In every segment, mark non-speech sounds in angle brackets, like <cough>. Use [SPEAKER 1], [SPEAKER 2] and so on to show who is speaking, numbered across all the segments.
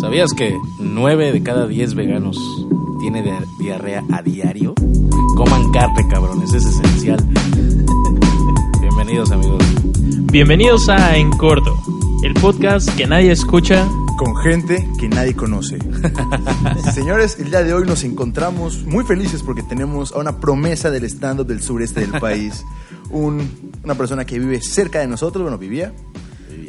[SPEAKER 1] ¿Sabías que 9 de cada 10 veganos tiene di- diarrea a diario? Coman carne, cabrones, es esencial. <laughs> Bienvenidos, amigos.
[SPEAKER 2] Bienvenidos a En Corto, el podcast que nadie escucha.
[SPEAKER 3] con gente que nadie conoce. Señores, el día de hoy nos encontramos muy felices porque tenemos a una promesa del stand-up del sureste del país. Un- una persona que vive cerca de nosotros, bueno, vivía.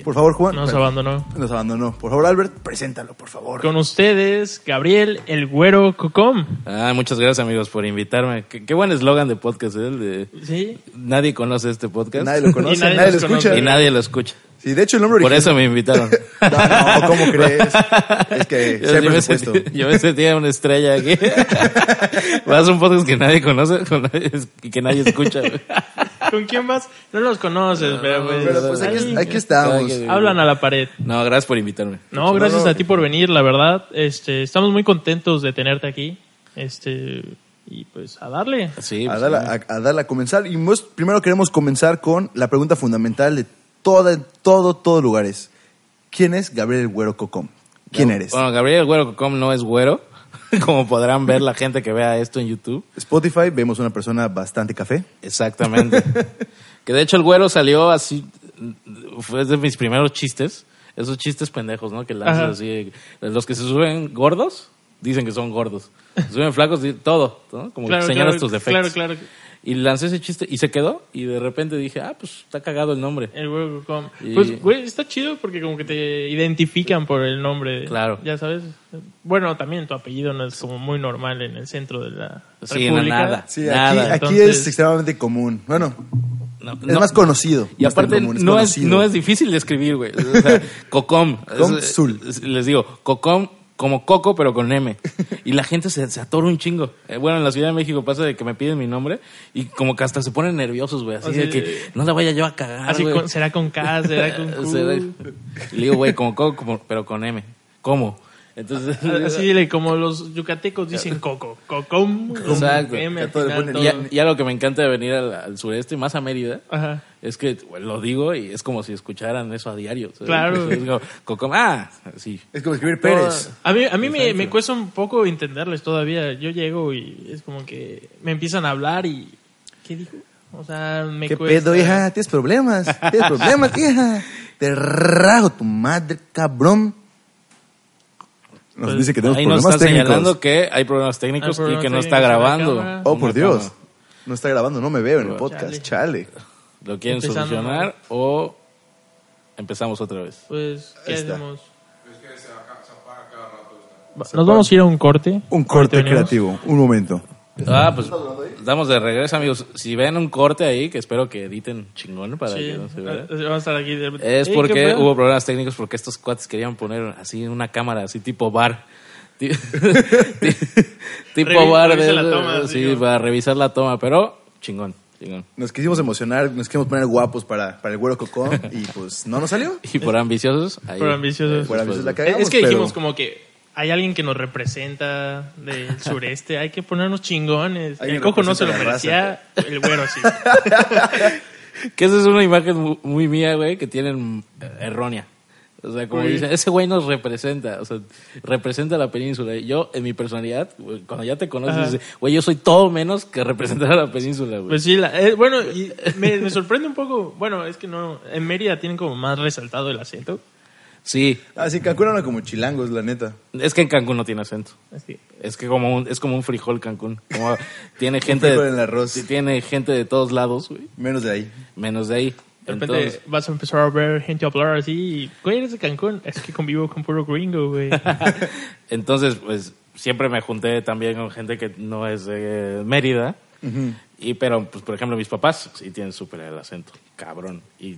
[SPEAKER 3] Por favor, Juan.
[SPEAKER 2] Nos
[SPEAKER 3] pero-
[SPEAKER 2] abandonó.
[SPEAKER 3] Nos abandonó. Por favor, Albert, preséntalo, por favor.
[SPEAKER 2] Con ustedes, Gabriel el Güero Cocom.
[SPEAKER 1] Ah, muchas gracias, amigos, por invitarme. Qué, qué buen eslogan de podcast, ¿eh? el de
[SPEAKER 2] Sí.
[SPEAKER 1] Nadie conoce este podcast.
[SPEAKER 3] Nadie lo conoce,
[SPEAKER 2] Y nadie
[SPEAKER 3] nadie, lo
[SPEAKER 2] nos
[SPEAKER 3] escucha.
[SPEAKER 1] <laughs>
[SPEAKER 2] conoce.
[SPEAKER 1] y nadie lo escucha.
[SPEAKER 3] Sí, de hecho, el nombre
[SPEAKER 1] Por
[SPEAKER 3] original-
[SPEAKER 1] eso me invitaron.
[SPEAKER 3] No, no, ¿cómo crees? <laughs>
[SPEAKER 1] <laughs>
[SPEAKER 3] Es que
[SPEAKER 1] Yo,
[SPEAKER 3] sí hay
[SPEAKER 1] yo me
[SPEAKER 3] presupuesto.
[SPEAKER 1] sentí- yo me sentía una estrella
[SPEAKER 3] <laughs>
[SPEAKER 1] aquí. Vas a un podcast que nadie conoce con nadie- y que nadie
[SPEAKER 3] <laughs>
[SPEAKER 1] escucha. güey.
[SPEAKER 2] ¿Con quién más? No los conoces, pero pues.
[SPEAKER 3] Pero pues aquí,
[SPEAKER 2] ahí
[SPEAKER 3] aquí estamos.
[SPEAKER 2] Hablan a la pared.
[SPEAKER 1] No, gracias por invitarme.
[SPEAKER 2] No, gracias a ti por venir, la verdad. Este, estamos muy contentos de tenerte aquí. Este, y pues a darle.
[SPEAKER 1] Sí,
[SPEAKER 3] a
[SPEAKER 1] pues,
[SPEAKER 3] darle a, a darle a comenzar. Y mos- primero queremos comenzar con la pregunta fundamental de toda, todo, todo lugares. ¿Quién es Gabriel Güero Cocom? ¿Quién eres?
[SPEAKER 1] Bueno, Gabriel Güero Cocom no es güero, <laughs> como podrán ver la gente que vea esto en YouTube.
[SPEAKER 3] Spotify, vemos una persona bastante café.
[SPEAKER 1] Exactamente.
[SPEAKER 2] <laughs>
[SPEAKER 1] que de hecho el güero salió así, fue de mis primeros chistes, esos chistes pendejos, ¿no? Que lanzas
[SPEAKER 2] Ajá.
[SPEAKER 1] así, los que se suben gordos, dicen que son gordos. Se suben flacos, di- todo, ¿no? Como
[SPEAKER 2] Claro,
[SPEAKER 1] que señalas
[SPEAKER 2] claro,
[SPEAKER 1] tus defectos.
[SPEAKER 2] claro, claro.
[SPEAKER 1] Y lancé ese chiste y se quedó y de repente dije, ah, pues está cagado el nombre.
[SPEAKER 2] El Güero Cocom.
[SPEAKER 1] Y-
[SPEAKER 2] Pues, güey, está chido porque como que te identifican por el nombre.
[SPEAKER 1] Claro.
[SPEAKER 2] Ya sabes. Bueno, también tu apellido no es como muy normal en el centro de la
[SPEAKER 1] Sí, no,
[SPEAKER 2] República.
[SPEAKER 1] nada.
[SPEAKER 3] Sí,
[SPEAKER 1] Nada,
[SPEAKER 3] aquí, aquí
[SPEAKER 2] entonces-
[SPEAKER 3] es extremadamente común. Bueno,
[SPEAKER 1] No,
[SPEAKER 3] es
[SPEAKER 1] no.
[SPEAKER 3] más conocido.
[SPEAKER 1] Y
[SPEAKER 3] más tan
[SPEAKER 1] aparte,
[SPEAKER 3] común,
[SPEAKER 1] no, es,
[SPEAKER 3] conocido.
[SPEAKER 1] no es difícil de escribir, güey. O
[SPEAKER 3] <laughs>
[SPEAKER 1] sea, cocom.
[SPEAKER 3] Cocom
[SPEAKER 1] Es-
[SPEAKER 3] Zul.
[SPEAKER 1] es- Les digo, cocom como coco, pero con M. Y la gente se, se atora un chingo. Eh, bueno, en la Ciudad de México pasa de que me piden mi nombre y como que hasta se ponen nerviosos, güey. Así
[SPEAKER 2] O sea,
[SPEAKER 1] de que no la vaya yo a cagar,
[SPEAKER 2] Así
[SPEAKER 1] güey.
[SPEAKER 2] con- será con K,
[SPEAKER 1] <laughs>
[SPEAKER 2] será con Q.
[SPEAKER 1] Se ve- Y Le digo, güey, como coco, como- pero con M. ¿Cómo?
[SPEAKER 2] <laughs>
[SPEAKER 1] Entonces...
[SPEAKER 2] Así dile, como los yucatecos dicen coco, cocom,
[SPEAKER 1] <laughs>
[SPEAKER 2] con
[SPEAKER 1] Exacto.
[SPEAKER 2] M
[SPEAKER 3] Ya
[SPEAKER 2] al
[SPEAKER 3] todo le
[SPEAKER 2] final,
[SPEAKER 3] ponen-
[SPEAKER 2] todo.
[SPEAKER 1] Ya, ya lo que me encanta de venir al, al sureste, más a Mérida,
[SPEAKER 2] Ajá.
[SPEAKER 1] es que güey, lo digo y es como si escucharan eso a diario. ¿sabes? <laughs>
[SPEAKER 2] Claro.
[SPEAKER 1] Es como, Cocom, ah, sí.
[SPEAKER 3] Es como escribir Pérez.
[SPEAKER 2] A mí, a mí me, me cuesta un poco entenderles todavía. Yo llego y es como que me empiezan a hablar y... ¿Qué dijo? O sea, me
[SPEAKER 3] ¿Qué
[SPEAKER 2] cuesta.
[SPEAKER 3] pedo, hija? Tienes problemas. Tienes problemas, hija. Te rajo tu madre, cabrón. Nos
[SPEAKER 2] Pues,
[SPEAKER 3] dice que tenemos
[SPEAKER 1] Ahí nos
[SPEAKER 3] problemas
[SPEAKER 1] están
[SPEAKER 3] técnicos.
[SPEAKER 1] señalando que hay problemas técnicos
[SPEAKER 2] Hay
[SPEAKER 1] y
[SPEAKER 2] problemas
[SPEAKER 1] que no
[SPEAKER 2] técnicos
[SPEAKER 1] está
[SPEAKER 2] en la
[SPEAKER 1] grabando.
[SPEAKER 2] cámara.
[SPEAKER 3] Oh, por
[SPEAKER 1] Una
[SPEAKER 3] Dios.
[SPEAKER 1] cámara.
[SPEAKER 3] No está grabando, no me veo en el podcast. Chale.
[SPEAKER 1] ¿Lo quieren
[SPEAKER 2] Empezando,
[SPEAKER 1] solucionar o empezamos otra vez?
[SPEAKER 2] Pues, ¿qué
[SPEAKER 3] Ahí está.
[SPEAKER 2] hacemos? Va- Nos vamos a ir a un corte.
[SPEAKER 3] Un corte
[SPEAKER 2] Ahorita venimos.
[SPEAKER 3] creativo. Un momento.
[SPEAKER 1] Ah, pues damos de regreso, amigos. Si ven un corte ahí, que espero que editen chingón para que no se
[SPEAKER 2] Sí,
[SPEAKER 1] vea.
[SPEAKER 2] eh, vamos a estar aquí. de-
[SPEAKER 1] Es
[SPEAKER 2] Eh, ¿qué
[SPEAKER 1] porque
[SPEAKER 2] pedo?
[SPEAKER 1] hubo problemas técnicos porque estos cuates querían poner así una cámara, así tipo bar. <laughs> Ti- tipo
[SPEAKER 2] Revi-
[SPEAKER 1] bar
[SPEAKER 2] revisa
[SPEAKER 1] de,
[SPEAKER 2] la toma, así
[SPEAKER 1] sí,
[SPEAKER 2] como-
[SPEAKER 1] para revisar la toma, pero chingón, chingón.
[SPEAKER 3] Nos quisimos emocionar, nos quisimos poner guapos para, para el güero Cocón <laughs> y pues no nos salió.
[SPEAKER 1] Y por ambiciosos, ahí. Eh,
[SPEAKER 2] Por
[SPEAKER 1] Pues,
[SPEAKER 2] ambiciosos.
[SPEAKER 3] Por avisos la
[SPEAKER 2] Es-
[SPEAKER 3] cagamos,
[SPEAKER 2] pues. es que dijimos
[SPEAKER 3] pero
[SPEAKER 2] como que hay alguien que nos representa
[SPEAKER 1] <laughs>
[SPEAKER 2] del sureste, hay que ponernos chingones.
[SPEAKER 3] Alguien
[SPEAKER 2] El coco no se lo
[SPEAKER 3] representa
[SPEAKER 2] merecía, el güero
[SPEAKER 3] <laughs>
[SPEAKER 2] sí.
[SPEAKER 1] Que esa es una imagen mu- muy mía, güey, que tienen eh, errónea. O sea, como
[SPEAKER 2] Uy.
[SPEAKER 1] dicen, ese güey nos representa, o sea, representa la península. Y Yo, en mi personalidad, güey, cuando ya te
[SPEAKER 2] Ajá.
[SPEAKER 1] conoces, dices, güey, yo soy todo menos que representar a la península, güey.
[SPEAKER 2] Pues sí, la- eh, bueno, y me, me sorprende un poco, bueno, es que no, en Mérida tienen como más resaltado el acento.
[SPEAKER 1] sí,
[SPEAKER 3] Ah, sí, Cancún hablan como chilangos, la neta.
[SPEAKER 1] es que en Cancún no tiene acento.
[SPEAKER 2] Así.
[SPEAKER 1] Es que como un, es como un frijol Cancún.
[SPEAKER 3] <laughs>
[SPEAKER 1] Como tiene gente
[SPEAKER 3] frijol
[SPEAKER 1] de,
[SPEAKER 3] en el arroz.
[SPEAKER 1] sí, tiene gente de todos lados, güey,
[SPEAKER 3] Menos de ahí.
[SPEAKER 1] menos de ahí.
[SPEAKER 2] De repente
[SPEAKER 1] Entonces,
[SPEAKER 2] vas a empezar a ver gente hablar así, y, güey, eres de Cancún, es que convivo con puro gringo, güey.
[SPEAKER 1] Entonces, <laughs> pues siempre me junté también con gente que no es de Mérida. Y pero, pues, por ejemplo, mis papás sí tienen súper el acento, cabrón. Y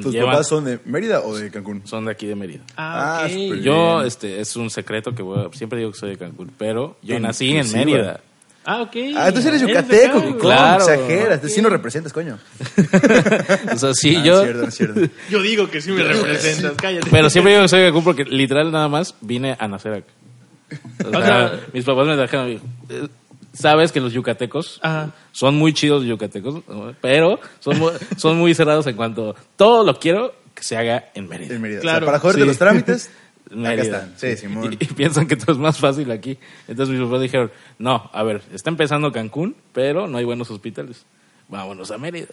[SPEAKER 3] ¿Tus
[SPEAKER 1] llevan-
[SPEAKER 3] papás son de Mérida o de Cancún?
[SPEAKER 1] son de aquí de Mérida.
[SPEAKER 2] <laughs> Ah,
[SPEAKER 3] Ah,
[SPEAKER 2] ok.
[SPEAKER 3] súper bien.
[SPEAKER 1] Yo, este, es un secreto que voy a- siempre digo que soy de Cancún, pero yo nací en
[SPEAKER 3] Inclusiva.
[SPEAKER 1] Mérida.
[SPEAKER 2] Ah, ok.
[SPEAKER 3] Ah, entonces eres
[SPEAKER 2] Eres de
[SPEAKER 3] yucateco,
[SPEAKER 2] acá, güey.
[SPEAKER 3] ¿cómo?
[SPEAKER 1] Claro.
[SPEAKER 3] Exageras, sí no representas, coño.
[SPEAKER 1] o sea, sí,
[SPEAKER 3] Ah,
[SPEAKER 1] yo.
[SPEAKER 3] Es cierto, es cierto.
[SPEAKER 2] <laughs> Yo digo que sí me representas, cállate.
[SPEAKER 1] Pero siempre digo que soy de Cancún porque literal nada más vine a nacer acá. O sea,
[SPEAKER 2] O sea-
[SPEAKER 1] mis papás me trajeron. y, eh, Sabes que los yucatecos
[SPEAKER 2] Ajá.
[SPEAKER 1] son muy chidos los yucatecos, ¿no? pero son muy, son muy cerrados en cuanto todo lo quiero que se haga en Mérida.
[SPEAKER 3] En Mérida. O sea,
[SPEAKER 2] Claro.
[SPEAKER 3] para joderte
[SPEAKER 1] Sí.
[SPEAKER 3] los
[SPEAKER 1] <laughs>
[SPEAKER 3] trámites, acá
[SPEAKER 1] Mérida.
[SPEAKER 3] están. Sí, Simón.
[SPEAKER 1] Y, y piensan que todo es más fácil aquí. Entonces mis papás dijeron, no, a ver, está empezando Cancún, pero no hay buenos hospitales. Vámonos a Mérida.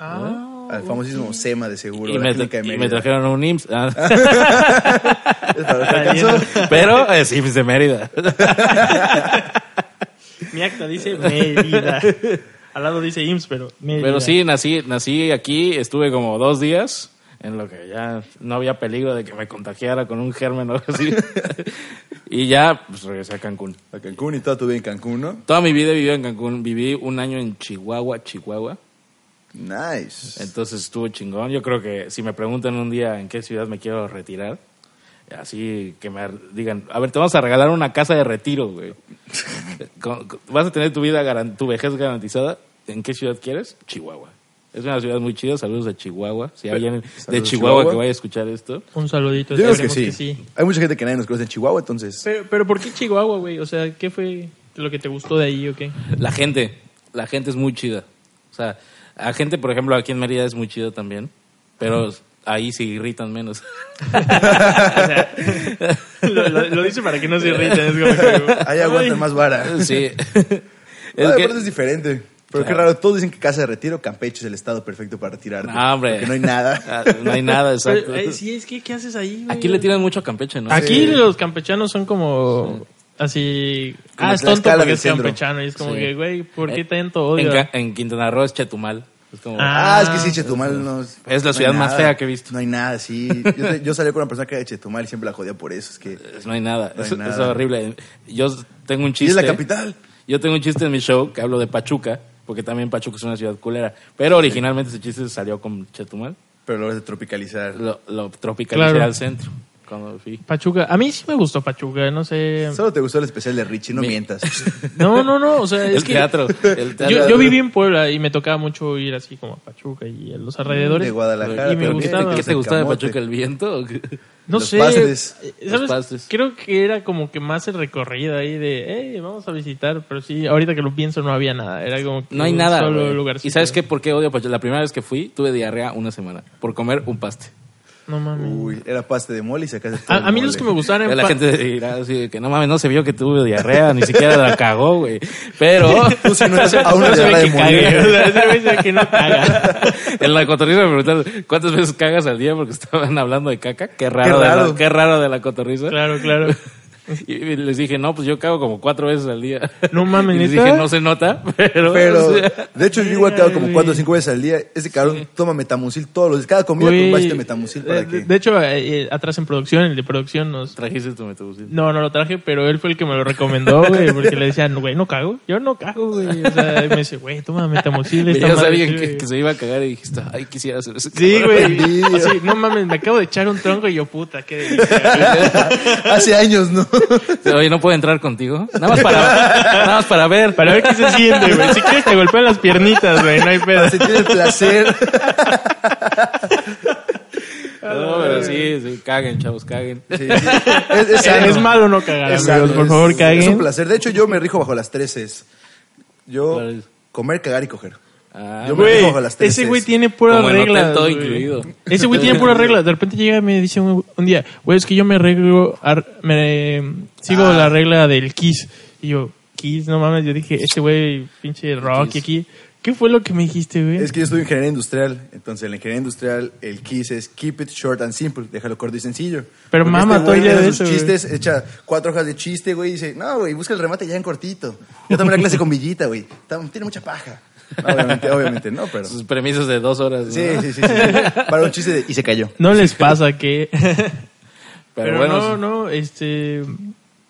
[SPEAKER 2] Ah,
[SPEAKER 3] Al famosísimo SEMA de seguro,
[SPEAKER 1] Y
[SPEAKER 3] la
[SPEAKER 1] me,
[SPEAKER 3] clínica de
[SPEAKER 1] y me
[SPEAKER 3] Mérida.
[SPEAKER 1] trajeron a un IMSS. Ah.
[SPEAKER 3] <laughs> Es <laughs> para los
[SPEAKER 2] <laughs>
[SPEAKER 3] que alcanzó.
[SPEAKER 1] pero es IMSS de Mérida.
[SPEAKER 2] mi acta dice Mérida. Al lado dice IMSS, pero Mérida.
[SPEAKER 1] Pero sí, nací, nací aquí, estuve como dos días en lo que ya no había peligro de que me contagiara con un germen o algo así. y ya pues, regresé a Cancún.
[SPEAKER 3] A Cancún y toda tu vida en Cancún, ¿no?
[SPEAKER 1] Toda mi vida he vivido en Cancún. Viví un año en Chihuahua, Chihuahua.
[SPEAKER 3] Nice.
[SPEAKER 1] Entonces estuvo chingón. Yo creo que si me preguntan un día en qué ciudad me quiero retirar, así que me digan, a ver, te vamos a regalar una casa de retiro, güey. Con- con- Vas a tener tu vida, garan- tu vejez garantizada. ¿En qué ciudad quieres? Chihuahua. Es una ciudad muy chida. Saludos de Chihuahua. Si hay alguien de Chihuahua,
[SPEAKER 3] saludos, Chihuahua.
[SPEAKER 1] que vaya a escuchar esto.
[SPEAKER 2] Un saludito.
[SPEAKER 3] Yo
[SPEAKER 1] Pues
[SPEAKER 3] digo que
[SPEAKER 2] esperemos
[SPEAKER 3] sí. Hay mucha gente que nadie nos conoce en Chihuahua, entonces.
[SPEAKER 2] Pero, pero ¿por qué Chihuahua, güey? O sea, ¿qué fue lo que te gustó de ahí o qué?
[SPEAKER 1] La gente, la gente es muy chida. O sea, la gente, por ejemplo, aquí en Mérida es muy chida también, pero ahí se irritan menos.
[SPEAKER 2] Lo, lo- lo dice para que no se irriten. Es como <laughs> que,
[SPEAKER 3] Ahí aguantan
[SPEAKER 2] Ay.
[SPEAKER 3] más vara.
[SPEAKER 1] Sí.
[SPEAKER 3] Es
[SPEAKER 1] <laughs> Es que-
[SPEAKER 3] es diferente. Pero qué
[SPEAKER 1] Claro.
[SPEAKER 3] raro, todos dicen que casa de retiro, Campeche es el estado perfecto para retirarte.
[SPEAKER 1] No, hombre.
[SPEAKER 3] Porque no hay nada.
[SPEAKER 1] <laughs> Ah, No hay nada, exacto.
[SPEAKER 2] Pero, eh, sí, es que, ¿qué haces ahí, güey?
[SPEAKER 1] Aquí le tiran mucho a Campeche, ¿no?
[SPEAKER 2] Aquí
[SPEAKER 3] Sí.
[SPEAKER 2] los campechanos son como así.
[SPEAKER 3] Como
[SPEAKER 2] ah, es
[SPEAKER 3] la
[SPEAKER 2] tonto
[SPEAKER 3] escala
[SPEAKER 2] porque
[SPEAKER 3] del
[SPEAKER 2] es
[SPEAKER 3] centro.
[SPEAKER 2] campechano. Y es como
[SPEAKER 1] Sí.
[SPEAKER 2] que, güey, ¿por qué
[SPEAKER 1] Eh,
[SPEAKER 2] tanto
[SPEAKER 1] En,
[SPEAKER 2] odio?
[SPEAKER 1] Ca- en Quintana Roo es Chetumal. Es como,
[SPEAKER 2] Ah.
[SPEAKER 3] <laughs> Ah, es que sí, Chetumal no.
[SPEAKER 1] la
[SPEAKER 3] no hay
[SPEAKER 1] ciudad más
[SPEAKER 3] nada.
[SPEAKER 1] fea que he visto.
[SPEAKER 3] No hay nada, sí. Yo, yo salí con una persona que era de Chetumal y siempre la jodía por eso. Es que.
[SPEAKER 1] es- no hay nada.
[SPEAKER 3] No hay
[SPEAKER 1] es, es
[SPEAKER 3] nada.
[SPEAKER 1] horrible. Yo tengo un
[SPEAKER 3] Y
[SPEAKER 1] chiste.
[SPEAKER 3] es la capital.
[SPEAKER 1] Yo tengo un chiste en mi show que hablo de Pachuca, porque también Pachuca es una ciudad culera. Pero originalmente ese chiste salió con Chetumal.
[SPEAKER 3] Pero lo es de tropicalizar.
[SPEAKER 1] Lo, lo tropicalicé
[SPEAKER 2] Claro.
[SPEAKER 1] al centro. Cuando fui.
[SPEAKER 2] Pachuca. A mí sí me gustó Pachuca, no sé.
[SPEAKER 3] Solo te gustó el especial de Richie, no
[SPEAKER 1] Mi- <laughs>
[SPEAKER 3] mientas.
[SPEAKER 2] No, no, no. O sea, es
[SPEAKER 1] El
[SPEAKER 2] que.
[SPEAKER 1] teatro. El teatro.
[SPEAKER 2] Yo, yo viví en Puebla y me tocaba mucho ir así como a Pachuca y a los alrededores.
[SPEAKER 3] De Guadalajara.
[SPEAKER 2] Y me
[SPEAKER 3] pero
[SPEAKER 1] ¿Qué,
[SPEAKER 2] gustaba.
[SPEAKER 1] qué te gustaba de
[SPEAKER 3] Camote.
[SPEAKER 1] Pachuca? ¿El viento? <laughs> o qué?
[SPEAKER 2] No
[SPEAKER 3] Los
[SPEAKER 2] sé.
[SPEAKER 3] pastes.
[SPEAKER 2] eh,
[SPEAKER 1] Los
[SPEAKER 2] ¿sabes?
[SPEAKER 1] pastes.
[SPEAKER 2] Creo que era como que más el recorrido ahí de, hey, vamos a visitar. Pero sí, ahorita que lo pienso, no había nada. Era como que
[SPEAKER 1] No hay
[SPEAKER 2] un
[SPEAKER 1] nada.
[SPEAKER 2] solo
[SPEAKER 1] güey.
[SPEAKER 2] lugarcito.
[SPEAKER 1] ¿Y sabes qué? ¿Por qué odio Pachuca? La primera vez que fui, tuve diarrea una semana por comer un paste.
[SPEAKER 2] No mames.
[SPEAKER 3] Uy, era paste de mole y sacaste. todo
[SPEAKER 2] A,
[SPEAKER 3] el
[SPEAKER 2] a mí los
[SPEAKER 3] mole.
[SPEAKER 2] que me gustaban en
[SPEAKER 1] La
[SPEAKER 2] pa-
[SPEAKER 1] gente dirá así de que no mames, no se vio que tuve diarrea, ni siquiera la cagó, güey. Pero
[SPEAKER 3] Tú sí
[SPEAKER 1] <laughs>
[SPEAKER 3] no eres a
[SPEAKER 1] No
[SPEAKER 3] una
[SPEAKER 1] se ve
[SPEAKER 3] diarrea de
[SPEAKER 1] que cague.
[SPEAKER 3] mole.
[SPEAKER 2] O sea, <laughs> ese güey se ve que no caga.
[SPEAKER 1] en la cotorriza me preguntaron cuántas veces cagas al día porque estaban hablando de caca. Qué raro,
[SPEAKER 3] Qué
[SPEAKER 1] De,
[SPEAKER 3] raro.
[SPEAKER 1] la, qué raro de la cotorriza.
[SPEAKER 2] Claro, claro.
[SPEAKER 1] Y y les dije, no, pues yo cago como cuatro veces al día.
[SPEAKER 2] No
[SPEAKER 1] <laughs>
[SPEAKER 2] mames,
[SPEAKER 1] Y les
[SPEAKER 2] ¿neta?
[SPEAKER 1] dije, no se nota, <laughs>
[SPEAKER 2] <laughs>
[SPEAKER 1] pero.
[SPEAKER 3] Pero,
[SPEAKER 1] o sea,
[SPEAKER 3] de hecho, yo igual quedado como
[SPEAKER 2] Ay,
[SPEAKER 3] cuatro o
[SPEAKER 2] güey.
[SPEAKER 3] cinco veces al día. Ese cabrón toma metamucil todos los días. Cada comida
[SPEAKER 2] Güey,
[SPEAKER 3] tú vas y te metamucil para
[SPEAKER 2] de,
[SPEAKER 3] que.
[SPEAKER 2] de hecho, eh, eh, atrás en producción, el de producción nos...
[SPEAKER 1] trajiste tu metabusil.
[SPEAKER 2] No, no lo traje, pero él fue el que me
[SPEAKER 1] <laughs>
[SPEAKER 2] lo recomendó, güey, porque le decían, güey, no cago, yo no cago, güey. O sea, me dice, güey, toma metamucil, esta
[SPEAKER 1] Veías a
[SPEAKER 2] madre
[SPEAKER 1] alguien
[SPEAKER 2] sirve".
[SPEAKER 1] que, que se iba a cagar y dijiste, ay, quisiera hacer eso.
[SPEAKER 2] Sí,
[SPEAKER 1] <laughs>
[SPEAKER 2] güey.
[SPEAKER 3] Envidia.
[SPEAKER 2] Así, no mames, me acabo de echar un tronco y yo, puta, qué delicia.
[SPEAKER 3] <laughs>
[SPEAKER 1] <laughs>
[SPEAKER 3] Hace años, ¿no? <laughs>
[SPEAKER 1] Oye, no puedo entrar contigo. Nada más para, nada más para ver.
[SPEAKER 2] Para ver qué se siente, güey. Si quieres te golpean las piernitas, güey, no hay pedo.
[SPEAKER 1] Ah,
[SPEAKER 3] Se tiene
[SPEAKER 2] <laughs>
[SPEAKER 3] el placer.
[SPEAKER 1] No, pero sí, sí, caguen, chavos, caguen.
[SPEAKER 3] Sí, sí. Es, es
[SPEAKER 2] <laughs>
[SPEAKER 3] sano.
[SPEAKER 2] Es malo no cagar,
[SPEAKER 3] Es
[SPEAKER 2] amigos,
[SPEAKER 3] sano,
[SPEAKER 2] por
[SPEAKER 3] es-
[SPEAKER 2] favor,
[SPEAKER 3] Es un
[SPEAKER 2] caguen.
[SPEAKER 3] placer. De hecho, yo me rijo bajo las tres Cs. Yo,
[SPEAKER 1] ¿Cuál es?
[SPEAKER 3] comer, cagar y coger.
[SPEAKER 1] Ah,
[SPEAKER 3] Yo me
[SPEAKER 2] Güey,
[SPEAKER 3] rijo bajo las tres
[SPEAKER 2] ese
[SPEAKER 3] Cs.
[SPEAKER 2] güey tiene puras
[SPEAKER 1] Como en hotel,
[SPEAKER 2] reglas.
[SPEAKER 1] todo
[SPEAKER 2] güey.
[SPEAKER 1] incluido.
[SPEAKER 2] Ese güey tiene
[SPEAKER 1] <laughs>
[SPEAKER 2] puras reglas. De repente llega y me dice un, un día, güey, es que yo me arreglo, ar- me, sigo
[SPEAKER 3] Ah.
[SPEAKER 2] la regla del kiss. Y yo, kiss, no mames. Yo dije, ese güey, pinche rock aquí. ¿Qué fue lo que me dijiste, güey?
[SPEAKER 3] Es que yo estudio ingeniería industrial. Entonces, en la ingeniería industrial, el KISS es keep it short and simple. Déjalo corto y sencillo.
[SPEAKER 2] Pero
[SPEAKER 3] Porque
[SPEAKER 2] mama
[SPEAKER 3] este
[SPEAKER 2] todo el
[SPEAKER 3] güey
[SPEAKER 2] día
[SPEAKER 3] hace
[SPEAKER 2] de
[SPEAKER 3] sus
[SPEAKER 2] eso, güey.
[SPEAKER 3] chistes, echa cuatro hojas de chiste, güey, y dice, no, güey, busca el remate ya en cortito. Yo tomé la clase con Villita, güey. Tam- Tiene
[SPEAKER 2] <laughs>
[SPEAKER 3] mucha paja. No, obviamente, obviamente, no, pero... Sí,
[SPEAKER 1] Sus permisos de dos horas. ¿no?
[SPEAKER 3] sí, sí, sí,
[SPEAKER 2] <laughs>
[SPEAKER 3] sí. Para un chiste de... Y se cayó. <laughs>
[SPEAKER 2] No les pasa que... <laughs> pero
[SPEAKER 1] Pero, bueno,
[SPEAKER 2] no, no, este...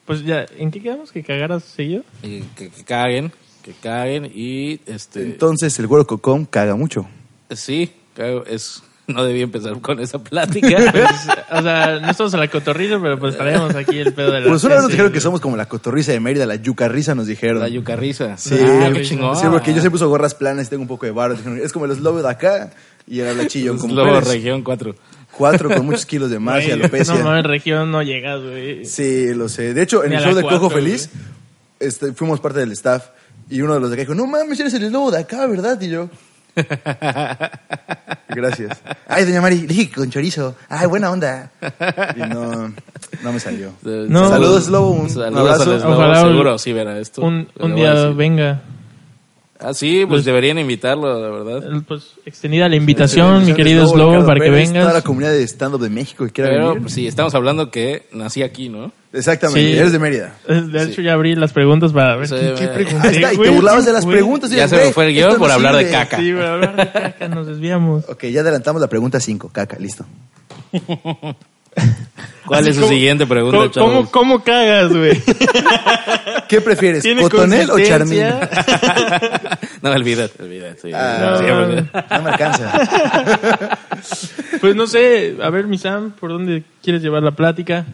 [SPEAKER 2] Pues ya, ¿en qué quedamos? ¿Que cagaras <laughs> seguido?
[SPEAKER 1] y que, que caguen, que caguen y este.
[SPEAKER 3] Entonces, el güero cocón caga mucho.
[SPEAKER 1] sí, cago- es. No debía empezar con esa plática.
[SPEAKER 2] Pues, o sea, no estamos en la cotorrilla, pero pues traemos aquí el
[SPEAKER 3] <laughs>
[SPEAKER 2] pedo de la.
[SPEAKER 3] Pues una vez nos
[SPEAKER 2] gente.
[SPEAKER 3] dijeron que somos como la cotorriza de Mérida, la yucarriza nos dijeron.
[SPEAKER 1] la yucarriza.
[SPEAKER 3] Sí,
[SPEAKER 1] Ah, qué
[SPEAKER 2] güey.
[SPEAKER 1] chingón.
[SPEAKER 3] Sí, porque yo se puso gorras planas y tengo un poco de barro. Dijeron, Es como el eslobo de acá y era blachillo como
[SPEAKER 1] Lobo
[SPEAKER 3] Pérez.
[SPEAKER 1] Región 4.
[SPEAKER 3] Cuatro con muchos kilos de más y alopecia.
[SPEAKER 2] No mames, región no llegas, güey.
[SPEAKER 3] Sí, lo sé. De hecho, en
[SPEAKER 2] Ni
[SPEAKER 3] el
[SPEAKER 2] a
[SPEAKER 3] show
[SPEAKER 2] la
[SPEAKER 3] de Cojo
[SPEAKER 2] cuatro,
[SPEAKER 3] Feliz este, fuimos parte del staff y uno de los de acá dijo, no mames, eres el eslobo de acá, ¿verdad?
[SPEAKER 1] <laughs>
[SPEAKER 3] Y yo... Gracias. Ay, doña Mari, le dije que con chorizo. Ay, buena onda. Y no, no me salió.
[SPEAKER 2] No.
[SPEAKER 3] Saludos, Lobo. Un
[SPEAKER 1] Saludos
[SPEAKER 3] abrazo.
[SPEAKER 1] al Slobo,
[SPEAKER 2] Ojalá un-
[SPEAKER 1] seguro sí verá esto.
[SPEAKER 2] Un,
[SPEAKER 1] Le
[SPEAKER 2] un
[SPEAKER 1] voy a
[SPEAKER 2] día
[SPEAKER 1] decir.
[SPEAKER 2] venga.
[SPEAKER 1] Ah, sí, pues deberían invitarlo, la verdad.
[SPEAKER 2] Eh, Pues extendida la invitación, mi querido
[SPEAKER 3] Slobo,
[SPEAKER 2] Slobo,
[SPEAKER 3] Ricardo
[SPEAKER 2] para que
[SPEAKER 3] Pérez, Toda la
[SPEAKER 2] vengas.
[SPEAKER 3] comunidad de stand-up de México que quiera
[SPEAKER 1] Pero
[SPEAKER 3] venir.
[SPEAKER 1] pues, sí, estamos hablando que nací aquí, ¿no?
[SPEAKER 3] Exactamente,
[SPEAKER 2] Sí.
[SPEAKER 3] eres de Mérida.
[SPEAKER 2] Eh, De hecho, ya abrí las preguntas para ver
[SPEAKER 1] Sí,
[SPEAKER 2] qué, qué
[SPEAKER 1] güey.
[SPEAKER 2] pregunté,
[SPEAKER 3] Ahí está, y te
[SPEAKER 2] güey.
[SPEAKER 3] burlabas de las
[SPEAKER 2] Güey.
[SPEAKER 3] preguntas. y
[SPEAKER 1] Ya
[SPEAKER 3] dices,
[SPEAKER 1] se me
[SPEAKER 3] "Güey,
[SPEAKER 1] fue el guión
[SPEAKER 3] esto
[SPEAKER 1] por
[SPEAKER 3] no
[SPEAKER 1] hablar de
[SPEAKER 3] sirve".
[SPEAKER 1] caca.
[SPEAKER 2] Sí, pero hablar de caca, nos desviamos.
[SPEAKER 3] Ok, ya adelantamos la pregunta 5, caca, listo.
[SPEAKER 1] ¿Cuál
[SPEAKER 2] Así
[SPEAKER 1] es su
[SPEAKER 2] como-
[SPEAKER 1] siguiente pregunta,
[SPEAKER 2] ¿Cómo,
[SPEAKER 1] chavos?
[SPEAKER 2] cómo, cómo cagas, güey?
[SPEAKER 3] ¿Qué prefieres,
[SPEAKER 2] ¿Tiene
[SPEAKER 3] cotonel o charmín?
[SPEAKER 2] consistencia?
[SPEAKER 1] <laughs> No, olvídate, olvídate. sí.
[SPEAKER 3] Ah,
[SPEAKER 1] Sí,
[SPEAKER 2] no.
[SPEAKER 1] olvídate.
[SPEAKER 3] No me alcanza.
[SPEAKER 2] <laughs> Pues no sé, a ver, mi Sam, ¿por dónde quieres llevar la plática?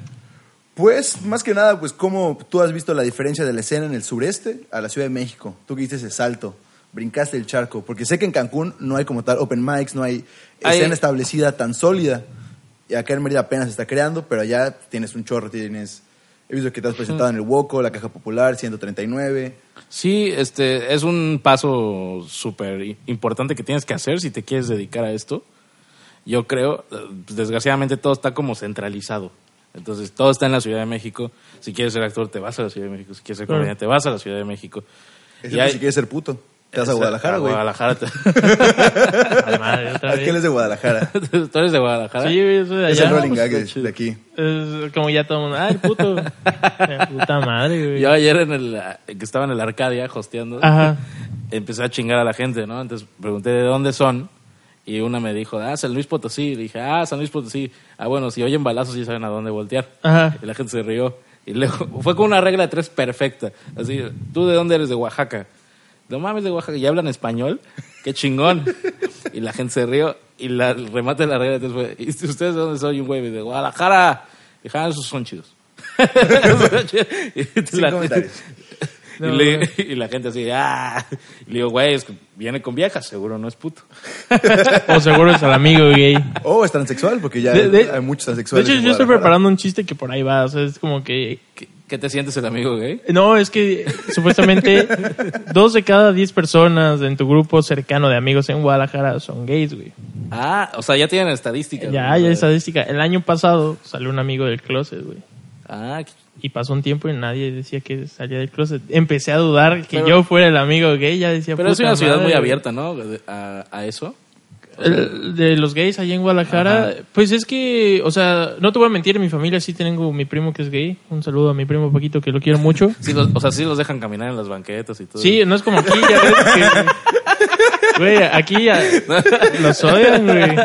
[SPEAKER 3] Pues, más que nada, pues, ¿cómo tú has visto la diferencia de la escena en el sureste a la Ciudad de México? Tú que hiciste ese salto, brincaste el charco, porque sé que en Cancún no hay como tal open mics, no hay
[SPEAKER 1] Hay-
[SPEAKER 3] escena establecida tan sólida. Y acá en Mérida apenas se está creando, pero allá tienes un chorro, tienes... He visto que te has presentado en el Woco, la Caja Popular, 139...
[SPEAKER 1] Sí, este es un paso súper i- importante que tienes que hacer si te quieres dedicar a esto. Yo creo, eh, desgraciadamente todo está como centralizado. Entonces todo está en la Ciudad de México. Si quieres ser actor te vas a la Ciudad de México. Si quieres ser
[SPEAKER 2] Claro.
[SPEAKER 1] comediante te vas a la Ciudad de México.
[SPEAKER 3] Excepto
[SPEAKER 1] Y hay-
[SPEAKER 3] si quieres ser puto. Te vas a
[SPEAKER 1] Esa-
[SPEAKER 3] Guadalajara, güey.
[SPEAKER 1] Guadalajara. te- <laughs>
[SPEAKER 2] Ay, madre, otra
[SPEAKER 3] Es que él es
[SPEAKER 2] vez.
[SPEAKER 1] <laughs>
[SPEAKER 3] de Guadalajara.
[SPEAKER 1] Tú eres de Guadalajara.
[SPEAKER 2] Sí, güey, eso de
[SPEAKER 3] Es el
[SPEAKER 2] ¿eh? allá. pues,
[SPEAKER 3] rolling gag de, pues, de aquí.
[SPEAKER 2] Es como ya todo el mundo, ay, <laughs> puto. Eh, Puta madre, güey.
[SPEAKER 1] Yo ayer en el ah, que estaba en el Arcadia hosteando,
[SPEAKER 2] Ajá.
[SPEAKER 1] empecé a chingar a la gente, ¿no? Entonces pregunté de dónde son y una me dijo, ah, San Luis Potosí. Le dije, ah, San Luis Potosí. Ah, bueno, si oyen balazos ya saben a dónde voltear.
[SPEAKER 2] Ajá.
[SPEAKER 1] Y la gente se rió. Y luego <laughs> fue con una regla de tres perfecta. Así, ¿tú de dónde eres? De Oaxaca. No mames, de Oaxaca. ¿Ya hablan español? ¡Qué chingón! <laughs> y la gente se rió. Y la, el remate de la regla de tres fue, ¿y ustedes de dónde son? Y un güey de Guadalajara. Y dije, ah, esos son
[SPEAKER 3] <laughs>
[SPEAKER 1] chidos. <laughs> Y
[SPEAKER 3] Sin
[SPEAKER 1] la-
[SPEAKER 3] comentarios.
[SPEAKER 2] No,
[SPEAKER 1] y, le-
[SPEAKER 2] güey.
[SPEAKER 1] <laughs> y la gente así, ah. Y le digo, güey, es que viene con viejas, seguro no es puto.
[SPEAKER 2] O seguro es al amigo gay.
[SPEAKER 3] O es transexual, porque ya
[SPEAKER 2] De- de-
[SPEAKER 3] hay muchos
[SPEAKER 2] De
[SPEAKER 3] transexuales.
[SPEAKER 2] hecho,
[SPEAKER 3] en
[SPEAKER 2] yo estoy
[SPEAKER 3] Guadalajara.
[SPEAKER 2] preparando un chiste que por ahí va. O sea, es como que.
[SPEAKER 1] ¿Qué, qué te sientes el amigo gay?
[SPEAKER 2] No, es que supuestamente dos de cada diez personas en tu grupo cercano de amigos en Guadalajara son gays, güey.
[SPEAKER 1] Ah, o sea, ya tienen estadísticas.
[SPEAKER 2] Ya
[SPEAKER 1] ¿no?
[SPEAKER 2] hay estadística. El año pasado salió un amigo del closet, güey.
[SPEAKER 1] Ah, qué-
[SPEAKER 2] Y pasó un tiempo y nadie decía que salía del closet. Empecé a dudar que
[SPEAKER 1] Pero-
[SPEAKER 2] yo fuera el amigo gay. Ya decía,
[SPEAKER 1] Pero es
[SPEAKER 2] "Puta
[SPEAKER 1] una ciudad
[SPEAKER 2] madre".
[SPEAKER 1] muy abierta, ¿no? De- A, a eso.
[SPEAKER 2] El- de los gays allá en Guadalajara,
[SPEAKER 1] Ajá.
[SPEAKER 2] pues es que, o sea, no te voy a mentir, en mi familia sí tengo mi primo que es gay. Un saludo a mi primo Paquito que lo
[SPEAKER 1] <laughs>
[SPEAKER 2] quiero mucho.
[SPEAKER 1] Sí los- o sea, sí los dejan caminar en las banquetas y todo.
[SPEAKER 2] Sí, no es como aquí, ya ves que- Güey, aquí ya- los
[SPEAKER 1] <laughs>
[SPEAKER 2] odian, güey.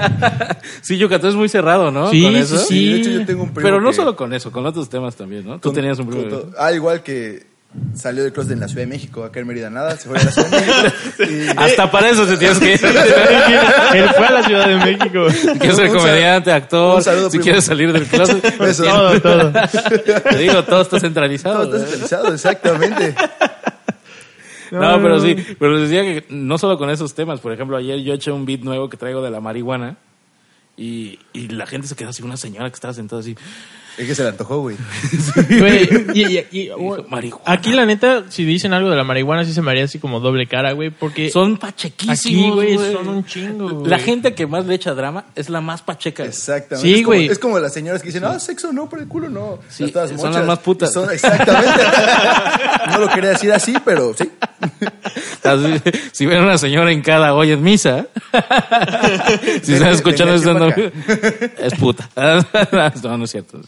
[SPEAKER 1] Sí, Yucatán es muy cerrado, ¿no?
[SPEAKER 2] Sí,
[SPEAKER 1] Con eso.
[SPEAKER 2] sí, sí.
[SPEAKER 3] Sí, de hecho, yo tengo un primo
[SPEAKER 1] Pero no
[SPEAKER 3] que-
[SPEAKER 1] solo con eso, con otros temas también, ¿no? Tú
[SPEAKER 3] con-
[SPEAKER 1] tenías un
[SPEAKER 3] con
[SPEAKER 1] primo. de-
[SPEAKER 3] todo- Ah, igual que salió del closet en la Ciudad de México, acá en Mérida nada, se fue a la Ciudad de
[SPEAKER 1] <laughs>
[SPEAKER 3] México. y-
[SPEAKER 1] Hasta para eso se tienes
[SPEAKER 3] <laughs>
[SPEAKER 1] que ir.
[SPEAKER 2] Él fue a la Ciudad de México.
[SPEAKER 1] Quieres ser
[SPEAKER 3] Un saludo-
[SPEAKER 1] comediante, actor,
[SPEAKER 3] un saludo,
[SPEAKER 1] si
[SPEAKER 3] primo.
[SPEAKER 1] quieres salir del closet.
[SPEAKER 3] <laughs> Eso.
[SPEAKER 2] Todo, todo.
[SPEAKER 1] Te digo, todo está centralizado.
[SPEAKER 3] Todo está
[SPEAKER 1] güey.
[SPEAKER 3] centralizado, exactamente.
[SPEAKER 1] No, pero sí, pero les decía que no solo con esos temas, por ejemplo, ayer yo eché un beat nuevo que traigo de la marihuana y, y la gente se quedó así, una señora que estaba sentada así,
[SPEAKER 3] Es que se le antojó, güey.
[SPEAKER 2] Güey, y- y- y-
[SPEAKER 1] <laughs> dijo, marihuana.
[SPEAKER 2] aquí la neta, si dicen algo de la marihuana, sí se me haría así como doble cara, güey, porque
[SPEAKER 1] Son pachequísimos,
[SPEAKER 2] Aquí, güey, son un chingo, güey.
[SPEAKER 1] La gente que más le echa drama es la más pacheca.
[SPEAKER 3] Exactamente.
[SPEAKER 2] Sí,
[SPEAKER 3] Es como-
[SPEAKER 2] güey.
[SPEAKER 3] Es como las señoras que dicen, ah, sexo no, pero el culo no.
[SPEAKER 1] Sí,
[SPEAKER 3] todas
[SPEAKER 1] son
[SPEAKER 3] mochas.
[SPEAKER 1] las más putas.
[SPEAKER 3] Y son-
[SPEAKER 1] <laughs>
[SPEAKER 3] exactamente. no lo quería decir así, pero sí.
[SPEAKER 1] <laughs> Así, si ven a una señora en cada hoy en misa, <laughs> si están
[SPEAKER 3] Tenía-
[SPEAKER 1] escuchando
[SPEAKER 3] tenía
[SPEAKER 1] esto,
[SPEAKER 3] chimba
[SPEAKER 1] no-
[SPEAKER 3] acá.
[SPEAKER 1] es puta. <laughs> No, no es cierto.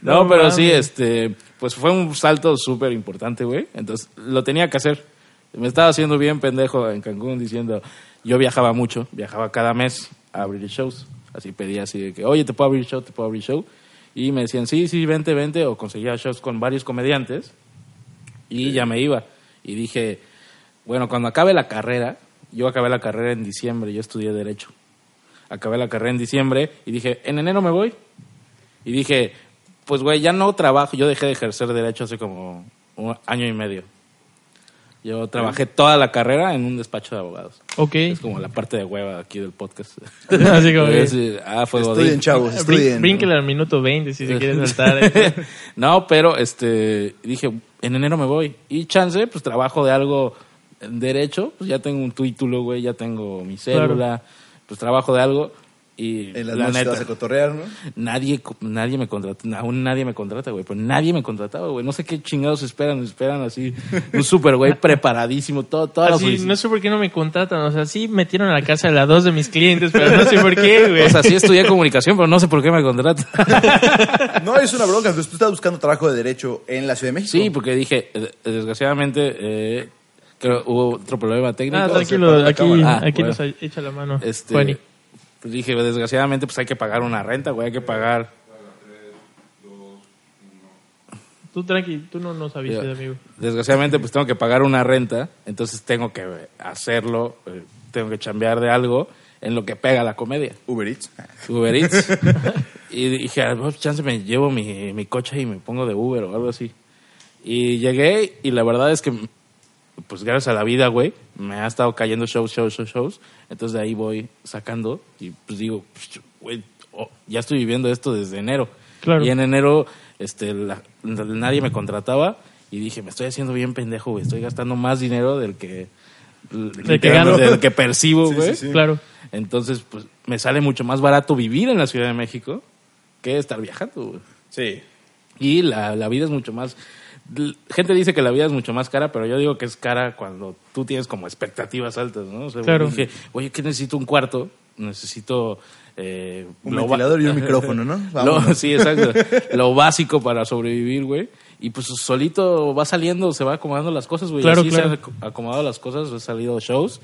[SPEAKER 1] No,
[SPEAKER 2] No
[SPEAKER 1] pero sí,
[SPEAKER 2] mames.
[SPEAKER 1] este, pues fue un salto súper importante, güey. Entonces, lo tenía que hacer. Me estaba haciendo bien pendejo en Cancún diciendo, yo viajaba mucho, viajaba cada mes a abrir shows. Así pedía así de que, oye, te puedo abrir show, te puedo abrir show. Y me decían, sí, sí, vente, vente. O conseguía shows con varios comediantes. Y ya me iba. Y dije, bueno, cuando acabe la carrera, Yo acabé la carrera en diciembre, yo estudié Derecho. Acabé la carrera en diciembre y dije, en enero me voy. Y dije, pues güey, ya no trabajo. Yo dejé de ejercer Derecho hace como un año y medio. Yo trabajé toda la carrera en un despacho de abogados.
[SPEAKER 2] Ok.
[SPEAKER 1] Es como la parte de hueva aquí del podcast.
[SPEAKER 2] <laughs> Así como que-
[SPEAKER 1] Es, eh, ah, fue
[SPEAKER 3] Estudien,
[SPEAKER 1] Godín.
[SPEAKER 3] chavos,
[SPEAKER 2] Brin-
[SPEAKER 3] estudien.
[SPEAKER 2] brínquele al minuto 20 si
[SPEAKER 1] <laughs>
[SPEAKER 2] se quiere saltar. eh.
[SPEAKER 1] no, pero este dije, en enero me voy. Y chance, pues trabajo de algo en derecho, pues ya tengo un título, güey, ya tengo mi célula, pues trabajo de algo y
[SPEAKER 3] En las
[SPEAKER 1] la
[SPEAKER 3] noches te
[SPEAKER 1] neta,
[SPEAKER 3] vas a cotorrear, ¿no?
[SPEAKER 1] nadie co- nadie me contrata, aún nadie me contrata, güey, pero nadie me contrataba, güey, no sé qué chingados esperan, esperan así un super
[SPEAKER 2] <laughs>
[SPEAKER 1] güey preparadísimo, todo todas las
[SPEAKER 2] Así,
[SPEAKER 1] solici-
[SPEAKER 2] no sé por qué no me contratan. O sea, sí metieron a la casa de las dos de mis clientes, pero no sé por qué, güey.
[SPEAKER 1] O sea, sí estudié comunicación, pero no sé por qué me contratan. <laughs>
[SPEAKER 3] No es una bronca, pues tú estás buscando trabajo de derecho en la Ciudad de México.
[SPEAKER 1] Sí, porque dije, eh, desgraciadamente, eh, creo hubo otro problema técnico.
[SPEAKER 2] Ah,
[SPEAKER 3] se
[SPEAKER 2] tranquilo,
[SPEAKER 3] para la
[SPEAKER 2] aquí,
[SPEAKER 3] cámara.
[SPEAKER 1] Ah,
[SPEAKER 2] aquí
[SPEAKER 1] bueno.
[SPEAKER 2] nos ha- echa la mano.
[SPEAKER 1] Este,
[SPEAKER 2] Juani.
[SPEAKER 1] pues dije, desgraciadamente, pues hay que pagar una renta, güey, hay que pagar.
[SPEAKER 2] Tú tranqui, tú no nos avisas, amigo.
[SPEAKER 1] Desgraciadamente, pues tengo que pagar una renta, entonces tengo que hacerlo, eh, tengo que chambear de algo en lo que pega la comedia.
[SPEAKER 3] Uber Eats.
[SPEAKER 2] Ah,
[SPEAKER 1] Uber Eats. y dije, a ver, chance me llevo mi, mi coche y me pongo de Uber o algo así. Y llegué y la verdad es que, pues gracias a la vida, güey, me ha estado cayendo shows, shows, shows, shows. Entonces de ahí voy sacando y pues digo, pues, güey, oh, ya estoy viviendo esto desde enero.
[SPEAKER 2] Claro.
[SPEAKER 1] Y en enero este, la- nadie me contrataba y dije, me estoy haciendo bien pendejo, güey, estoy gastando más dinero del que... Del
[SPEAKER 2] que gano.
[SPEAKER 1] Del que percibo,
[SPEAKER 3] Sí, sí,
[SPEAKER 1] güey.
[SPEAKER 3] sí.
[SPEAKER 2] Claro.
[SPEAKER 1] Entonces, pues me sale mucho más barato vivir en la Ciudad de México que estar viajando. güey.
[SPEAKER 3] Sí.
[SPEAKER 1] Y la, la vida es mucho más... l- Gente dice que la vida es mucho más cara, pero yo digo que es cara cuando tú tienes como expectativas altas, ¿no? O sea,
[SPEAKER 2] Claro.
[SPEAKER 1] dije, oye, que necesito un cuarto, necesito... eh,
[SPEAKER 3] Un
[SPEAKER 1] lo ba- <laughs>
[SPEAKER 3] ventilador y un micrófono, ¿no?
[SPEAKER 1] lo,
[SPEAKER 3] Vámonos.
[SPEAKER 1] sí, exacto. lo básico para sobrevivir, güey. Y pues solito va saliendo, se va acomodando las cosas, güey.
[SPEAKER 2] Claro,
[SPEAKER 1] Así
[SPEAKER 2] claro.
[SPEAKER 1] se han ac- acomodado las cosas, han salido shows,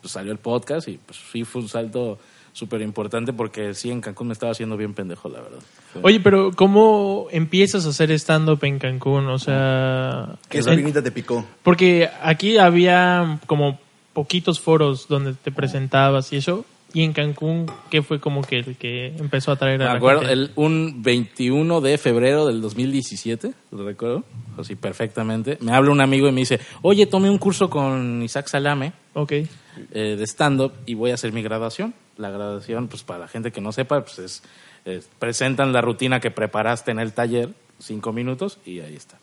[SPEAKER 1] pues salió el podcast y pues sí fue un salto súper importante porque sí, en Cancún me estaba haciendo bien pendejo, la verdad.
[SPEAKER 2] Oye, pero ¿cómo empiezas a hacer stand-up en Cancún? O sea...
[SPEAKER 3] Que esa
[SPEAKER 2] en-
[SPEAKER 3] pinita te picó.
[SPEAKER 2] Porque aquí había como poquitos foros donde te presentabas y eso. Y en Cancún, ¿qué fue como que el que empezó a traer
[SPEAKER 1] Me
[SPEAKER 2] a la
[SPEAKER 1] acuerdo,
[SPEAKER 2] gente?
[SPEAKER 1] el, un 21 de febrero del 2017, lo recuerdo, así perfectamente. Me habla un amigo y me dice, oye, tomé un curso con Isaac Salame.
[SPEAKER 2] Ok.
[SPEAKER 1] eh, de stand-up y voy a hacer mi graduación. La graduación, pues para la gente que no sepa, pues es, es- presentan la rutina que preparaste en el taller, cinco minutos, y ahí está.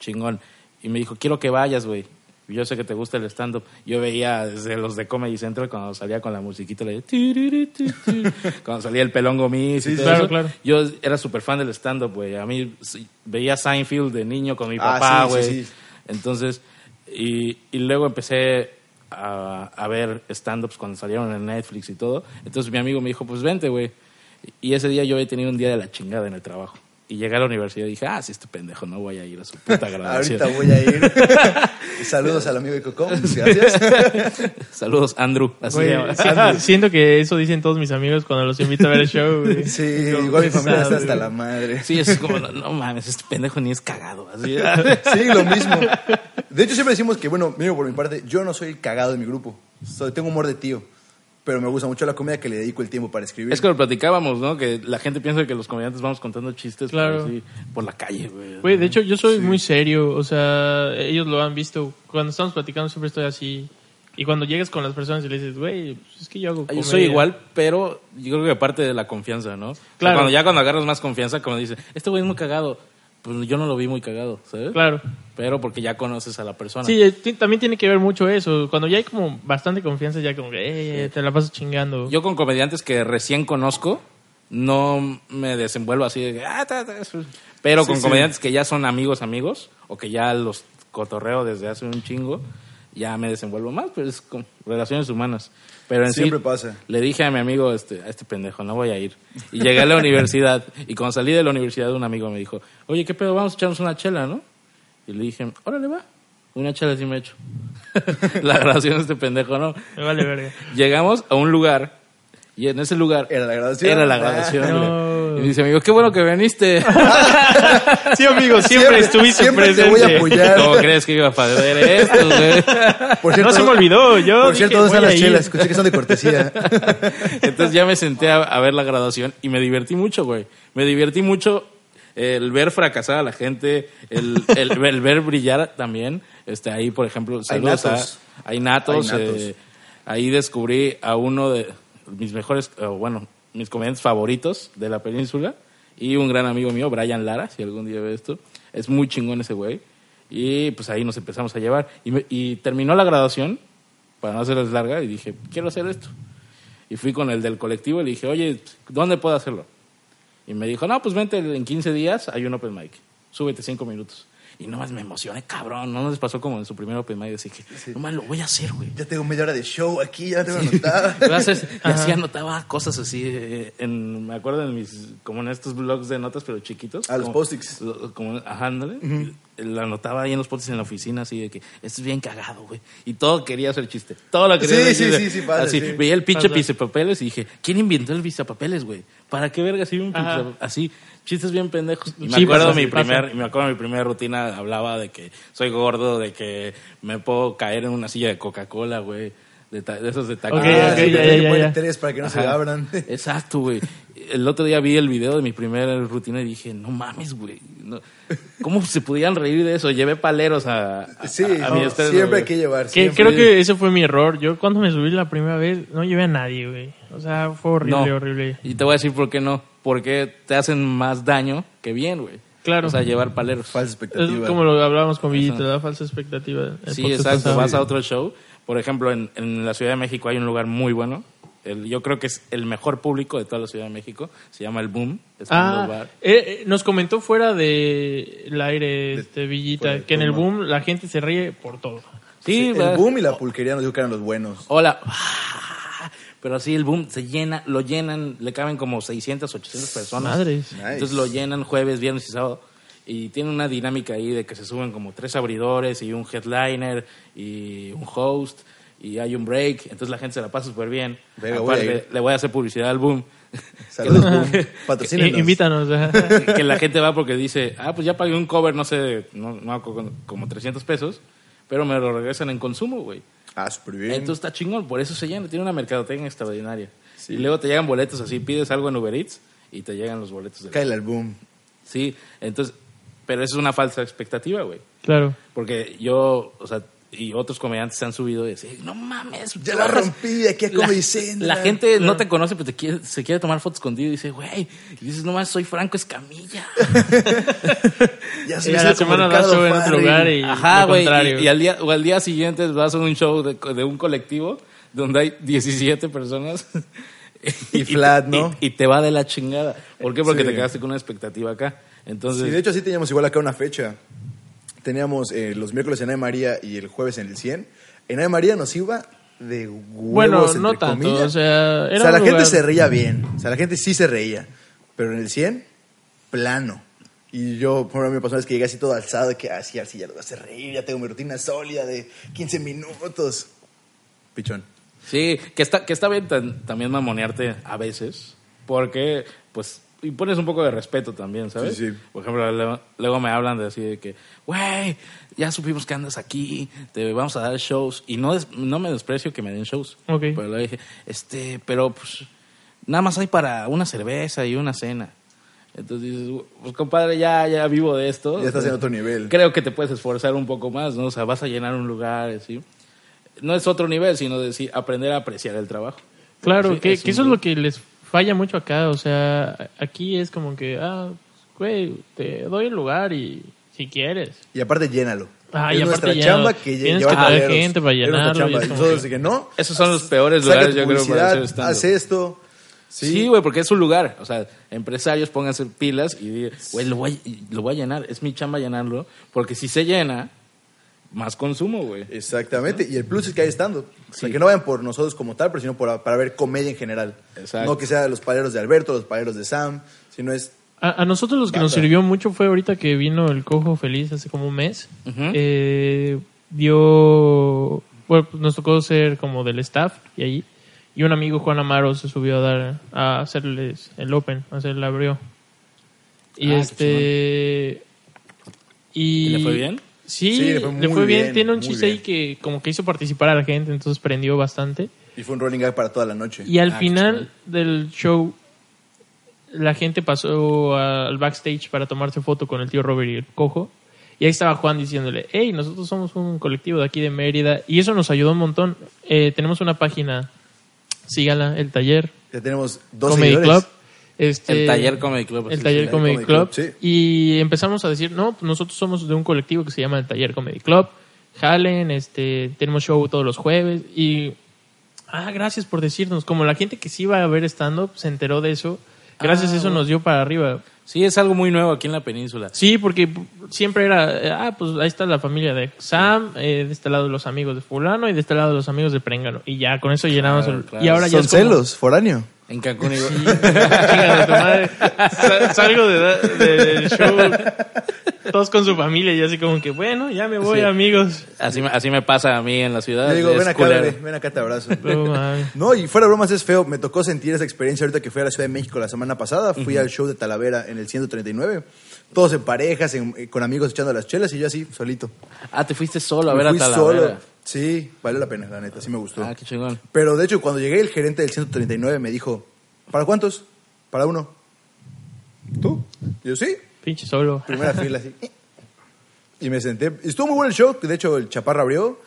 [SPEAKER 1] Chingón. Y me dijo, quiero que vayas, güey. Yo sé que te gusta el stand-up. Yo veía desde los de Comedy Central cuando salía con la musiquita, le- cuando salía el pelón gomis. y
[SPEAKER 3] Sí,
[SPEAKER 1] todo
[SPEAKER 2] claro,
[SPEAKER 1] eso.
[SPEAKER 2] claro.
[SPEAKER 1] Yo era súper fan del stand-up, güey. A mí sí, veía Seinfeld de niño con mi
[SPEAKER 3] Ah,
[SPEAKER 1] papá,
[SPEAKER 3] sí, sí,
[SPEAKER 1] güey.
[SPEAKER 3] sí.
[SPEAKER 1] Entonces, y, y luego empecé a, a ver stand-ups cuando salieron en Netflix y todo. Entonces mi amigo me dijo, pues vente, güey. Y ese día yo había tenido un día de la chingada en el trabajo. Y llegué a la universidad y dije, ah, sí, este pendejo, no voy a ir a su puta graduación.
[SPEAKER 3] Ahorita voy a
[SPEAKER 2] <laughs>
[SPEAKER 3] ir. Saludos al amigo de Coco. Gracias.
[SPEAKER 1] Saludos, Andrew. Así "Ah".
[SPEAKER 2] Güey,
[SPEAKER 1] se llama.
[SPEAKER 2] siento, siento que eso dicen todos mis amigos cuando los invito a ver el show. güey.
[SPEAKER 3] <laughs> Sí,
[SPEAKER 2] Como
[SPEAKER 3] igual mi familia está
[SPEAKER 2] pesado,
[SPEAKER 3] hasta
[SPEAKER 2] güey.
[SPEAKER 3] la madre.
[SPEAKER 1] <laughs> Sí, es como, no, no mames, este pendejo ni es cagado. Así,
[SPEAKER 3] Sí, lo mismo. De hecho, siempre decimos que, bueno, miro por mi parte, yo no soy el cagado de mi grupo. Soy, tengo humor de tío. Pero me gusta mucho la comida que le dedico el tiempo para escribir.
[SPEAKER 1] Es que lo platicábamos, ¿no? Que la gente piensa que los comediantes vamos contando chistes pero
[SPEAKER 2] Claro.
[SPEAKER 1] así, por la calle, güey.
[SPEAKER 2] Güey, de hecho, yo soy muy serio. O sea, ellos lo han visto. Cuando estamos platicando, siempre estoy así. Y cuando llegas con las personas y le dices, güey, pues es que yo hago.
[SPEAKER 1] Ah, Yo
[SPEAKER 2] comedia".
[SPEAKER 1] soy igual, pero yo creo que parte de la confianza, ¿no? O sea,
[SPEAKER 2] Claro.
[SPEAKER 1] cuando ya cuando agarras más confianza, como dices, este güey es muy cagado. Pues yo no lo vi muy cagado, ¿sabes?
[SPEAKER 2] Claro.
[SPEAKER 1] Pero porque ya conoces a la persona.
[SPEAKER 2] Sí, eh, ti- también tiene que ver mucho eso. Cuando ya hay como bastante confianza, ya como que eh, te la pasas chingando.
[SPEAKER 1] Yo con comediantes que recién conozco, no me desenvuelvo así de... que, "Ah, ta, ta", Pero con comediantes que ya son amigos amigos, o que ya los cotorreo desde hace un chingo, ya me desenvuelvo más, pues es con relaciones humanas. Pero en sí,
[SPEAKER 3] Siempre pasa.
[SPEAKER 1] Le dije a mi amigo, este, a este pendejo, no voy a ir. Y llegué a la <laughs> universidad, y cuando salí de la universidad un amigo me dijo, oye, ¿qué pedo? Vamos a echarnos una chela, ¿no? Y le dije, órale, va. Una chela sí me echo. <laughs> la grabación de este pendejo, ¿no?
[SPEAKER 2] Me vale verga.
[SPEAKER 1] Llegamos a un lugar Y en ese lugar
[SPEAKER 3] Era la graduación.
[SPEAKER 1] Era la graduación, güey.
[SPEAKER 2] No.
[SPEAKER 1] Y me dice, amigo, qué bueno que
[SPEAKER 3] <laughs>
[SPEAKER 1] viniste.
[SPEAKER 2] Sí, amigo, siempre,
[SPEAKER 3] Siempre-
[SPEAKER 2] estuviste
[SPEAKER 3] siempre te
[SPEAKER 2] presente.
[SPEAKER 3] voy a apoyar.
[SPEAKER 1] ¿Cómo crees que iba a perder esto, güey?
[SPEAKER 3] Por
[SPEAKER 2] No se me olvidó, yo
[SPEAKER 3] Por
[SPEAKER 2] dije,
[SPEAKER 3] cierto, ¿dónde
[SPEAKER 2] voy
[SPEAKER 3] están
[SPEAKER 2] a
[SPEAKER 3] las
[SPEAKER 2] ir.
[SPEAKER 3] chelas? Escuché que son
[SPEAKER 2] <laughs>
[SPEAKER 3] de cortesía.
[SPEAKER 1] Entonces ya me senté a, a ver la graduación y me divertí mucho, güey. Me divertí mucho el ver fracasar a la gente, el, el- el ver brillar también. Este, ahí, por ejemplo, saludos a-
[SPEAKER 3] natos.
[SPEAKER 1] a Inatos.
[SPEAKER 3] A Inatos.
[SPEAKER 1] eh, ahí descubrí a uno de mis mejores, eh, bueno, mis comediantes favoritos de la península y un gran amigo mío, Brian Lara, si algún día ve esto. Es muy chingón ese güey. Y pues ahí nos empezamos a llevar. Y, me- y terminó la graduación, para no hacerles larga, y dije, quiero hacer esto. Y fui con el del colectivo y le dije, oye, ¿dónde puedo hacerlo? Y me dijo, no, pues vente en 15 días, hay un open mic, súbete 5 minutos. Y nomás me emocioné, cabrón, no nos pasó como en su primer open mic, así que, nomás lo voy a hacer, güey.
[SPEAKER 3] Ya tengo media hora de show aquí, ya tengo
[SPEAKER 2] <laughs>
[SPEAKER 3] anotada.
[SPEAKER 1] Lo haces, Y así anotaba cosas así, eh, en, me acuerdo en mis, como en estos blogs de notas, pero chiquitos.
[SPEAKER 3] Ah, los
[SPEAKER 1] como-
[SPEAKER 3] post-its.
[SPEAKER 1] lo- Como, ajá, ándale. Lo anotaba ahí en los post en la oficina, así de que, esto es bien cagado, güey. Y todo quería hacer chiste, todo lo quería
[SPEAKER 3] Sí,
[SPEAKER 1] hacer
[SPEAKER 3] sí,
[SPEAKER 1] chiste.
[SPEAKER 3] sí, sí, pasa,
[SPEAKER 1] Así,
[SPEAKER 3] sí.
[SPEAKER 1] veía el pinche
[SPEAKER 2] Pasa.
[SPEAKER 1] pisapapeles y dije, ¿quién inventó el pisapapeles, güey? ¿Para qué verga sirve un
[SPEAKER 2] Ajá.
[SPEAKER 1] pisapap- Así, chistes bien pendejos. Y me
[SPEAKER 2] Sí,
[SPEAKER 1] acuerdo
[SPEAKER 2] pasa,
[SPEAKER 1] mi
[SPEAKER 2] sí, pasa.
[SPEAKER 1] primer, me acuerdo mi primera rutina hablaba de que soy gordo, de que me puedo caer en una silla de Coca-Cola, güey. De, ta- de esos de tacos.
[SPEAKER 2] Ok,
[SPEAKER 3] Ah,
[SPEAKER 2] ok,
[SPEAKER 3] sí,
[SPEAKER 2] ya,
[SPEAKER 3] pero
[SPEAKER 2] ya,
[SPEAKER 3] le
[SPEAKER 2] ya,
[SPEAKER 3] ponen
[SPEAKER 2] ya.
[SPEAKER 3] tres para que no se
[SPEAKER 1] Ajá.
[SPEAKER 3] abran. <laughs>
[SPEAKER 1] Exacto, güey. El otro día vi el video de mi primera rutina y dije, no mames, güey. No- ¿Cómo se podían reír de eso? Llevé paleros a, a-
[SPEAKER 3] Sí,
[SPEAKER 1] a- a mi estreno,
[SPEAKER 3] siempre
[SPEAKER 1] güey.
[SPEAKER 3] hay que llevar.
[SPEAKER 2] Que
[SPEAKER 3] siempre.
[SPEAKER 2] creo que ese fue mi error. Yo cuando me subí la primera vez no llevé a nadie, güey. O sea, fue horrible,
[SPEAKER 1] No.
[SPEAKER 2] horrible.
[SPEAKER 1] Y te voy a decir por qué no. Porque te hacen más daño que bien, güey.
[SPEAKER 2] Claro.
[SPEAKER 1] O sea, llevar paleros.
[SPEAKER 3] Falsa
[SPEAKER 2] Es
[SPEAKER 3] expectativa.
[SPEAKER 2] como lo hablábamos con Villito, da falsa expectativa. El
[SPEAKER 1] Sí,
[SPEAKER 2] podcast
[SPEAKER 1] exacto.
[SPEAKER 2] pasado.
[SPEAKER 1] Vas a otro show. Por ejemplo, en, en la Ciudad de México hay un lugar muy bueno. El- yo creo que es el mejor público de toda la Ciudad de México. Se llama El Boom. Es un
[SPEAKER 2] Ah,
[SPEAKER 1] bar.
[SPEAKER 2] eh, eh, nos comentó fuera de el aire este Villita
[SPEAKER 3] fuera,
[SPEAKER 2] que en el
[SPEAKER 3] toma.
[SPEAKER 2] boom la gente se ríe por todo.
[SPEAKER 1] Sí,
[SPEAKER 3] El
[SPEAKER 1] va-
[SPEAKER 3] boom y la pulquería nos dijo que eran los buenos.
[SPEAKER 1] Hola. <sighs> Pero sí, el boom se llena, lo llenan, le caben como 600, 800 personas.
[SPEAKER 2] Madres.
[SPEAKER 3] Nice.
[SPEAKER 1] Entonces lo llenan jueves, viernes y sábado. Y tiene una dinámica ahí de que se suben como tres abridores y un headliner y un host y hay un break. Entonces la gente se la pasa súper bien.
[SPEAKER 3] Venga, voy a
[SPEAKER 1] Aparte,
[SPEAKER 3] ir.
[SPEAKER 1] le voy a hacer publicidad al
[SPEAKER 3] <laughs>
[SPEAKER 1] boom.
[SPEAKER 3] Saludos, boom.
[SPEAKER 2] <laughs> Eh,
[SPEAKER 3] Patrocínenos.
[SPEAKER 2] invítanos.
[SPEAKER 1] <laughs>
[SPEAKER 2] ajá.
[SPEAKER 1] que la gente va porque dice, ah, pues ya pagué un cover, no sé, no, no, con- como 300 pesos, pero me lo regresan en consumo, güey.
[SPEAKER 3] Ah, súper bien.
[SPEAKER 1] Entonces está chingón, por eso se llena, tiene una mercadotecnia extraordinaria.
[SPEAKER 3] Sí.
[SPEAKER 1] Y luego te llegan boletos así, pides algo en Uber Eats y te llegan los boletos. de-
[SPEAKER 3] Cae el boom.
[SPEAKER 1] Sí, entonces, pero eso es una falsa expectativa, güey.
[SPEAKER 2] Claro.
[SPEAKER 1] Porque yo, o sea, y otros comediantes se han subido y dicen, no mames,
[SPEAKER 3] Ya
[SPEAKER 1] te
[SPEAKER 3] la
[SPEAKER 1] bajas".
[SPEAKER 3] rompí de aquí a
[SPEAKER 1] La,
[SPEAKER 3] Comedy Central.
[SPEAKER 1] la gente no te conoce, pero te quiere- se quiere tomar fotos contigo y dice, güey, y dices, no mames, soy Franco Escamilla.
[SPEAKER 3] Ya
[SPEAKER 2] Y a la semana das show en otro
[SPEAKER 1] <laughs>
[SPEAKER 2] lugar y
[SPEAKER 1] Ajá,
[SPEAKER 2] lo
[SPEAKER 1] güey.
[SPEAKER 2] contrario.
[SPEAKER 1] Y, y al día, o al día siguiente vas a un show de, de un colectivo donde hay 17 personas. <laughs>
[SPEAKER 3] Y flat, ¿no?
[SPEAKER 1] Y, y te va de la chingada. ¿Por qué? Porque
[SPEAKER 3] Sí.
[SPEAKER 1] te quedaste con una expectativa acá. Entonces,
[SPEAKER 3] Sí, de hecho, así teníamos igual acá una fecha. Teníamos eh, los miércoles en Ave María y el jueves en el 100. En Ave María nos iba de huevos,
[SPEAKER 2] Bueno,
[SPEAKER 3] entre
[SPEAKER 2] no tanto,
[SPEAKER 3] comillas.
[SPEAKER 2] o sea, era
[SPEAKER 3] O sea,
[SPEAKER 2] un
[SPEAKER 3] la
[SPEAKER 2] lugar-
[SPEAKER 3] gente se reía bien. O sea, la gente sí se reía. Pero en el 100, plano. Y yo, por ejemplo, me pasó una vez que llegué así todo alzado, de que así, así ya lo voy a hacer reír, ya tengo mi rutina sólida de 15 minutos. Pichón.
[SPEAKER 1] sí, que está, que está bien tan- también mamonearte a veces. Porque, pues, y pones un poco de respeto también, ¿sabes?
[SPEAKER 3] Sí, sí.
[SPEAKER 1] Por ejemplo, luego, luego me hablan de así de que, güey, ya supimos que andas aquí, te vamos a dar shows. Y no, des- no me desprecio que me den shows.
[SPEAKER 2] Ok.
[SPEAKER 1] Pero le dije, este, pero pues nada más hay para una cerveza y una cena. Entonces dices, pues compadre, ya, ya vivo de esto.
[SPEAKER 3] Ya estás en otro nivel.
[SPEAKER 1] Creo que te puedes esforzar un poco más, ¿no? O sea, vas a llenar un lugar, ¿sí? No es otro nivel, sino decir, aprender a apreciar el trabajo.
[SPEAKER 2] Claro,
[SPEAKER 1] Sí,
[SPEAKER 2] que,
[SPEAKER 1] es
[SPEAKER 2] que
[SPEAKER 1] un
[SPEAKER 2] eso es
[SPEAKER 1] buen-
[SPEAKER 2] lo que les falla mucho acá. O sea, aquí es como que, ah, güey, te doy el lugar y si quieres.
[SPEAKER 3] Y aparte, llénalo.
[SPEAKER 2] Ah,
[SPEAKER 3] es
[SPEAKER 2] y aparte
[SPEAKER 3] nuestra
[SPEAKER 2] llénalo.
[SPEAKER 3] chamba que lle-
[SPEAKER 2] Tienes
[SPEAKER 3] llevar
[SPEAKER 2] que traer
[SPEAKER 3] paleros.
[SPEAKER 2] gente para
[SPEAKER 3] Es nuestra
[SPEAKER 2] llenarlo y
[SPEAKER 3] chamba.
[SPEAKER 2] es como
[SPEAKER 3] Nosotros
[SPEAKER 2] que-
[SPEAKER 3] de que no.
[SPEAKER 1] Esos son los peores
[SPEAKER 3] Saca
[SPEAKER 1] lugares,
[SPEAKER 3] tu
[SPEAKER 1] yo creo, para hacer
[SPEAKER 3] publicidad,
[SPEAKER 1] stand-up.
[SPEAKER 3] haz esto.
[SPEAKER 1] Sí, güey, porque es su lugar. O sea, empresarios pónganse pilas y digan, güey, lo voy, a- lo voy a llenar. Es mi chamba llenarlo. Porque si se llena, más consumo, güey.
[SPEAKER 3] Exactamente, y el plus es que hay stand-up. O sea, que no vayan por nosotros como tal, pero sino por- para ver comedia en general.
[SPEAKER 1] Exacto.
[SPEAKER 3] No que sea los paleros de Alberto, los paleros de Sam, sino es...
[SPEAKER 2] A, a nosotros los que nos
[SPEAKER 3] Bata.
[SPEAKER 2] sirvió mucho fue ahorita que vino el Cojo Feliz hace como un mes.
[SPEAKER 1] Ujú.
[SPEAKER 2] Eh, dio. Bueno, pues nos tocó ser como del staff y ahí. Y un amigo, Juan Amaro, se subió a dar a hacerles el Open, a hacer el abrió. Y
[SPEAKER 1] Ah, qué
[SPEAKER 2] este. Y,
[SPEAKER 1] ¿Y le fue bien?
[SPEAKER 2] Sí,
[SPEAKER 3] Sí,
[SPEAKER 2] le fue,
[SPEAKER 3] muy
[SPEAKER 2] bien.
[SPEAKER 3] bien,
[SPEAKER 2] Tiene un
[SPEAKER 3] muy
[SPEAKER 2] chiste ahí
[SPEAKER 3] bien.
[SPEAKER 2] que como que hizo participar a la gente, entonces prendió bastante.
[SPEAKER 3] Y fue un rolling gag para toda la noche.
[SPEAKER 2] Y al
[SPEAKER 1] Ah, qué
[SPEAKER 2] final del show, la gente pasó al backstage para tomarse foto con el tío Robert y el cojo. Y ahí estaba Juan diciéndole, hey, nosotros somos un colectivo de aquí de Mérida. Y eso nos ayudó un montón. Eh, tenemos una página, síganla, el taller,
[SPEAKER 3] Ya tenemos dos
[SPEAKER 2] Comedy
[SPEAKER 3] seguidores.
[SPEAKER 2] Club. Este,
[SPEAKER 1] El taller Comedy Club.
[SPEAKER 2] el
[SPEAKER 1] sí,
[SPEAKER 2] Taller
[SPEAKER 3] sí,
[SPEAKER 2] Comedy,
[SPEAKER 3] Comedy
[SPEAKER 2] Club.
[SPEAKER 3] Club, sí.
[SPEAKER 2] Y empezamos a decir, no, pues nosotros somos de un colectivo que se llama el Taller Comedy Club. Jalen, este, tenemos show todos los jueves. Y, ah, gracias por decirnos. Como la gente que sí iba a ver stand-up se enteró de eso. Gracias
[SPEAKER 1] Ah,
[SPEAKER 2] a eso
[SPEAKER 1] bueno.
[SPEAKER 2] nos dio para arriba.
[SPEAKER 1] Sí, es algo muy nuevo aquí en la península.
[SPEAKER 2] Sí, porque siempre era, eh, ah, pues ahí está la familia de Sam, eh, de este lado los amigos de fulano y de este lado los amigos de Prengano. Y ya, con eso llenamos
[SPEAKER 1] Claro,
[SPEAKER 2] el...
[SPEAKER 1] claro.
[SPEAKER 2] Y ahora ya
[SPEAKER 3] Son
[SPEAKER 2] es como-
[SPEAKER 3] celos, foráneo.
[SPEAKER 1] En Cancún igual.
[SPEAKER 2] Chinga tu madre. Sa- Salgo de, de- del show, todos con su familia, y así como que, bueno, ya me voy,
[SPEAKER 1] Sí.
[SPEAKER 2] <laughs> amigos.
[SPEAKER 1] <laughs> Así, me- así me pasa a mí en la ciudad.
[SPEAKER 3] Yo digo,
[SPEAKER 1] Ah, es
[SPEAKER 3] ven acá,
[SPEAKER 1] culero.
[SPEAKER 3] bebé, ven acá, te abrazo. <laughs>
[SPEAKER 2] No, mames.
[SPEAKER 3] No, y fuera de bromas es feo. Me tocó sentir esa experiencia ahorita que fui a la Ciudad de México la semana pasada. Fui al show de Talavera en el 139. Todos en parejas, en- eh, con amigos echando las chelas y yo así, solito.
[SPEAKER 1] Ah, te fuiste solo a
[SPEAKER 3] Me
[SPEAKER 1] ver
[SPEAKER 3] fui
[SPEAKER 1] a Talavera.
[SPEAKER 3] solo. Sí, valió la pena, la neta, sí me gustó.
[SPEAKER 1] Ah, qué chingón.
[SPEAKER 3] Pero de hecho, cuando llegué, el gerente del 139 me dijo, ¿para cuántos? Para uno. ¿Tú? Y yo, sí,
[SPEAKER 2] Pinche solo.
[SPEAKER 3] primera <laughs> fila, así. Y me senté. Estuvo muy bueno el show, de hecho, el Chaparra abrió,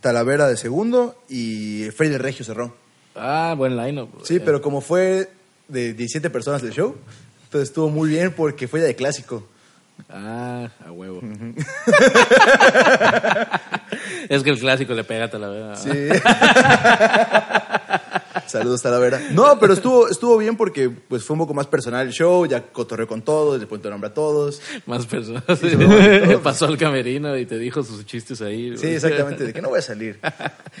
[SPEAKER 3] Talavera de segundo y Freddy del Regio cerró.
[SPEAKER 1] Ah, buen line
[SPEAKER 3] Sí, pero como fue de 17 personas el show, entonces estuvo muy bien porque fue de clásico.
[SPEAKER 1] Ah, a huevo.
[SPEAKER 3] <laughs>
[SPEAKER 1] es que el clásico le pega a Talavera.
[SPEAKER 3] Sí. <laughs> Saludos Talavera. No, pero estuvo estuvo bien porque pues fue un poco más personal el show, ya cotorreó con todos, le puso nombre a todos.
[SPEAKER 1] Más personas. <laughs>
[SPEAKER 3] sí.
[SPEAKER 1] Pasó al camerino y te dijo sus chistes ahí.
[SPEAKER 3] Sí, exactamente, de que no voy a salir.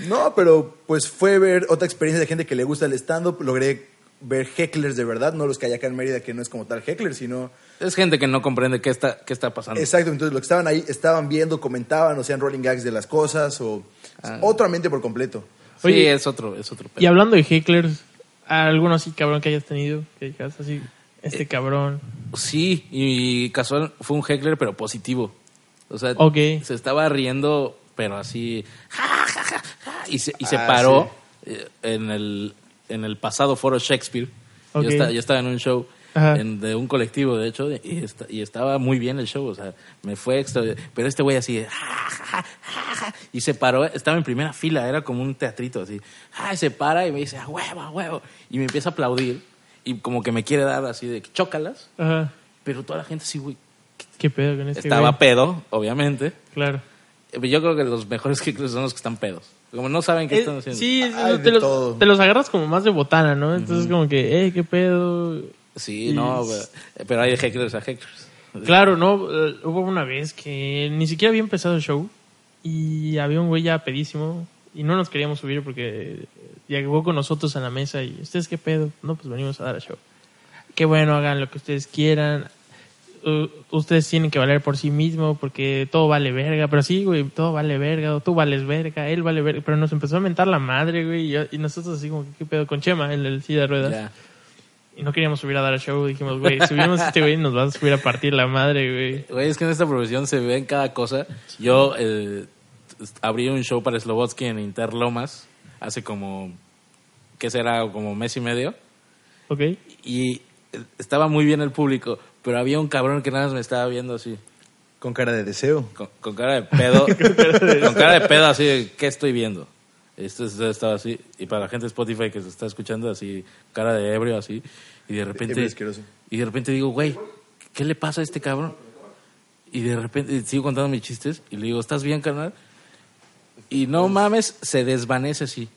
[SPEAKER 3] No, pero pues fue ver otra experiencia de gente que le gusta el stand-up, logré ver hecklers de verdad, no los que hay acá en Mérida que no es como tal heckler, sino
[SPEAKER 1] Es gente que no comprende qué está, qué está pasando.
[SPEAKER 3] Exacto, entonces lo que estaban ahí estaban viendo, comentaban, o sean rolling gags de las cosas, o otra mente por completo.
[SPEAKER 1] Sí,
[SPEAKER 2] Oye.
[SPEAKER 1] es otro, es otro
[SPEAKER 2] Y
[SPEAKER 1] pedo.
[SPEAKER 2] hablando de hecklers, ¿alguno así cabrón que hayas tenido? Que digas así, este cabrón.
[SPEAKER 1] Sí, y casual fue un heckler, pero positivo. O sea,
[SPEAKER 2] Ok.
[SPEAKER 1] se estaba riendo, pero así. ja, ja, ja, ja, y se, y se
[SPEAKER 3] Ah,
[SPEAKER 1] paró eh, en, el, en el pasado foro Shakespeare.
[SPEAKER 2] Ok.
[SPEAKER 1] Yo, esta- yo estaba en un show
[SPEAKER 2] Ajá.
[SPEAKER 1] en- de un colectivo, de hecho, y, esta- y estaba muy bien el show. O sea, me fue extra. Pero este güey así. ja, ja, ja, ja, ja, y se paró, estaba en primera fila, era como un teatrito así. Ah, se para y me dice, "A huevo, a huevo. Y me empieza a aplaudir. Y como que me quiere dar así de chócalas.
[SPEAKER 2] Ajá.
[SPEAKER 1] Pero toda la gente sí, güey.
[SPEAKER 2] ¿Qué pedo con este
[SPEAKER 1] Estaba
[SPEAKER 2] güey?
[SPEAKER 1] pedo, obviamente.
[SPEAKER 2] Claro.
[SPEAKER 1] Eh, Yo creo que los mejores <laughs> kickers son los que están pedos. Como no saben qué
[SPEAKER 2] Eh,
[SPEAKER 1] están haciendo.
[SPEAKER 2] sí,
[SPEAKER 3] Ay,
[SPEAKER 2] te
[SPEAKER 3] de
[SPEAKER 2] los,
[SPEAKER 3] todo.
[SPEAKER 2] te los agarras como más de botana, ¿no? Entonces como que, eh, qué pedo.
[SPEAKER 1] Sí, no, pero, eh, pero hay de hecklers a hecklers.
[SPEAKER 2] Claro, no, eh, hubo una vez que ni siquiera había empezado el show y había un güey ya pedísimo y no nos queríamos subir porque llegó con nosotros a la mesa y ustedes qué pedo, no, pues venimos a dar el show. Qué bueno, hagan lo que ustedes quieran. U- ustedes tienen que valer por sí mismo porque todo vale verga, pero sí, güey, todo vale verga, o tú vales verga, él vale verga, pero nos empezó a mentar la madre, güey, y, yo- y nosotros así como, ¿qué pedo con Chema, el, el silla de ruedas?
[SPEAKER 1] Ya.
[SPEAKER 2] Y no queríamos subir a dar el show. Dijimos, güey, subimos a este güey y nos va a subir a partir la madre, güey.
[SPEAKER 1] Güey, es que en esta profesión se ve en cada cosa. Yo eh, est- abrí un show para Slovotsky en Interlomas hace como, ¿qué será? Como mes y medio.
[SPEAKER 2] ¿Ok?
[SPEAKER 1] Y eh, estaba muy bien el público, pero había un cabrón que nada más me estaba viendo así.
[SPEAKER 3] Con cara de deseo.
[SPEAKER 1] con, con cara de pedo, con cara de pedo así, de, ¿qué estoy viendo? Esto es- estaba así, y para la gente de Spotify que se está escuchando así, cara de ebrio así, y de repente,
[SPEAKER 3] Ebrio asqueroso.
[SPEAKER 1] y de repente digo, güey, ¿qué le pasa a este cabrón? Y de repente y sigo contando mis chistes y le digo, ¿estás bien, carnal? Y no mames, se desvanece así.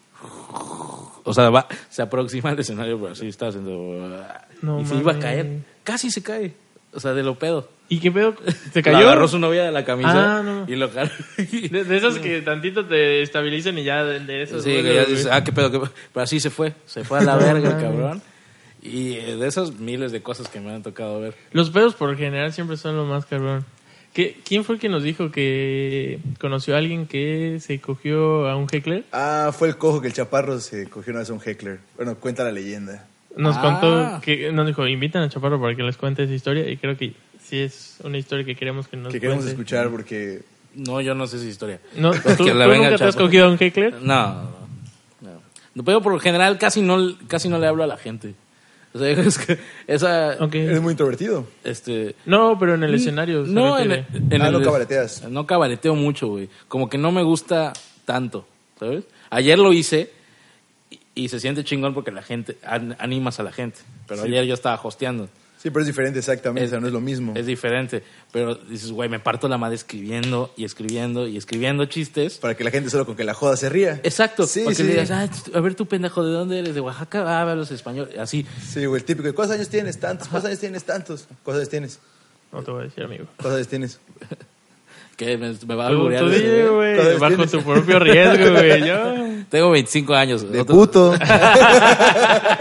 [SPEAKER 1] O sea, va, se aproxima al escenario, pero así está haciendo.
[SPEAKER 2] No
[SPEAKER 1] y se iba a
[SPEAKER 2] mames.
[SPEAKER 1] caer. Casi se cae. O sea, de lo pedo.
[SPEAKER 2] ¿Y qué pedo? ¿Te
[SPEAKER 1] Lo
[SPEAKER 2] cayó?
[SPEAKER 1] agarró su novia de la camisa
[SPEAKER 2] Ah, no.
[SPEAKER 1] <laughs> y lo car- Sí,
[SPEAKER 2] De, de esas que tantito te estabilizan y ya de, de esas.
[SPEAKER 1] que
[SPEAKER 2] duele,
[SPEAKER 1] ya
[SPEAKER 2] güey.
[SPEAKER 1] dices, ah, qué pedo, qué pedo. Pero así se fue. Se fue a
[SPEAKER 2] <laughs>
[SPEAKER 1] la verga el
[SPEAKER 2] mames.
[SPEAKER 1] cabrón. Y eh, de esas miles de cosas que me han tocado ver.
[SPEAKER 2] Los pedos por lo general siempre son lo más cabrón. ¿Qué- ¿Quién fue el que nos dijo que conoció a alguien que se cogió a un heckler?
[SPEAKER 3] Ah, fue el cojo que el chaparro se cogió una vez a un heckler. Bueno, cuenta la leyenda.
[SPEAKER 2] Nos
[SPEAKER 1] Ah.
[SPEAKER 2] contó que nos dijo, invitan a Chaparro para que les cuente esa historia y creo que sí es una historia que queremos que nos
[SPEAKER 3] que queremos
[SPEAKER 2] cuente.
[SPEAKER 3] escuchar porque
[SPEAKER 1] No, yo no sé esa historia.
[SPEAKER 2] No, ¿Tú,
[SPEAKER 1] <laughs> Que la
[SPEAKER 2] tú
[SPEAKER 1] venga
[SPEAKER 2] nunca te has
[SPEAKER 1] Chaparro.
[SPEAKER 2] cogido a un heckler?
[SPEAKER 1] No, no, no. No, Pero por lo general casi no, casi no le hablo a la gente. O sea, <laughs> es que esa...
[SPEAKER 2] Ok.
[SPEAKER 3] es muy introvertido.
[SPEAKER 1] Este,
[SPEAKER 2] No, pero en el escenario. se
[SPEAKER 1] No, en,
[SPEAKER 2] refiere.
[SPEAKER 1] el- en
[SPEAKER 3] Ah,
[SPEAKER 1] el-
[SPEAKER 3] no cabareteas.
[SPEAKER 1] No cabareteo mucho, güey. Como que no me gusta tanto, ¿sabes? Ayer lo hice y, y se siente chingón porque la gente, an- animas a la gente. Pero ayer yo estaba hosteando.
[SPEAKER 3] Sí, pero es diferente exactamente, o sea, no es lo mismo.
[SPEAKER 1] Es diferente. Pero dices, güey, me parto la madre escribiendo y escribiendo y escribiendo chistes.
[SPEAKER 3] Para que la gente solo con que la joda se ría.
[SPEAKER 1] Exacto.
[SPEAKER 3] Sí,
[SPEAKER 1] porque
[SPEAKER 3] sí.
[SPEAKER 1] le digas, "Ah, t- a ver tú pendejo, ¿de dónde eres? ¿De Oaxaca? Ah, hablas español. Así.
[SPEAKER 3] Sí, güey, el típico. de, ¿Cuántos años tienes? Tantos. ¿Cuántos años tienes? Tantos. ¿Cuántos años tienes?
[SPEAKER 2] No te voy a decir, amigo.
[SPEAKER 3] ¿Cuántos
[SPEAKER 2] <laughs>
[SPEAKER 3] años tienes?
[SPEAKER 1] Que me, me va a
[SPEAKER 2] Tú,
[SPEAKER 1] alburear.
[SPEAKER 2] tú
[SPEAKER 1] ese,
[SPEAKER 2] dile,
[SPEAKER 1] güey.
[SPEAKER 2] güey,
[SPEAKER 3] ¿Cuántos
[SPEAKER 2] bajo
[SPEAKER 3] tienes?
[SPEAKER 2] tu propio riesgo, güey. Yo...
[SPEAKER 3] <laughs>
[SPEAKER 1] Tengo 25 años.
[SPEAKER 3] De
[SPEAKER 1] Otro-
[SPEAKER 3] puto. <laughs>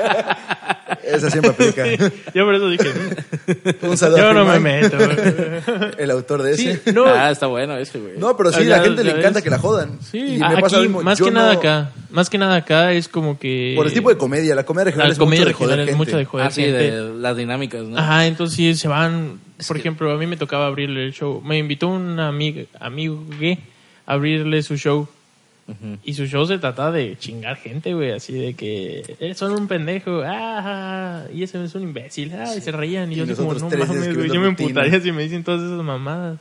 [SPEAKER 3] Esa siempre aplica.
[SPEAKER 2] Yo por eso dije,
[SPEAKER 3] <laughs>
[SPEAKER 2] "Mm,
[SPEAKER 3] Un saludo. a
[SPEAKER 2] yo no me
[SPEAKER 3] Germán,
[SPEAKER 2] meto. güey".
[SPEAKER 3] <laughs> El autor de ese.
[SPEAKER 2] No.
[SPEAKER 1] Ah, está bueno este, güey.
[SPEAKER 3] No, pero sí,
[SPEAKER 2] Ah,
[SPEAKER 3] a la
[SPEAKER 2] ya-
[SPEAKER 3] gente le
[SPEAKER 2] ya ves.
[SPEAKER 3] encanta
[SPEAKER 2] Ah,
[SPEAKER 3] que la jodan.
[SPEAKER 1] Sí.
[SPEAKER 3] Y me
[SPEAKER 2] Aquí,
[SPEAKER 3] pasa lo mismo.
[SPEAKER 2] más
[SPEAKER 3] Yo
[SPEAKER 2] que nada
[SPEAKER 3] no-
[SPEAKER 2] acá, más que nada acá es como que...
[SPEAKER 3] Por el tipo de comedia, la comedia regional
[SPEAKER 2] La
[SPEAKER 3] es
[SPEAKER 2] comedia
[SPEAKER 3] mucho de joder
[SPEAKER 2] regional es
[SPEAKER 3] gente.
[SPEAKER 2] mucho de joder
[SPEAKER 1] Ah, sí,
[SPEAKER 2] gente.
[SPEAKER 1] de las dinámicas, ¿no?
[SPEAKER 2] Ajá, entonces sí, se van. Por
[SPEAKER 1] que-
[SPEAKER 2] ejemplo, a mí me tocaba abrirle el show. Me invitó un amigo, amigo gay a abrirle su show. Y su show se trata de chingar gente, güey, así de que eh, son un pendejo, ah, y ese es un imbécil, ah, y se reían. Y,
[SPEAKER 3] Y
[SPEAKER 2] yo así como,
[SPEAKER 3] nosotros
[SPEAKER 2] no
[SPEAKER 3] tres
[SPEAKER 2] mames, güey,
[SPEAKER 3] escribiendo
[SPEAKER 2] yo me
[SPEAKER 3] rutina.
[SPEAKER 2] emputaría si me dicen todas esas mamadas.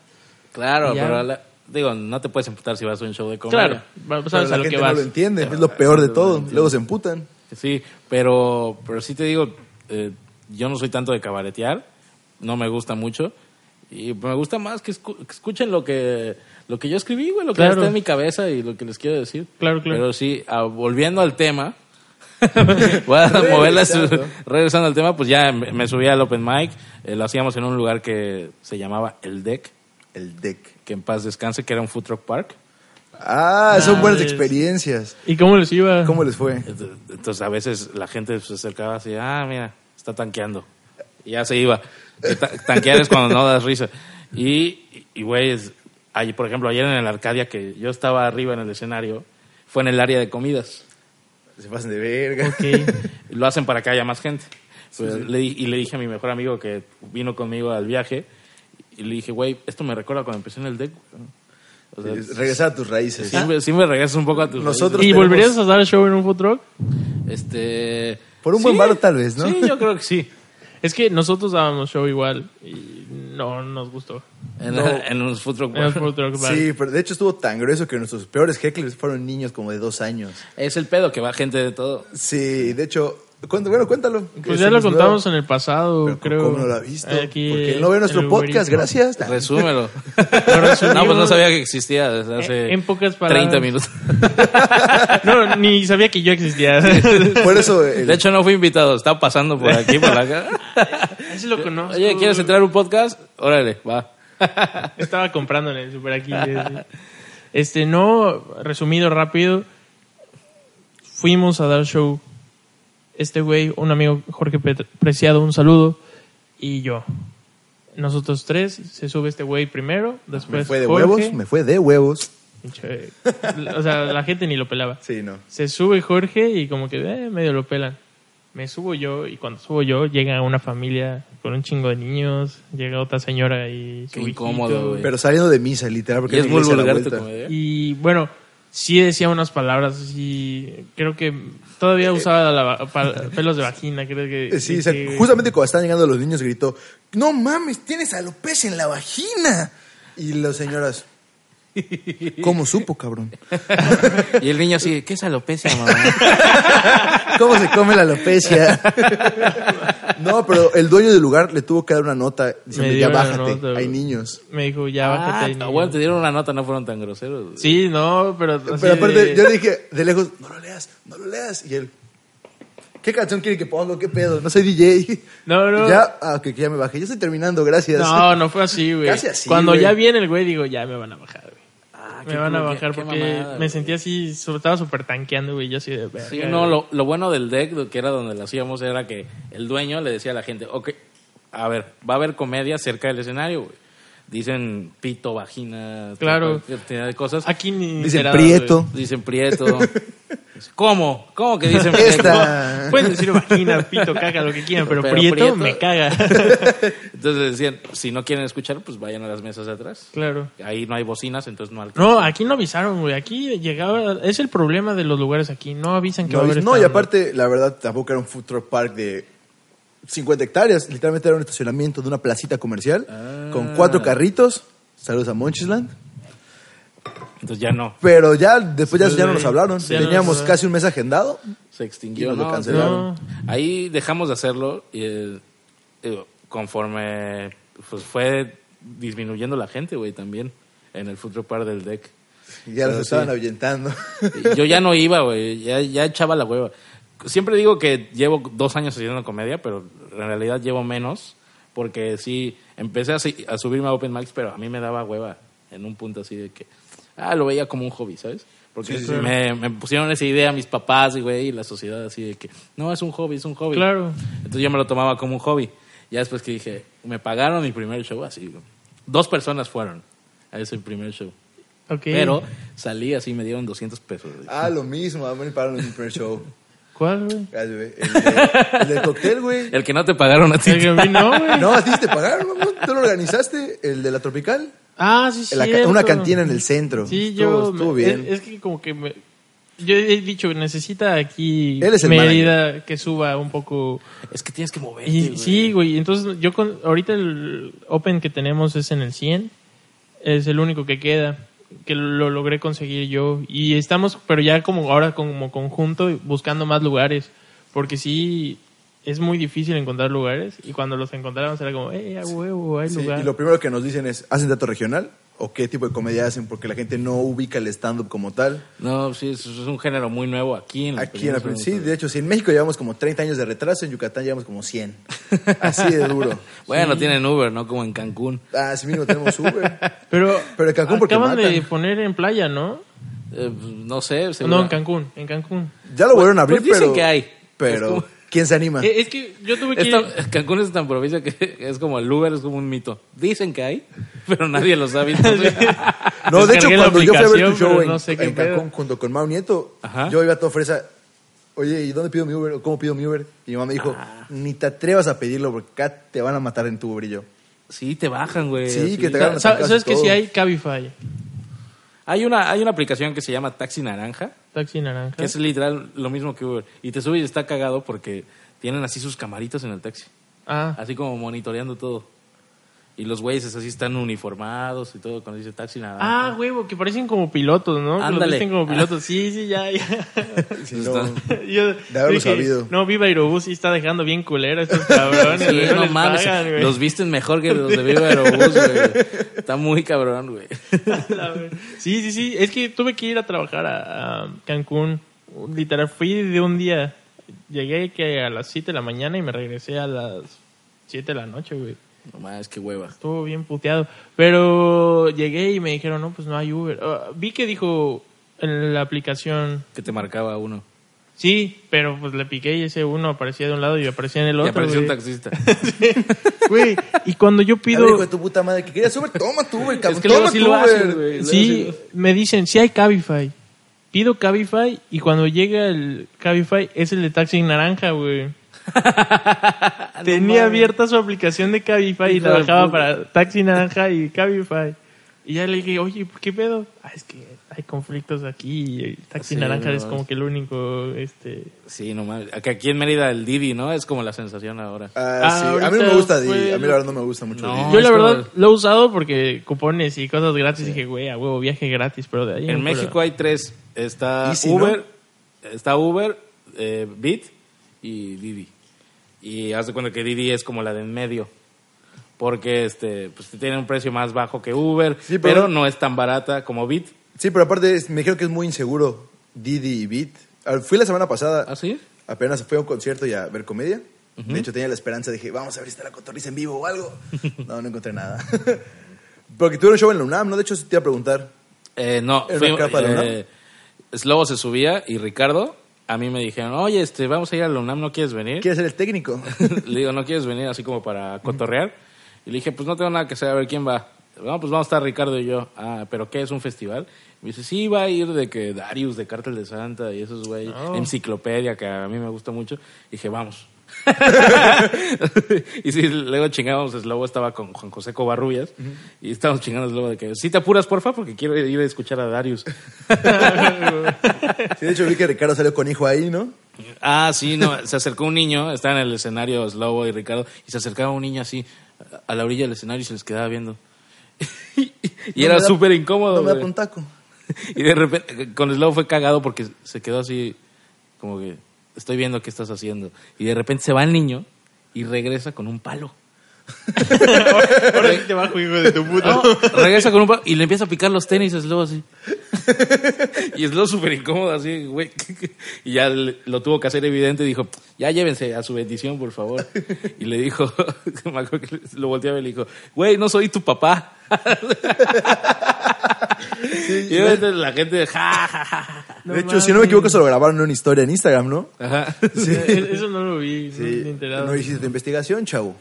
[SPEAKER 1] Claro,
[SPEAKER 2] Ya.
[SPEAKER 1] pero la- digo, no te puedes emputar si vas a un show de comedia.
[SPEAKER 2] Claro, va- pues,
[SPEAKER 3] Pero
[SPEAKER 2] sabes
[SPEAKER 3] la
[SPEAKER 2] a lo que
[SPEAKER 3] Pues, gente no
[SPEAKER 2] vas.
[SPEAKER 3] lo entiende. Es lo peor de todo. Luego se emputan.
[SPEAKER 1] Sí, pero, pero sí te digo, eh, yo no soy tanto de cabaretear, no me gusta mucho. Y me gusta más que, escu- que escuchen lo que, lo que yo escribí, güey, lo que
[SPEAKER 2] Claro.
[SPEAKER 1] está en mi cabeza y lo que les quiero decir.
[SPEAKER 2] Claro, claro.
[SPEAKER 1] Pero sí, ah, volviendo al
[SPEAKER 2] <laughs>
[SPEAKER 1] tema, voy a moverlas.
[SPEAKER 3] Regresando.
[SPEAKER 1] Regresando al tema, pues ya me, me subí al open mic, eh, lo hacíamos en un lugar que se llamaba El Deck,
[SPEAKER 3] El deck.
[SPEAKER 1] que en paz descanse, que era un food truck park.
[SPEAKER 3] Ah, son
[SPEAKER 2] Ah,
[SPEAKER 3] buenas
[SPEAKER 2] es-
[SPEAKER 3] experiencias.
[SPEAKER 2] ¿Y cómo les iba?
[SPEAKER 3] ¿Cómo les fue?
[SPEAKER 1] Ent- Entonces a veces la gente se acercaba así, ah, mira, está tanqueando. Y ya se iba. Que ta- Tanquear es cuando no das risa. Y, y güey, es- ahí, por ejemplo, ayer en el Arcadia, que yo estaba arriba en el escenario, fue en el área de comidas.
[SPEAKER 3] <laughs> Se pasan de verga.
[SPEAKER 2] Ok.
[SPEAKER 3] <laughs>
[SPEAKER 1] Lo hacen para que haya más gente. Pues, le di- y le dije a mi mejor amigo que vino conmigo al viaje, y le dije, güey, esto me recuerda cuando empecé en el deck. güey". O sea,
[SPEAKER 3] Eh, Regresar a tus raíces.
[SPEAKER 1] sí, me- sí me regresas un poco a tus
[SPEAKER 3] Nosotros-
[SPEAKER 2] ¿Y
[SPEAKER 3] tenemos-
[SPEAKER 2] volverías a dar show en un food truck?
[SPEAKER 1] raíces. este
[SPEAKER 3] Por un buen
[SPEAKER 1] sí,
[SPEAKER 3] bar, tal vez, ¿no?
[SPEAKER 1] Sí, yo creo que sí.
[SPEAKER 2] Es que nosotros dábamos show igual y no nos gustó.
[SPEAKER 1] En,
[SPEAKER 3] No.
[SPEAKER 1] en un food truck
[SPEAKER 2] En
[SPEAKER 1] bar.
[SPEAKER 2] el food truck, vale.
[SPEAKER 3] <laughs> Sí, pero de hecho estuvo tan grueso que nuestros peores hecklers fueron niños como de dos años.
[SPEAKER 1] Es el pedo que va gente de todo.
[SPEAKER 3] Sí, de hecho, cuento- bueno, cuéntalo.
[SPEAKER 2] Pues ya lo contamos en el pasado, creo.
[SPEAKER 3] ¿Cómo no lo ha visto?
[SPEAKER 2] Aquí,
[SPEAKER 3] Porque no ve nuestro
[SPEAKER 2] el
[SPEAKER 3] podcast,
[SPEAKER 2] Uberismo. <laughs>
[SPEAKER 3] gracias.
[SPEAKER 1] Resúmelo.
[SPEAKER 2] resumimos.
[SPEAKER 1] no, pues no sabía que existía desde hace
[SPEAKER 2] En- en pocas palabras.
[SPEAKER 1] 30 minutos.
[SPEAKER 2] <laughs> No, ni sabía que
[SPEAKER 1] <laughs>
[SPEAKER 2] yo existía. <laughs>
[SPEAKER 3] Por eso, el-
[SPEAKER 1] De hecho, no fui invitado. Estaba pasando por aquí, por acá.
[SPEAKER 2] Ese lo conozco.
[SPEAKER 1] Oye, ¿quieres entrar a un podcast? Órale, va.
[SPEAKER 2] Estaba comprando en el super aquí. Este, no, resumido rápido. Fuimos a dar show. Este güey, un amigo Jorge Pet- Preciado, un saludo. Y yo. Nosotros tres, se sube este güey primero, después.
[SPEAKER 3] Ah, me fue de
[SPEAKER 2] Jorge.
[SPEAKER 3] huevos, me fue de huevos.
[SPEAKER 2] Pinche- O sea, la gente ni lo pelaba.
[SPEAKER 3] Sí, no.
[SPEAKER 2] Se sube Jorge y como que eh, medio lo pelan. Me subo yo y cuando subo yo llega una familia con un chingo de niños, llega otra señora y su
[SPEAKER 1] Qué
[SPEAKER 2] hijito.
[SPEAKER 1] incómodo, güey.
[SPEAKER 3] Pero saliendo de misa, literal, porque
[SPEAKER 1] Y es
[SPEAKER 3] era
[SPEAKER 1] muy
[SPEAKER 3] iglesia a la
[SPEAKER 1] vulgar tu
[SPEAKER 3] vuelta.
[SPEAKER 1] comedia.
[SPEAKER 2] Y bueno, sí decía unas palabras y creo que
[SPEAKER 1] Eh,
[SPEAKER 2] todavía usaba la va- pa- pelos de vagina, creo que.
[SPEAKER 3] Eh, Sí, o sea,
[SPEAKER 2] que-
[SPEAKER 3] justamente cuando estaban llegando los niños gritó, no mames, tienes alopecia en la vagina. Y las señoras, ¿cómo supo, cabrón?
[SPEAKER 1] Y el niño así, ¿qué es alopecia, mamá?
[SPEAKER 3] ¿Cómo se come la alopecia? <laughs> No, pero el dueño del lugar le tuvo que dar una nota diciendo,
[SPEAKER 2] Me
[SPEAKER 3] ya
[SPEAKER 2] dio una
[SPEAKER 3] bájate,
[SPEAKER 2] nota,
[SPEAKER 3] hay
[SPEAKER 2] güey.
[SPEAKER 3] niños.
[SPEAKER 2] Me dijo,
[SPEAKER 1] <laughs>
[SPEAKER 2] ya
[SPEAKER 1] Ah,
[SPEAKER 2] bájate. niño".
[SPEAKER 1] bueno, te dieron una nota, no fueron tan groseros. güey.
[SPEAKER 2] Sí, no, pero. así
[SPEAKER 3] Pero aparte,
[SPEAKER 2] de-
[SPEAKER 3] yo le dije, de lejos, no lo leas, no lo leas. Y él, ¿qué canción quiere que ponga? ¿Qué pedo? No soy DJ.
[SPEAKER 2] No, no.
[SPEAKER 3] Ya, ah, ok, que ya me bajé. Yo estoy terminando, gracias. <laughs>
[SPEAKER 2] No, no fue así, güey.
[SPEAKER 3] Casi así,
[SPEAKER 2] Cuando
[SPEAKER 3] güey.
[SPEAKER 2] ya viene el güey, digo, ya me van a bajar, güey.
[SPEAKER 1] Ah, qué
[SPEAKER 2] Me van a
[SPEAKER 1] culo, qué-
[SPEAKER 2] bajar
[SPEAKER 1] qué
[SPEAKER 2] porque
[SPEAKER 1] mamada,
[SPEAKER 2] me
[SPEAKER 1] güey.
[SPEAKER 2] sentía así, sobre- estaba súper tanqueando, güey. Yo así de verga,
[SPEAKER 1] Sí,
[SPEAKER 2] güey.
[SPEAKER 1] no, lo, lo bueno del deck, lo que era donde lo hacíamos, era que el dueño le decía a la gente, ok, a ver, va a haber comedia cerca del escenario, güey. Dicen pito, vagina,
[SPEAKER 2] Claro.
[SPEAKER 1] cantidad de cosas.
[SPEAKER 2] Aquí ni.
[SPEAKER 3] Dice
[SPEAKER 2] enterado,
[SPEAKER 3] Prieto.
[SPEAKER 1] Dicen prieto.
[SPEAKER 2] <laughs>
[SPEAKER 1] ¿Cómo? ¿Cómo que dicen prieto?
[SPEAKER 3] Esta.
[SPEAKER 2] güey. Pueden decir vagina, pito, caca, lo que quieran, pero,
[SPEAKER 1] Pero
[SPEAKER 2] Prieto,
[SPEAKER 1] Prieto-
[SPEAKER 2] me caga.
[SPEAKER 1] <laughs>
[SPEAKER 2] <laughs>
[SPEAKER 1] Entonces decían, si no quieren escuchar, pues vayan a las mesas de atrás.
[SPEAKER 2] claro.
[SPEAKER 1] Ahí no hay bocinas, entonces no alcanzan.
[SPEAKER 2] No, aquí no avisaron, güey. Aquí llegaba. Es el problema de los lugares aquí. No avisan que
[SPEAKER 3] No,
[SPEAKER 2] va a haber.
[SPEAKER 3] no, y
[SPEAKER 2] stand-up.
[SPEAKER 3] aparte, la verdad, tampoco era un food truck park de 50 hectáreas. Literalmente era un estacionamiento de una placita comercial
[SPEAKER 2] Ah.
[SPEAKER 3] con cuatro carritos. Saludos a Monchisland.
[SPEAKER 1] Entonces ya no.
[SPEAKER 3] Pero ya después ya,
[SPEAKER 2] Sí,
[SPEAKER 3] ya no nos
[SPEAKER 2] güey.
[SPEAKER 3] hablaron.
[SPEAKER 2] Sí, ya no
[SPEAKER 3] Teníamos
[SPEAKER 2] nos hablaron.
[SPEAKER 3] casi un mes agendado.
[SPEAKER 1] Se
[SPEAKER 3] Y
[SPEAKER 1] extinguió.
[SPEAKER 3] nos lo
[SPEAKER 1] no,
[SPEAKER 3] cancelaron.
[SPEAKER 1] no. Ahí dejamos de hacerlo y, eh, digo, conforme pues fue disminuyendo la gente, güey, también en el futuro par del E deck.
[SPEAKER 3] Y ya nos
[SPEAKER 1] Pero
[SPEAKER 3] estaban
[SPEAKER 1] sí.
[SPEAKER 2] <laughs>
[SPEAKER 3] ahuyentando.
[SPEAKER 1] Yo ya no iba, güey, ya, ya echaba la hueva. Siempre digo que llevo dos años haciendo comedia, pero en realidad llevo menos, porque sí, empecé a, si- a subirme a Open Mics, pero a mí me daba hueva en un punto así de que, ah, lo veía como un hobby, ¿sabes? Porque
[SPEAKER 3] Sí, sí,
[SPEAKER 1] me, me pusieron esa idea mis papás, güey, y la sociedad así de que, no, es un hobby, es un hobby.
[SPEAKER 2] Claro.
[SPEAKER 1] Entonces yo me lo tomaba como un hobby. Ya después que dije, me pagaron mi primer show así. güey. Dos personas fueron a ese primer show.
[SPEAKER 2] Ok.
[SPEAKER 1] Pero salí así, me dieron 200 pesos. güey.
[SPEAKER 3] ah, lo mismo. A mí me pararon en el primer show.
[SPEAKER 2] ¿Cuál, güey?
[SPEAKER 3] Ay, güey, El, de-
[SPEAKER 2] <laughs>
[SPEAKER 3] el del cóctel, güey.
[SPEAKER 1] El que no te pagaron a ti.
[SPEAKER 2] El que a mí no, güey.
[SPEAKER 3] <laughs> No, a ti te pagaron, mamón. Tú lo organizaste. El de la tropical.
[SPEAKER 2] Ah, sí, sí.
[SPEAKER 3] En la ca- una cantina en el centro.
[SPEAKER 2] Sí,
[SPEAKER 3] Pues, Estuvo-
[SPEAKER 2] yo.
[SPEAKER 3] estuvo
[SPEAKER 2] me- e-
[SPEAKER 3] bien.
[SPEAKER 2] Es, es que como que me- yo he dicho, necesita aquí
[SPEAKER 3] Él es el
[SPEAKER 2] medida que suba un poco.
[SPEAKER 1] Es que tienes que moverte.
[SPEAKER 2] Y,
[SPEAKER 1] Este, güey.
[SPEAKER 2] sí, güey. Entonces, yo con, ahorita el Open que tenemos es en el 100. Es el único que queda. Que lo logré conseguir yo. Y estamos, pero ya como ahora como conjunto, buscando más lugares. Porque sí. Es muy difícil encontrar lugares y cuando los encontramos era como, ¡eh, a huevo, hay
[SPEAKER 3] Sí,
[SPEAKER 2] lugar!
[SPEAKER 3] y lo primero que nos dicen es, ¿hacen teatro regional? ¿O qué tipo de comedia hacen? Porque la gente no ubica el stand-up como tal.
[SPEAKER 1] No, sí, es, es un género muy nuevo aquí en la
[SPEAKER 3] Aquí en la
[SPEAKER 1] península.
[SPEAKER 3] Sí, de hecho, si en México llevamos como 30 años de retraso, en Yucatán llevamos como 100. Así de duro.
[SPEAKER 1] Bueno, tienen Uber, ¿no? Como en Cancún.
[SPEAKER 3] Así mismo tenemos Uber.
[SPEAKER 2] Pero,
[SPEAKER 3] Pero en Cancún porque
[SPEAKER 2] acaban de
[SPEAKER 3] matan.
[SPEAKER 2] poner en playa, ¿no?
[SPEAKER 1] Eh, no sé. seguro-
[SPEAKER 2] No, en Cancún, en Cancún.
[SPEAKER 3] Ya lo volvieron a abrir,
[SPEAKER 1] Pues dicen
[SPEAKER 3] pero...
[SPEAKER 1] que hay. Es
[SPEAKER 3] Pero,
[SPEAKER 1] como-
[SPEAKER 3] ¿quién se
[SPEAKER 1] Ah.
[SPEAKER 3] anima?
[SPEAKER 2] Eh, es que yo tuve que... ir-
[SPEAKER 1] Esto- <laughs> Cancún es tan provincia que <laughs> es como el Uber, es como un mito. Dicen que hay, <laughs> pero nadie lo
[SPEAKER 2] <laughs>
[SPEAKER 1] sabe. entonces-
[SPEAKER 3] No, de hecho,
[SPEAKER 2] descargué la
[SPEAKER 3] cuando yo fui a ver tu
[SPEAKER 2] aplicación,
[SPEAKER 3] show
[SPEAKER 2] pero
[SPEAKER 3] en,
[SPEAKER 2] no sé qué
[SPEAKER 3] en Cancún
[SPEAKER 2] pedo.
[SPEAKER 3] junto con Mau Nieto,
[SPEAKER 1] Ajá.
[SPEAKER 3] yo iba a toda fresa. Oye, ¿y dónde pido mi Uber? ¿O ¿Cómo pido mi Uber? Y mi mamá me dijo, ni te atrevas a pedirlo porque acá te van a matar en tu Uber y yo.
[SPEAKER 1] <laughs> sí, te bajan, güey.
[SPEAKER 3] Sí,
[SPEAKER 1] así.
[SPEAKER 3] que te
[SPEAKER 2] Sa-
[SPEAKER 3] agarran
[SPEAKER 2] ¿Sabes,
[SPEAKER 3] casi
[SPEAKER 2] que
[SPEAKER 3] todo.
[SPEAKER 2] si hay Cabify?
[SPEAKER 1] Hay una, hay una aplicación que se llama Taxi Naranja,
[SPEAKER 2] Taxi naranja.
[SPEAKER 1] que es literal lo mismo que Uber. Y te sube y está cagado porque tienen así sus camaritas en el taxi,
[SPEAKER 2] Ah,
[SPEAKER 1] así como monitoreando todo. Y los güeyes así están uniformados y todo cuando dice Taxi Naranja.
[SPEAKER 2] ah, huevo, que parecen como pilotos, ¿no? Que Los
[SPEAKER 1] Ándale. Ah.
[SPEAKER 2] visten como pilotos. Sí, sí,
[SPEAKER 1] <laughs>
[SPEAKER 2] ya, ya.
[SPEAKER 3] Sí,
[SPEAKER 1] Pues
[SPEAKER 3] no.
[SPEAKER 1] está-
[SPEAKER 2] Yo
[SPEAKER 3] De haberlo
[SPEAKER 2] dije,
[SPEAKER 3] sabido.
[SPEAKER 2] No, Viva Aerobús sí está dejando bien culero a estos cabrones.
[SPEAKER 1] <laughs> Sí,
[SPEAKER 2] güey, no
[SPEAKER 1] no
[SPEAKER 2] les
[SPEAKER 1] mames,
[SPEAKER 2] pagan, güey. <laughs>
[SPEAKER 1] los visten mejor que los de Viva Aerobús, güey. Está muy cabrón, güey.
[SPEAKER 2] La ver- sí, sí, sí. Es que tuve que ir a trabajar a, a Cancún. Literal, fui de un día. Llegué que a las 7 de la mañana y me regresé a las 7 de la noche, güey.
[SPEAKER 1] No mames, qué hueva.
[SPEAKER 2] Estuvo bien puteado. Pero llegué y me dijeron, no, pues no hay Uber. Ah, vi que dijo en la aplicación,
[SPEAKER 1] Que te marcaba uno.
[SPEAKER 2] sí, pero pues le piqué y ese uno aparecía de un lado y aparecía en el
[SPEAKER 1] Y
[SPEAKER 2] otro.
[SPEAKER 1] apareció un
[SPEAKER 2] güey.
[SPEAKER 1] taxista.
[SPEAKER 2] Güey, y
[SPEAKER 1] <laughs>
[SPEAKER 2] cuando yo
[SPEAKER 3] A
[SPEAKER 2] pido...
[SPEAKER 3] ver, hijo de tu puta madre, que querías Uber, toma tu Uber, cabrón.
[SPEAKER 1] Es que luego
[SPEAKER 3] toma
[SPEAKER 1] sí
[SPEAKER 3] tu
[SPEAKER 1] lo
[SPEAKER 3] Uber.
[SPEAKER 1] hacen, güey. Luego
[SPEAKER 2] Sí, me dicen, sí hay Cabify. Pido Cabify y cuando llega el Cabify es el de Taxi
[SPEAKER 1] <laughs>
[SPEAKER 2] Naranja, güey. Tenía abierta su aplicación de Cabify y
[SPEAKER 1] Hijo de
[SPEAKER 2] trabajaba
[SPEAKER 1] puta.
[SPEAKER 2] para Taxi Naranja y Cabify. Y ya le dije, oye, ¿por ¿qué pedo? Ah, es que hay conflictos aquí y el Taxi
[SPEAKER 1] Sí,
[SPEAKER 2] Naranja
[SPEAKER 1] no
[SPEAKER 2] es como
[SPEAKER 1] mames.
[SPEAKER 2] que el único, este...
[SPEAKER 1] Sí, no mames. Que aquí en Mérida el Didi, ¿no? Es como la sensación ahora.
[SPEAKER 3] Ah, sí.
[SPEAKER 2] Ah,
[SPEAKER 3] A mí no
[SPEAKER 2] ahorita
[SPEAKER 3] me gusta Didi.
[SPEAKER 2] fue
[SPEAKER 3] A mí la verdad no me gusta mucho
[SPEAKER 1] No.
[SPEAKER 3] Didi.
[SPEAKER 2] Yo la
[SPEAKER 1] es como
[SPEAKER 2] verdad lo he usado porque cupones y cosas gratis. dije, güey, a huevo, viaje gratis, pero de ahí...
[SPEAKER 1] En
[SPEAKER 2] no, pero- <laughs>
[SPEAKER 1] México hay tres. Está
[SPEAKER 3] ¿Y si
[SPEAKER 1] Uber, está Uber, eh, Bit y Didi. Y haz de cuenta que Didi es como la de en medio. Porque este, pues tiene un precio más bajo que Uber,
[SPEAKER 3] Sí, pero-
[SPEAKER 1] pero, no es tan barata como Bit.
[SPEAKER 3] Sí, pero aparte es- me dijeron que es muy inseguro Didi y Beat. A ver, Fui la semana pasada,
[SPEAKER 1] ¿Ah, sí?
[SPEAKER 3] apenas fui a un concierto y a ver comedia. De hecho, tenía la esperanza, dije, vamos a ver si está la cotorriza en vivo o algo. <laughs> No, no encontré nada. <laughs> Porque tuvieron show en la UNAM, ¿no? De hecho, te iba a preguntar.
[SPEAKER 1] Eh, no,
[SPEAKER 3] ¿Era
[SPEAKER 1] fuimos-
[SPEAKER 3] acá para la
[SPEAKER 1] eh, Slobo se subía y Ricardo a mí me dijeron, oye, este, vamos a ir al UNAM, ¿no quieres venir?
[SPEAKER 3] ¿Quieres ser el técnico? <laughs>
[SPEAKER 1] <laughs> le digo, ¿no quieres venir así como para cotorrear? Y le dije, pues no tengo nada que hacer, a ver quién va. No, pues vamos a estar Ricardo y yo. Ah, ¿pero qué es un festival? Me dice, sí, va a ir de que Darius, de Cártel de Santa y esos güey,
[SPEAKER 2] Oh.
[SPEAKER 1] enciclopedia, que a mí me gusta mucho. dije, vamos. y sí, luego chingábamos, Slobo estaba con Juan José Covarrubias y estábamos chingando a Slobo de que, si te apuras, porfa, porque quiero ir a escuchar a Darius.
[SPEAKER 3] Sí, de hecho vi que Ricardo salió con hijo ahí, ¿no?
[SPEAKER 1] Ah, sí, no, se acercó un niño, estaba en el escenario Slobo y Ricardo, y se acercaba un niño así a- a la orilla del escenario y se les quedaba viendo. <laughs> y
[SPEAKER 3] No
[SPEAKER 1] era
[SPEAKER 3] me da-
[SPEAKER 1] súper incómodo.
[SPEAKER 3] No me da
[SPEAKER 1] güey.
[SPEAKER 3] con taco.
[SPEAKER 1] <laughs> y de repente, con Slobo fue cagado porque se quedó así, como que, estoy viendo qué estás haciendo. Y de repente se va el niño y regresa con un palo. <laughs>
[SPEAKER 2] Ahora sí te bajo, hijo de tu puta.
[SPEAKER 1] Regresa con un palo y le empieza a picar los tenis a Slobo así. <laughs> y Slobo súper incómodo así, güey. Y ya le- lo tuvo que hacer evidente. Dijo, ya llévense a su bendición, por favor. Y le dijo, <laughs> me acuerdo que lo volteaba y le dijo, güey, no soy tu <laughs> papá. y obviamente la gente, ja, ja, ja, ja.
[SPEAKER 3] de hecho, si no me equivoco, se lo grabaron en una historia en Instagram, ¿no?
[SPEAKER 1] Ajá.
[SPEAKER 2] Eso no lo vi, no me he enterado.
[SPEAKER 3] No hiciste tu investigación, chavo.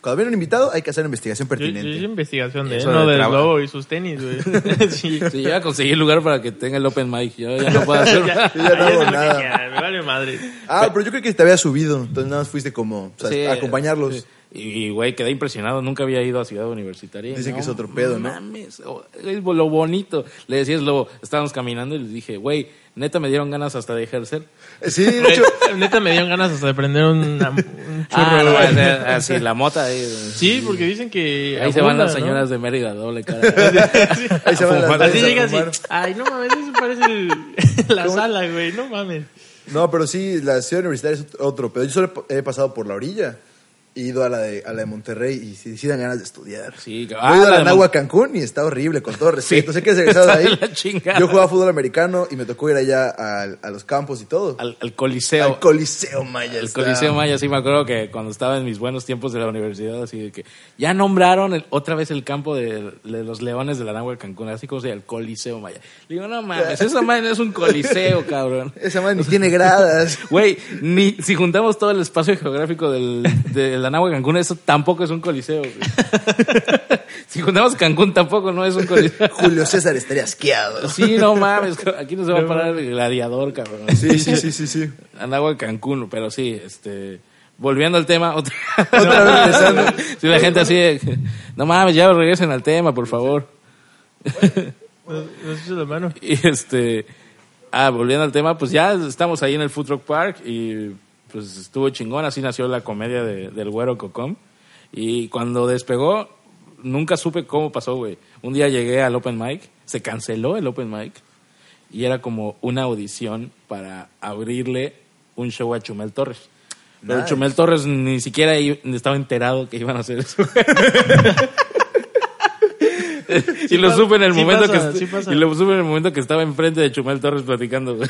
[SPEAKER 3] Cuando viene un invitado, hay que hacer una investigación
[SPEAKER 2] Yo, yo hice
[SPEAKER 3] pertinente.
[SPEAKER 2] investigación de él,
[SPEAKER 1] Eso
[SPEAKER 2] no
[SPEAKER 1] de
[SPEAKER 2] del
[SPEAKER 1] trabajo.
[SPEAKER 2] lobo y sus tenis, güey. <laughs> sí.
[SPEAKER 1] Si yo ya conseguí lugar para que tenga el open mic, yo <laughs> ya no puedo hacer
[SPEAKER 2] Ya,
[SPEAKER 1] nada.
[SPEAKER 3] Yo ya no
[SPEAKER 2] ahí
[SPEAKER 3] hago
[SPEAKER 2] es lo que
[SPEAKER 3] nada.
[SPEAKER 2] quiera, me vale madre.
[SPEAKER 3] Ah, pero yo creo que te había subido, entonces nada más fuiste como o sea,
[SPEAKER 1] Sí,
[SPEAKER 3] a acompañarlos.
[SPEAKER 1] sí. Y, y, güey, quedé impresionado. Nunca había ido a Ciudad Universitaria.
[SPEAKER 3] Dicen
[SPEAKER 1] No
[SPEAKER 3] que es otro pedo, ¿no?
[SPEAKER 1] Mames, oh, es lo bonito. Le decía, es lo. Estábamos caminando y les dije, güey, neta me dieron ganas hasta de ejercer.
[SPEAKER 3] Eh, Sí, de
[SPEAKER 1] <laughs>
[SPEAKER 3] hecho,
[SPEAKER 2] Neta me dieron ganas hasta de prender una- un churro,
[SPEAKER 1] Ah, no,
[SPEAKER 2] güey.
[SPEAKER 1] o sea, así, la mota. ahí.
[SPEAKER 2] Sí, porque dicen que.
[SPEAKER 1] Ahí se van
[SPEAKER 2] abunda,
[SPEAKER 1] las
[SPEAKER 2] ¿no?
[SPEAKER 1] señoras de Mérida, doble cara. <laughs>
[SPEAKER 3] ahí se van las
[SPEAKER 1] fumar.
[SPEAKER 3] redes
[SPEAKER 2] Así
[SPEAKER 3] a
[SPEAKER 2] llegas y.
[SPEAKER 3] fumar.
[SPEAKER 2] Ay, no mames, eso parece el- <laughs> la sala, güey. No mames.
[SPEAKER 3] No, pero sí, la ciudad universitaria es otro- otro pedo. Yo solo he he pasado por la orilla. He ido a la de, a la de Monterrey y sí, sí dan ganas de estudiar.
[SPEAKER 1] Sí,
[SPEAKER 3] Yo
[SPEAKER 1] ah,
[SPEAKER 3] he ido
[SPEAKER 1] la
[SPEAKER 3] a la
[SPEAKER 1] de
[SPEAKER 3] Nahua,
[SPEAKER 1] Mon-
[SPEAKER 3] Cancún y está horrible, con todo respeto.
[SPEAKER 1] Sí.
[SPEAKER 3] Sé que es
[SPEAKER 1] <laughs>
[SPEAKER 3] egresado de ahí.
[SPEAKER 1] Está de la chingada.
[SPEAKER 3] Yo jugaba fútbol americano y me tocó ir allá al- a, los campos y todo. Al,
[SPEAKER 1] al, al coliseo.
[SPEAKER 3] Coliseo Maya.
[SPEAKER 1] El
[SPEAKER 3] está.
[SPEAKER 1] Coliseo Maya, sí me acuerdo que cuando estaba en mis buenos tiempos de la universidad, así de que ya nombraron el- otra vez el campo de, de los leones de la Nahua de Cancún, así como se llama el Coliseo Maya. Le digo, no mames, esa madre no es un coliseo, cabrón.
[SPEAKER 3] Esa madre ni tiene gradas.
[SPEAKER 1] Güey, ni si juntamos todo el espacio geográfico del, de la Nahua de Cancún, eso tampoco es un coliseo. güey. si juntamos Cancún, tampoco no es un coliseo.
[SPEAKER 3] Julio César estaría asqueado.
[SPEAKER 1] Sí, no mames, aquí no se va a parar el gladiador, cabrón.
[SPEAKER 3] Sí, sí, sí, sí, sí.
[SPEAKER 1] Andaba en Cancún, pero sí, este. Volviendo al tema, <laughs> otra,
[SPEAKER 3] Otra vez regresando.
[SPEAKER 1] Sí, la gente así, de, no mames, ya regresen al tema, por favor.
[SPEAKER 2] No no sé si lo mano.
[SPEAKER 1] <laughs> Y este. Ah, volviendo al tema, pues ya estamos ahí en el Food Truck Park y pues estuvo chingón, así nació la comedia de- del güero Cocom. Y cuando despegó, nunca supe cómo pasó, güey. Un día llegué al Open Mic, se canceló el Open Mic y era como una audición para abrirle un show a Chumel Torres. Pero
[SPEAKER 3] Nice.
[SPEAKER 1] Chumel Torres ni siquiera i- estaba enterado que iban a hacer
[SPEAKER 2] <laughs>
[SPEAKER 1] eso. <laughs> y lo
[SPEAKER 2] pasa-
[SPEAKER 1] supe en el
[SPEAKER 2] sí
[SPEAKER 1] momento
[SPEAKER 2] pasa,
[SPEAKER 1] que est-
[SPEAKER 2] sí pasa.
[SPEAKER 1] y lo supe en el momento que estaba enfrente de Chumel Torres platicando.
[SPEAKER 3] <laughs>
[SPEAKER 1] güey.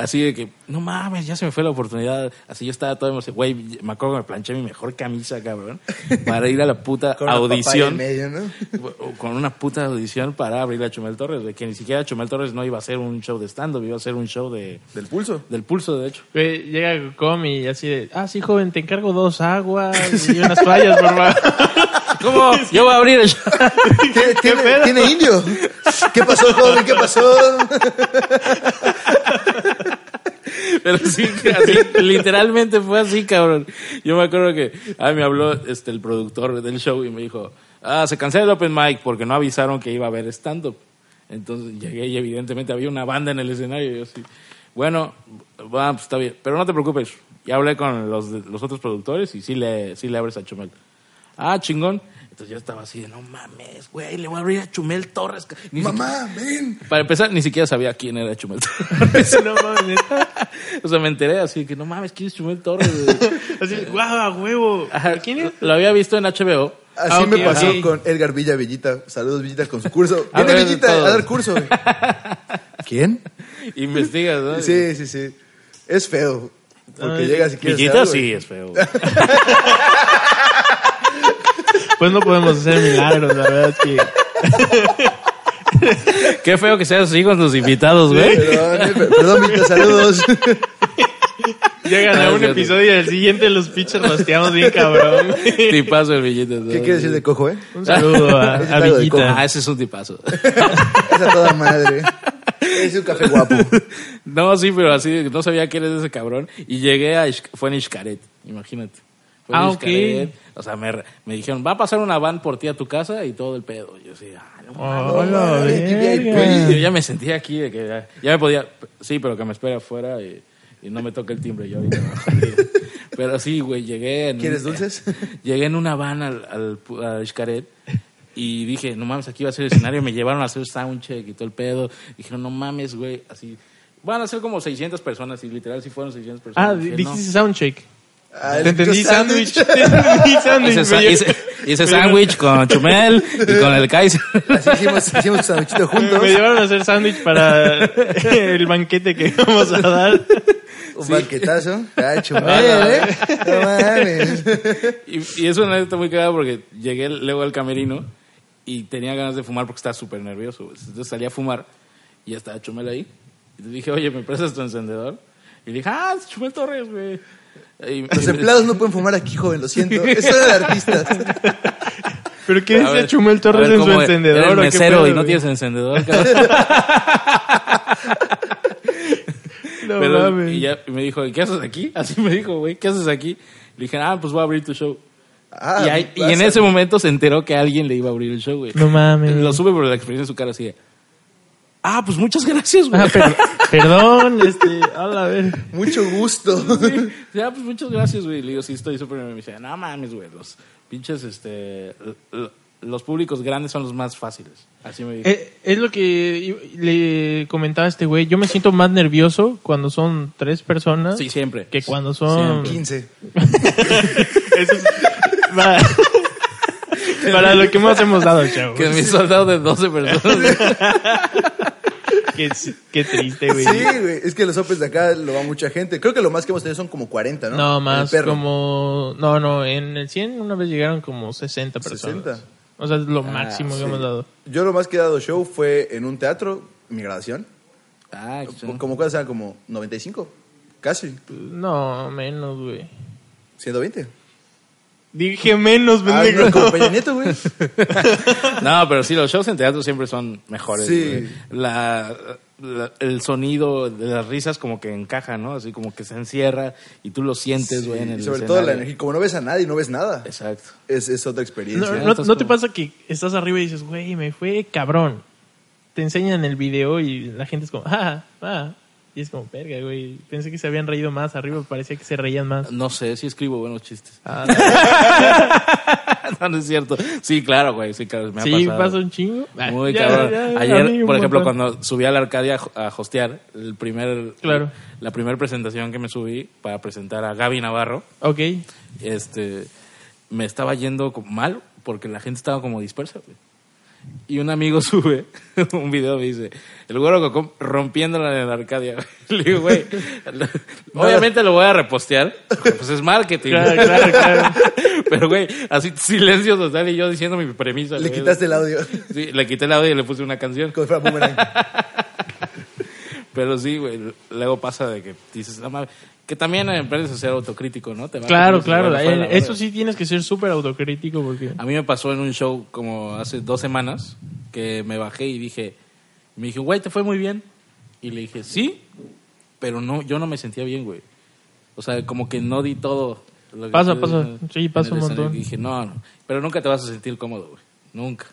[SPEAKER 1] Así de que, no mames, ya se me fue la oportunidad. Así yo estaba todo emocionado. Güey, me acuerdo que me planché mi mejor camisa, cabrón, para ir a la puta
[SPEAKER 3] <laughs> Con una papaya en
[SPEAKER 1] audición
[SPEAKER 3] medio, ¿no?
[SPEAKER 1] o- con una puta audición para abrir a Chumel Torres, de que ni siquiera Chumel Torres no iba a hacer un show de stand-up, iba a hacer un show de,
[SPEAKER 3] Del pulso.
[SPEAKER 1] del pulso, de hecho.
[SPEAKER 2] Güey, llega Com y así de. Ah, sí, joven, te encargo dos aguas y unas toallas, por
[SPEAKER 3] <laughs>
[SPEAKER 2] favor. <laughs>
[SPEAKER 1] ¿Cómo? Yo voy a abrir el show.
[SPEAKER 3] ¿Tiene, tiene-
[SPEAKER 2] pedo?
[SPEAKER 3] tiene indio? ¿Qué pasó, joven? ¿Qué pasó?
[SPEAKER 1] Pero sí, que así, literalmente fue así, cabrón. Yo me acuerdo que ah, me habló este, el productor del show y me dijo, ah, se cancela el open mic porque no avisaron que iba a haber stand-up. Entonces llegué y evidentemente había una banda en el escenario. Y yo así, bueno, va, pues, está bien, pero no te preocupes. Ya hablé con los, de- los otros productores y sí le, sí le abres a Chumel. Ah, chingón. Entonces yo estaba así de, no mames, güey, le voy a abrir a Chumel Torres. ca-". Ni
[SPEAKER 3] Mamá, ven.
[SPEAKER 1] siquiera- para empezar, ni siquiera sabía quién era Chumel Torres. <laughs>
[SPEAKER 2] no mames, neta.
[SPEAKER 1] O sea, me enteré así que no mames, ¿quién es Chumel
[SPEAKER 2] <laughs>
[SPEAKER 1] Torres? güey?
[SPEAKER 2] Así, guau, a huevo.
[SPEAKER 1] Ajá,
[SPEAKER 2] ¿Quién es?
[SPEAKER 1] Lo había visto en HBO.
[SPEAKER 3] Así
[SPEAKER 2] Ah, ok,
[SPEAKER 3] me pasó
[SPEAKER 2] ok.
[SPEAKER 3] con Edgar Villa Villita. Saludos, Villita, con su curso.
[SPEAKER 1] A
[SPEAKER 3] Viene
[SPEAKER 1] ver,
[SPEAKER 3] Villita
[SPEAKER 1] todos.
[SPEAKER 3] a dar curso. güey. ¿Quién?
[SPEAKER 1] Investigas, ¿no?
[SPEAKER 3] Sí, sí, sí. Es feo. Porque
[SPEAKER 2] Ay,
[SPEAKER 3] llegas y quieres
[SPEAKER 1] Villita
[SPEAKER 3] hacer
[SPEAKER 1] "Ah, sí
[SPEAKER 3] algo,
[SPEAKER 1] es feo. güey.
[SPEAKER 2] Pues no podemos hacer milagros, la verdad es que.
[SPEAKER 1] Qué feo que seas así con los invitados, güey.
[SPEAKER 3] Perdón, eh, per- perdón, Villita, saludos.
[SPEAKER 2] Llegan a un
[SPEAKER 1] Gracias.
[SPEAKER 2] episodio y al siguiente los pinches rosteamos bien cabrón. güey.
[SPEAKER 1] Tipazo el billete. ¿no?
[SPEAKER 3] ¿Qué quiere decir de cojo, eh?
[SPEAKER 2] Un saludo a,
[SPEAKER 3] Es
[SPEAKER 2] a
[SPEAKER 3] algo de
[SPEAKER 2] Villita.
[SPEAKER 1] Ah, ese es un tipazo. <laughs>
[SPEAKER 3] Es a toda madre. Es un café guapo.
[SPEAKER 1] No, sí, pero así, no sabía quién era ese cabrón. Y llegué a, Ix- fue en Iscaret, imagínate. Fue en
[SPEAKER 2] Ah,
[SPEAKER 1] Ixcaret. O sea, me, re- me dijeron, va a pasar una van por ti a tu casa y todo el pedo. Yo sí, ah, no mames.
[SPEAKER 2] Hola,
[SPEAKER 3] Ay, qué
[SPEAKER 2] verga.
[SPEAKER 3] bien,
[SPEAKER 1] Yo ya me sentía aquí, de que ya, ya me podía, sí, pero que me espera afuera y, y no me toque el timbre yo ahorita. pero sí, güey, llegué. En,
[SPEAKER 3] ¿Quieres dulces? <laughs>
[SPEAKER 1] Llegué en una van al, al pu- a Xcaret y dije, no mames, aquí va a ser el escenario. Me llevaron a hacer soundcheck y todo el pedo. Dijeron, no mames, güey, así. Van a ser como 600 personas y literal sí fueron 600 personas.
[SPEAKER 2] Ah,
[SPEAKER 1] Dije, no.
[SPEAKER 2] dijiste soundcheck.
[SPEAKER 3] Ah,
[SPEAKER 2] Te entendí
[SPEAKER 3] yo sándwich.
[SPEAKER 2] sándwich. <laughs> Te entendí sándwich.
[SPEAKER 1] Hice sa-
[SPEAKER 2] güey.
[SPEAKER 1] hice- hice sándwich con Chumel y con el Kaiser.
[SPEAKER 3] Así hicimos, hicimos sándwichito
[SPEAKER 2] <laughs>
[SPEAKER 3] juntos.
[SPEAKER 2] Me llevaron a hacer sándwich para el banquete que íbamos a dar.
[SPEAKER 3] Un banquetazo. Ah, chumel, ¿eh? No mames.
[SPEAKER 1] Y, y es una anécdota muy cagada porque llegué luego al camerino y tenía ganas de fumar porque estaba súper nervioso. güey. Entonces salí a fumar y ya estaba Chumel ahí. Y le dije, oye, ¿me prestas tu encendedor? Y le dije, ah, es Chumel Torres, güey. Y-
[SPEAKER 2] Pues
[SPEAKER 3] Los
[SPEAKER 1] y-
[SPEAKER 3] empleados no pueden fumar aquí, joven, lo siento. Eso era de artistas.
[SPEAKER 2] ¿Pero qué
[SPEAKER 1] A
[SPEAKER 2] decía
[SPEAKER 1] ver,
[SPEAKER 2] Chumel
[SPEAKER 1] a
[SPEAKER 2] Torres
[SPEAKER 1] ver,
[SPEAKER 2] en su
[SPEAKER 1] ¿cómo eres?
[SPEAKER 2] encendedor?
[SPEAKER 1] Eres
[SPEAKER 2] o qué
[SPEAKER 1] mesero
[SPEAKER 2] pedo,
[SPEAKER 1] y no
[SPEAKER 2] güey?
[SPEAKER 1] tienes
[SPEAKER 2] <laughs>
[SPEAKER 1] encendedor, cabrón.
[SPEAKER 2] No
[SPEAKER 1] Pero-
[SPEAKER 2] mames.
[SPEAKER 1] y ya y me dijo, "¿Y ¿qué haces aquí? <laughs> Así me dijo, güey, ¿qué haces aquí? Le dije, ah, pues voy a abrir tu show.
[SPEAKER 3] Ah,
[SPEAKER 1] y, ahí- y en
[SPEAKER 3] pasa.
[SPEAKER 1] ese momento se enteró que alguien le iba a abrir el show, güey.
[SPEAKER 2] No mames.
[SPEAKER 1] Lo sube por la expresión de su cara así de, ah, pues muchas gracias, güey.
[SPEAKER 2] Ah, per- perdón, este, hola, a ver.
[SPEAKER 3] Mucho gusto.
[SPEAKER 1] Sí, <laughs> sí, ah, pues muchas gracias, güey. Le digo, sí, estoy súper nervioso. Me dice, no mames, güey, los pinches, este, l- l- los públicos grandes son los más fáciles. Así me dijo.
[SPEAKER 2] Eh, Es lo que le comentaba a este güey. Yo me siento más nervioso cuando son tres personas
[SPEAKER 1] sí, siempre.
[SPEAKER 2] que cuando son.
[SPEAKER 1] Siempre.
[SPEAKER 3] 15.
[SPEAKER 2] <laughs> Eso es-
[SPEAKER 3] <laughs>
[SPEAKER 2] para, para lo que más hemos dado, chavos.
[SPEAKER 1] Que mi soldado de 12
[SPEAKER 3] <laughs>
[SPEAKER 1] personas.
[SPEAKER 2] Qué, qué triste, güey.
[SPEAKER 3] Sí, güey. Es que los opens de acá lo va mucha gente. Creo que lo más que hemos tenido son como 40, ¿no?
[SPEAKER 2] No, más
[SPEAKER 3] El perro.
[SPEAKER 2] como. No, no, en el 100 una vez llegaron como 60 personas.
[SPEAKER 3] 60.
[SPEAKER 2] O sea, es lo máximo que
[SPEAKER 3] Ah, Sí.
[SPEAKER 2] hemos dado.
[SPEAKER 3] Yo lo más que he dado show fue en un teatro, mi graduación.
[SPEAKER 1] <laughs> ah, qué chido.
[SPEAKER 3] Como cuántas eran, como 95, casi,
[SPEAKER 2] No, menos, güey.
[SPEAKER 3] 120.
[SPEAKER 2] Dije menos,
[SPEAKER 3] Ah,
[SPEAKER 2] pendejo.
[SPEAKER 3] no, como Peña Nieto, güey.
[SPEAKER 1] No, pero sí, los shows en teatro siempre son mejores.
[SPEAKER 3] Sí.
[SPEAKER 1] güey. La, la- el sonido de las risas como que encaja, ¿no? Así como que se encierra y tú lo sientes, güey, en el
[SPEAKER 3] Y sobre todo la
[SPEAKER 1] escenario.
[SPEAKER 3] energía. Como no ves a nadie, no ves nada.
[SPEAKER 1] Exacto.
[SPEAKER 3] Es, es otra experiencia.
[SPEAKER 2] No,
[SPEAKER 1] sí,
[SPEAKER 2] no-
[SPEAKER 1] estás
[SPEAKER 2] no te
[SPEAKER 1] como-
[SPEAKER 2] pasa que estás arriba y dices, güey, me fue cabrón. Te enseñan el video y la gente es como, ah, ah. Y es como, verga, güey. Pensé que se habían reído más arriba, parecía que se reían más.
[SPEAKER 1] No sé, sí escribo buenos chistes.
[SPEAKER 2] <laughs> Ah,
[SPEAKER 1] <laughs> no, no es cierto. Sí, claro, güey, sí, claro, me ha
[SPEAKER 2] sí,
[SPEAKER 1] pasado.
[SPEAKER 2] pasa un chingo. Ah,
[SPEAKER 1] Muy
[SPEAKER 2] Ya,
[SPEAKER 1] cabrón.
[SPEAKER 2] ya, ya, a mí
[SPEAKER 1] Ayer,
[SPEAKER 2] un
[SPEAKER 1] por ejemplo,
[SPEAKER 2] montón.
[SPEAKER 1] cuando subí a la Arcadia a hostear, el primer,
[SPEAKER 2] Claro.
[SPEAKER 1] la primera presentación que me subí para presentar a Gaby Navarro,
[SPEAKER 2] Ok.
[SPEAKER 1] este, me estaba yendo como mal porque la gente estaba como dispersa. güey. Y un amigo <laughs> sube un video y me dice, el güero Cocom rompiéndola en la Arcadia. <laughs> Le digo, güey, obviamente lo voy a repostear, porque, pues es marketing.
[SPEAKER 2] Claro, claro, claro.
[SPEAKER 1] <laughs> Pero, güey, así silencio total y yo diciendo mi premisa.
[SPEAKER 3] Le
[SPEAKER 1] güey.
[SPEAKER 3] quitaste el audio. <laughs>
[SPEAKER 1] Sí, le quité el audio y le puse una canción.
[SPEAKER 3] Como si fuera
[SPEAKER 1] <laughs>
[SPEAKER 3] boomerang.
[SPEAKER 1] Pero sí, güey, luego pasa de que dices, no mames, que también aprendes a ser autocrítico, ¿no? Te va
[SPEAKER 2] Claro,
[SPEAKER 1] dices, bueno,
[SPEAKER 2] claro.
[SPEAKER 1] fue la Ah,
[SPEAKER 2] eh, Eso
[SPEAKER 1] verga.
[SPEAKER 2] sí tienes que ser súper autocrítico porque...
[SPEAKER 1] A mí me pasó en un show como hace dos semanas que me bajé y dije, me dije, güey, te fue muy bien. Y le dije, sí, pero no, yo no me sentía bien, güey. O sea, como que no di todo. lo que
[SPEAKER 2] Pasa,
[SPEAKER 1] pude
[SPEAKER 2] pasa.
[SPEAKER 1] en-
[SPEAKER 2] Sí, pasa
[SPEAKER 1] en el
[SPEAKER 2] un
[SPEAKER 1] escenario.
[SPEAKER 2] montón.
[SPEAKER 1] Y dije, no, no, pero nunca te vas a sentir cómodo, güey. Nunca.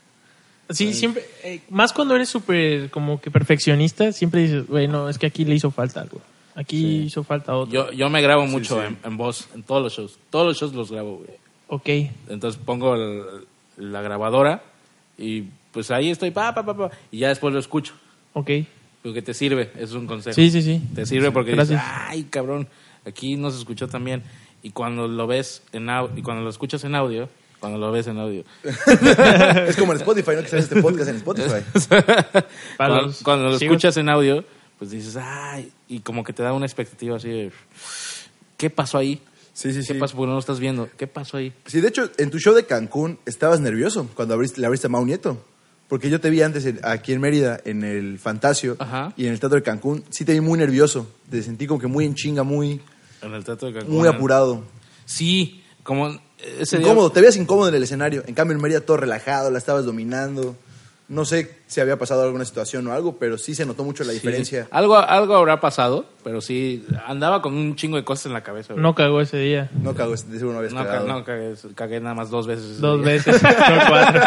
[SPEAKER 2] Sí, siempre... eh, más cuando eres súper como que perfeccionista, siempre dices, güey, no, es que aquí le hizo falta algo. Aquí hizo falta otro.
[SPEAKER 1] Yo, yo me grabo mucho En, en voz, en todos los shows. Todos los shows los grabo, güey.
[SPEAKER 2] Ok.
[SPEAKER 1] Entonces pongo el- la grabadora y pues ahí estoy, pa, pa, pa, pa, y ya después lo escucho.
[SPEAKER 2] Ok.
[SPEAKER 1] Porque te sirve, es un consejo.
[SPEAKER 2] Sí, sí, sí.
[SPEAKER 1] Te sirve porque dices, "Ah,
[SPEAKER 2] Gracias.
[SPEAKER 1] ay, cabrón, aquí no se escuchó tan bien. Y cuando lo ves en au- y cuando lo escuchas en audio, cuando lo ves en
[SPEAKER 2] <laughs>
[SPEAKER 1] audio.
[SPEAKER 3] es como en Spotify, ¿no? Que sale este podcast en Spotify.
[SPEAKER 1] cuando,
[SPEAKER 2] los-
[SPEAKER 1] cuando lo
[SPEAKER 2] sí,
[SPEAKER 1] escuchas en audio, pues dices, ay, y como que te da una expectativa así de, ¿qué pasó ahí?
[SPEAKER 3] Sí, sí,
[SPEAKER 1] ¿Qué
[SPEAKER 3] sí.
[SPEAKER 1] pasó? Porque no lo estás viendo. ¿Qué pasó ahí?
[SPEAKER 3] Sí, de hecho, en tu show de Cancún estabas nervioso cuando abriste, le abriste a Mau Nieto. Porque yo te vi antes en- aquí en Mérida, en el Fantasio
[SPEAKER 1] Ajá.
[SPEAKER 3] y en el Teatro de Cancún. Sí te vi muy nervioso. Te sentí como que muy en chinga, muy...
[SPEAKER 1] En el teatro de Cancún. ¿eh?
[SPEAKER 3] Muy apurado.
[SPEAKER 1] Sí, como ese día.
[SPEAKER 3] Incómodo, te veías incómodo en el escenario. En cambio, en Mérida todo relajado, la estabas dominando. No sé si había pasado alguna situación o algo, pero sí se notó mucho la
[SPEAKER 1] sí,
[SPEAKER 3] diferencia.
[SPEAKER 1] algo, algo habrá pasado, pero sí, andaba con un chingo de cosas en la cabeza. güey.
[SPEAKER 2] No cagó ese día.
[SPEAKER 3] No cago, de seguro no habías
[SPEAKER 1] No, ca-
[SPEAKER 3] cagado.
[SPEAKER 1] no, cagué, cagué nada más dos veces. ese <laughs>
[SPEAKER 2] Dos
[SPEAKER 1] día.
[SPEAKER 2] veces. no
[SPEAKER 1] <laughs>
[SPEAKER 2] cuatro.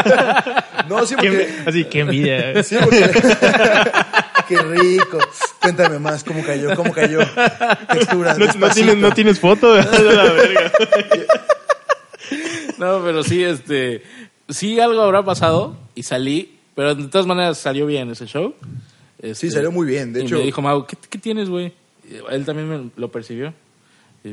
[SPEAKER 3] No, sí,
[SPEAKER 2] Qué
[SPEAKER 3] porque...
[SPEAKER 2] envi- Así que envidia.
[SPEAKER 3] Sí, porque- <laughs> Qué rico. Cuéntame más, ¿cómo cayó? ¿Cómo cayó? Texturas,
[SPEAKER 2] No, no,
[SPEAKER 3] despacito.
[SPEAKER 2] tienes, no tienes foto. A la verga.
[SPEAKER 1] No, pero sí, este. Sí, algo habrá pasado y salí, pero de todas maneras salió bien ese show. Este,
[SPEAKER 3] Sí, salió muy bien, de
[SPEAKER 1] y
[SPEAKER 3] hecho.
[SPEAKER 1] Me dijo Mau, ¿qué, qué tienes, güey? Y Él también me lo percibió. Y,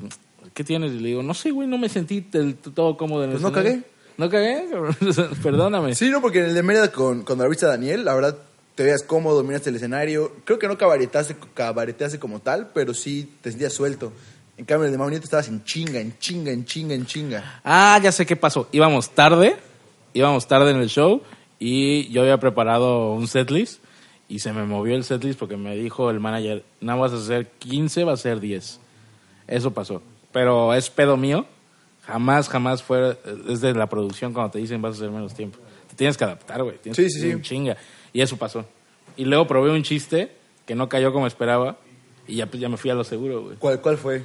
[SPEAKER 1] ¿Qué tienes? Y le digo, no sé, güey, no me sentí del todo cómodo en el
[SPEAKER 3] Pues no
[SPEAKER 1] escenario".
[SPEAKER 3] cagué.
[SPEAKER 1] No cagué, <laughs> cabrón. perdóname.
[SPEAKER 3] Sí, no, porque en el de Mérida con, con la vista de Daniel, la verdad, te veías cómodo, miraste el escenario. Creo que no cabareteaste, cabareteaste como tal, pero sí te sentías suelto. En cambio, en el de Mau Nieto estabas en chinga, en chinga, en chinga, en chinga.
[SPEAKER 1] Ah, ya sé qué pasó. Íbamos tarde, íbamos tarde en el show y yo había preparado un setlist y se me movió el setlist porque me dijo el manager, no vas a hacer 15, va a ser 10. Eso pasó. Pero es pedo mío. Jamás, jamás fue desde la producción cuando te dicen vas a hacer menos tiempo. Te tienes que adaptar, güey. Tienes
[SPEAKER 3] Sí,
[SPEAKER 1] que
[SPEAKER 3] sí,
[SPEAKER 1] hacer
[SPEAKER 3] sí.
[SPEAKER 1] un chinga. Y eso pasó. Y luego probé un chiste que no cayó como esperaba y ya, pues, ya me fui a lo seguro, güey.
[SPEAKER 3] ¿Cuál, cuál fue?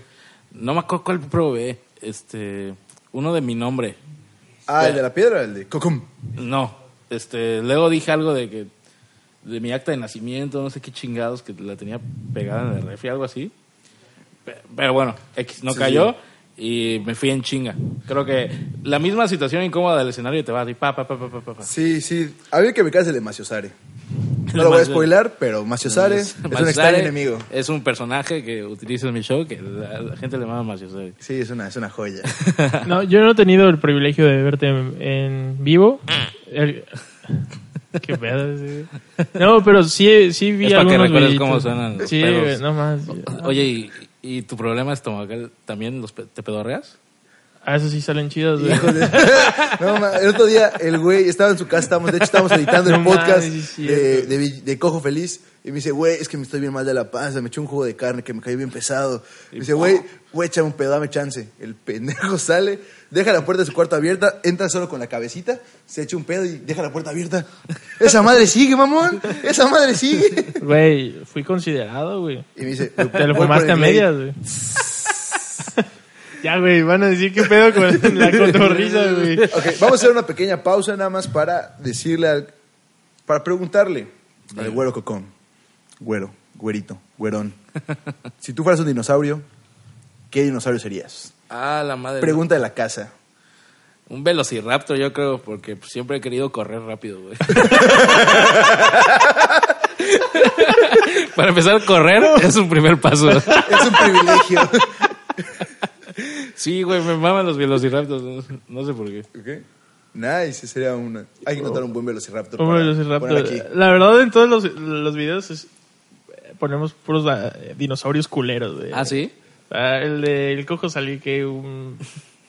[SPEAKER 1] No me acuerdo cuál probé. Este, uno de mi nombre.
[SPEAKER 3] Ah, el de la piedra, el de Cocum.
[SPEAKER 1] No, este, luego dije algo de que de mi acta de nacimiento, no sé qué chingados que la tenía pegada en el refri, algo así. Pe- Pero, bueno, X no
[SPEAKER 3] Sí,
[SPEAKER 1] cayó y me fui en chinga. Creo que la misma situación incómoda del escenario te va a pa pa pa pa pa pa. pa.
[SPEAKER 3] Sí, sí. Había que ubicarse el de Macio <laughs> Sare. No lo voy a spoilar, pero Macio Sare es un
[SPEAKER 1] Maciosare
[SPEAKER 3] extraño enemigo.
[SPEAKER 1] Es un personaje que utilizo en mi show que la, la gente le mama Maciosare.
[SPEAKER 3] Sí, es una, es una joya.
[SPEAKER 2] No, yo no he tenido el privilegio de verte en, en vivo. El- Qué pedo. sí. No, pero sí, sí vi
[SPEAKER 1] Es para que
[SPEAKER 2] algunos
[SPEAKER 1] recuerdes
[SPEAKER 2] videitos.
[SPEAKER 1] cómo suenan los
[SPEAKER 2] Sí,
[SPEAKER 1] pedos.
[SPEAKER 2] güey, no más.
[SPEAKER 1] Oye, ¿y, y tu problema estomacal también los pe- te pedorreas?
[SPEAKER 2] A eso sí salen chidos. güey.
[SPEAKER 3] Híjole. <laughs> No, ma- el otro día el güey estaba en su casa, estábamos, de hecho estábamos editando el
[SPEAKER 2] No
[SPEAKER 3] podcast
[SPEAKER 2] mames, sí es
[SPEAKER 3] de, de Vi- de Cojo Feliz y me dice, güey, es que me estoy bien mal de la panza, me eché un jugo de carne que me cayó bien pesado. Me dice, güey, güey, échame un pedo, dame chance. El pendejo <laughs> sale, deja la puerta de su cuarto abierta, entra solo con la cabecita, se echa un pedo y deja la puerta
[SPEAKER 2] <laughs>
[SPEAKER 3] abierta. Esa madre sigue, mamón, esa
[SPEAKER 2] <laughs>
[SPEAKER 3] madre sigue.
[SPEAKER 2] Güey, fui considerado, güey.
[SPEAKER 3] Y me dice,
[SPEAKER 2] Te
[SPEAKER 3] "Voy
[SPEAKER 2] lo
[SPEAKER 3] por
[SPEAKER 2] fumaste
[SPEAKER 3] el
[SPEAKER 2] a
[SPEAKER 3] Blade".
[SPEAKER 2] medias, güey. <laughs> ya, güey, van a decir qué pedo con <laughs> la cotorrisa, güey.
[SPEAKER 3] Ok, vamos a hacer una pequeña pausa nada más para decirle al, para preguntarle al güero cocón. Güero, güerito, güerón. Si tú fueras un dinosaurio, ¿qué dinosaurio serías?
[SPEAKER 1] Ah, la madre.
[SPEAKER 3] Pregunta de la casa.
[SPEAKER 1] Un velociraptor, yo creo, porque pues, siempre he querido correr rápido, <laughs> güey. Para empezar, correr es un primer paso.
[SPEAKER 3] Es un privilegio.
[SPEAKER 1] Sí, güey, me maman los velociraptors. no sé- No sé por qué.
[SPEAKER 3] Ok. Nice, sería una. Hay que encontrar un buen velociraptor.
[SPEAKER 2] Un
[SPEAKER 3] para
[SPEAKER 2] velociraptor.
[SPEAKER 3] poner aquí.
[SPEAKER 2] La verdad, en todos los, los videos es- ponemos puros eh, dinosaurios culeros, güey.
[SPEAKER 1] ¿Ah, sí?
[SPEAKER 2] Ah, el de El Cojo salió que un...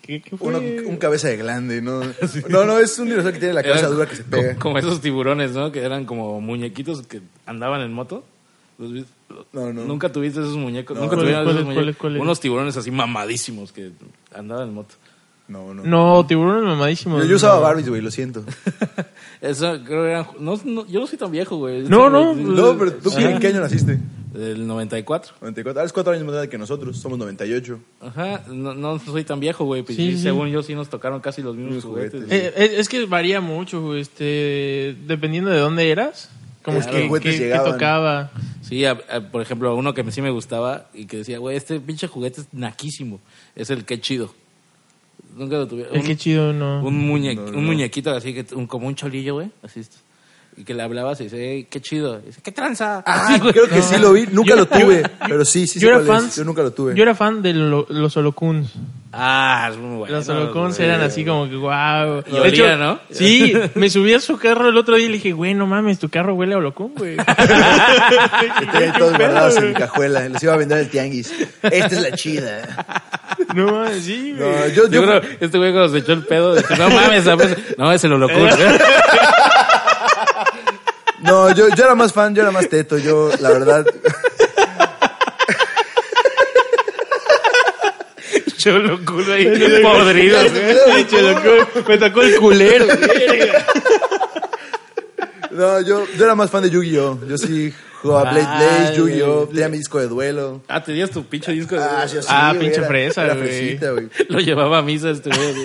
[SPEAKER 2] ¿Qué, qué fue?
[SPEAKER 3] Uno- un cabeza de glande, ¿no? No, no, es un dinosaurio que tiene la cabeza
[SPEAKER 1] Eran
[SPEAKER 3] dura que se
[SPEAKER 1] co-
[SPEAKER 3] pega.
[SPEAKER 1] Como esos tiburones, ¿no? Que eran como muñequitos que andaban en moto. ¿Los viste?
[SPEAKER 3] No, no.
[SPEAKER 1] Nunca tuviste esos muñecos.
[SPEAKER 3] No.
[SPEAKER 1] Nunca
[SPEAKER 2] ¿Cuáles,
[SPEAKER 1] tuvieron esos
[SPEAKER 2] cuáles,
[SPEAKER 1] muñecos.
[SPEAKER 2] cuáles, cuáles?
[SPEAKER 1] Unos tiburones así mamadísimos que andaban en moto.
[SPEAKER 3] No, no.
[SPEAKER 2] No, tiburones mamadísimos.
[SPEAKER 3] Yo, yo usaba
[SPEAKER 2] No.
[SPEAKER 3] Barbies, güey, lo
[SPEAKER 2] <laughs>
[SPEAKER 3] siento.
[SPEAKER 1] Eso creo que eran. no- no, yo no pues, soy tan viejo, güey.
[SPEAKER 2] No, no.
[SPEAKER 3] No, pero tú,
[SPEAKER 2] Sí.
[SPEAKER 3] ¿en qué año naciste?
[SPEAKER 1] Del 94.
[SPEAKER 3] 94. Ah, eres cuatro años más grande que nosotros. Somos 98.
[SPEAKER 1] Ajá, no, no soy tan viejo, güey. pues
[SPEAKER 2] Sí,
[SPEAKER 1] sí,
[SPEAKER 2] sí.
[SPEAKER 1] Según yo, sí nos tocaron casi los mismos
[SPEAKER 3] Los
[SPEAKER 1] juguetes.
[SPEAKER 3] juguetes.
[SPEAKER 1] güey.
[SPEAKER 2] Eh, eh, es que varía mucho, güey, este, dependiendo de dónde eras, como
[SPEAKER 3] Es que
[SPEAKER 2] que,
[SPEAKER 3] juguetes
[SPEAKER 2] que- que
[SPEAKER 3] llegaban.
[SPEAKER 2] tocaba.
[SPEAKER 1] Sí, a- a- por ejemplo, uno que sí me gustaba y que decía, güey, este pinche juguete es naquísimo. Es el que chido. Nunca lo tuve.
[SPEAKER 2] Eh, qué chido, ¿no?
[SPEAKER 1] un, muñe-
[SPEAKER 3] No,
[SPEAKER 1] un
[SPEAKER 3] no.
[SPEAKER 1] muñequito así, que, un- como un cholillo, güey. Así. Y que le hablabas y dice, "Ey, qué chido. Y dice, qué tranza.
[SPEAKER 3] Ah,
[SPEAKER 1] Así, güey.
[SPEAKER 3] creo que sí lo vi. Nunca
[SPEAKER 2] Yo-
[SPEAKER 3] lo tuve.
[SPEAKER 2] yo-
[SPEAKER 3] pero sí, sí, sé
[SPEAKER 2] yo era
[SPEAKER 3] cuál es.
[SPEAKER 2] fan.
[SPEAKER 3] Yo nunca lo tuve.
[SPEAKER 2] Yo era fan de lo- los holocuns.
[SPEAKER 1] Ah, es muy bueno.
[SPEAKER 2] los holocuns eran así como que wow.
[SPEAKER 1] Y olía, ¿no?
[SPEAKER 2] Sí, me subí a su carro el otro día y le dije, güey, no mames, tu carro huele a holocun, güey.
[SPEAKER 3] Que <laughs> tenía todos guardados en mi cajuela. Les iba a vender el tianguis. Esta es la chida.
[SPEAKER 2] no mames, sí, güey.
[SPEAKER 3] No, yo,
[SPEAKER 1] Yo
[SPEAKER 3] yo-
[SPEAKER 1] creo, este güey cuando se echó el pedo, dice, no mames, ¿sabes? no, es el holocausto.
[SPEAKER 3] no, yo, yo era más fan, yo era más <laughs> teto. Yo, la verdad.
[SPEAKER 1] cholo culo <laughs> ahí podrido. güey.
[SPEAKER 2] Me tocó el culero.
[SPEAKER 3] No, yo, yo era más fan de Yu-Gi-Oh. Yo sí jugaba Blade Blade, Yu-Gi-Oh. Tenía mi disco de duelo.
[SPEAKER 1] Ah, tenías tu pinche disco. de-
[SPEAKER 3] Ah, yo sí,
[SPEAKER 2] Ah,
[SPEAKER 3] güey,
[SPEAKER 2] pinche
[SPEAKER 3] era-
[SPEAKER 2] fresa,
[SPEAKER 3] era
[SPEAKER 2] güey.
[SPEAKER 3] fresita, güey.
[SPEAKER 1] Lo llevaba a misa este güey.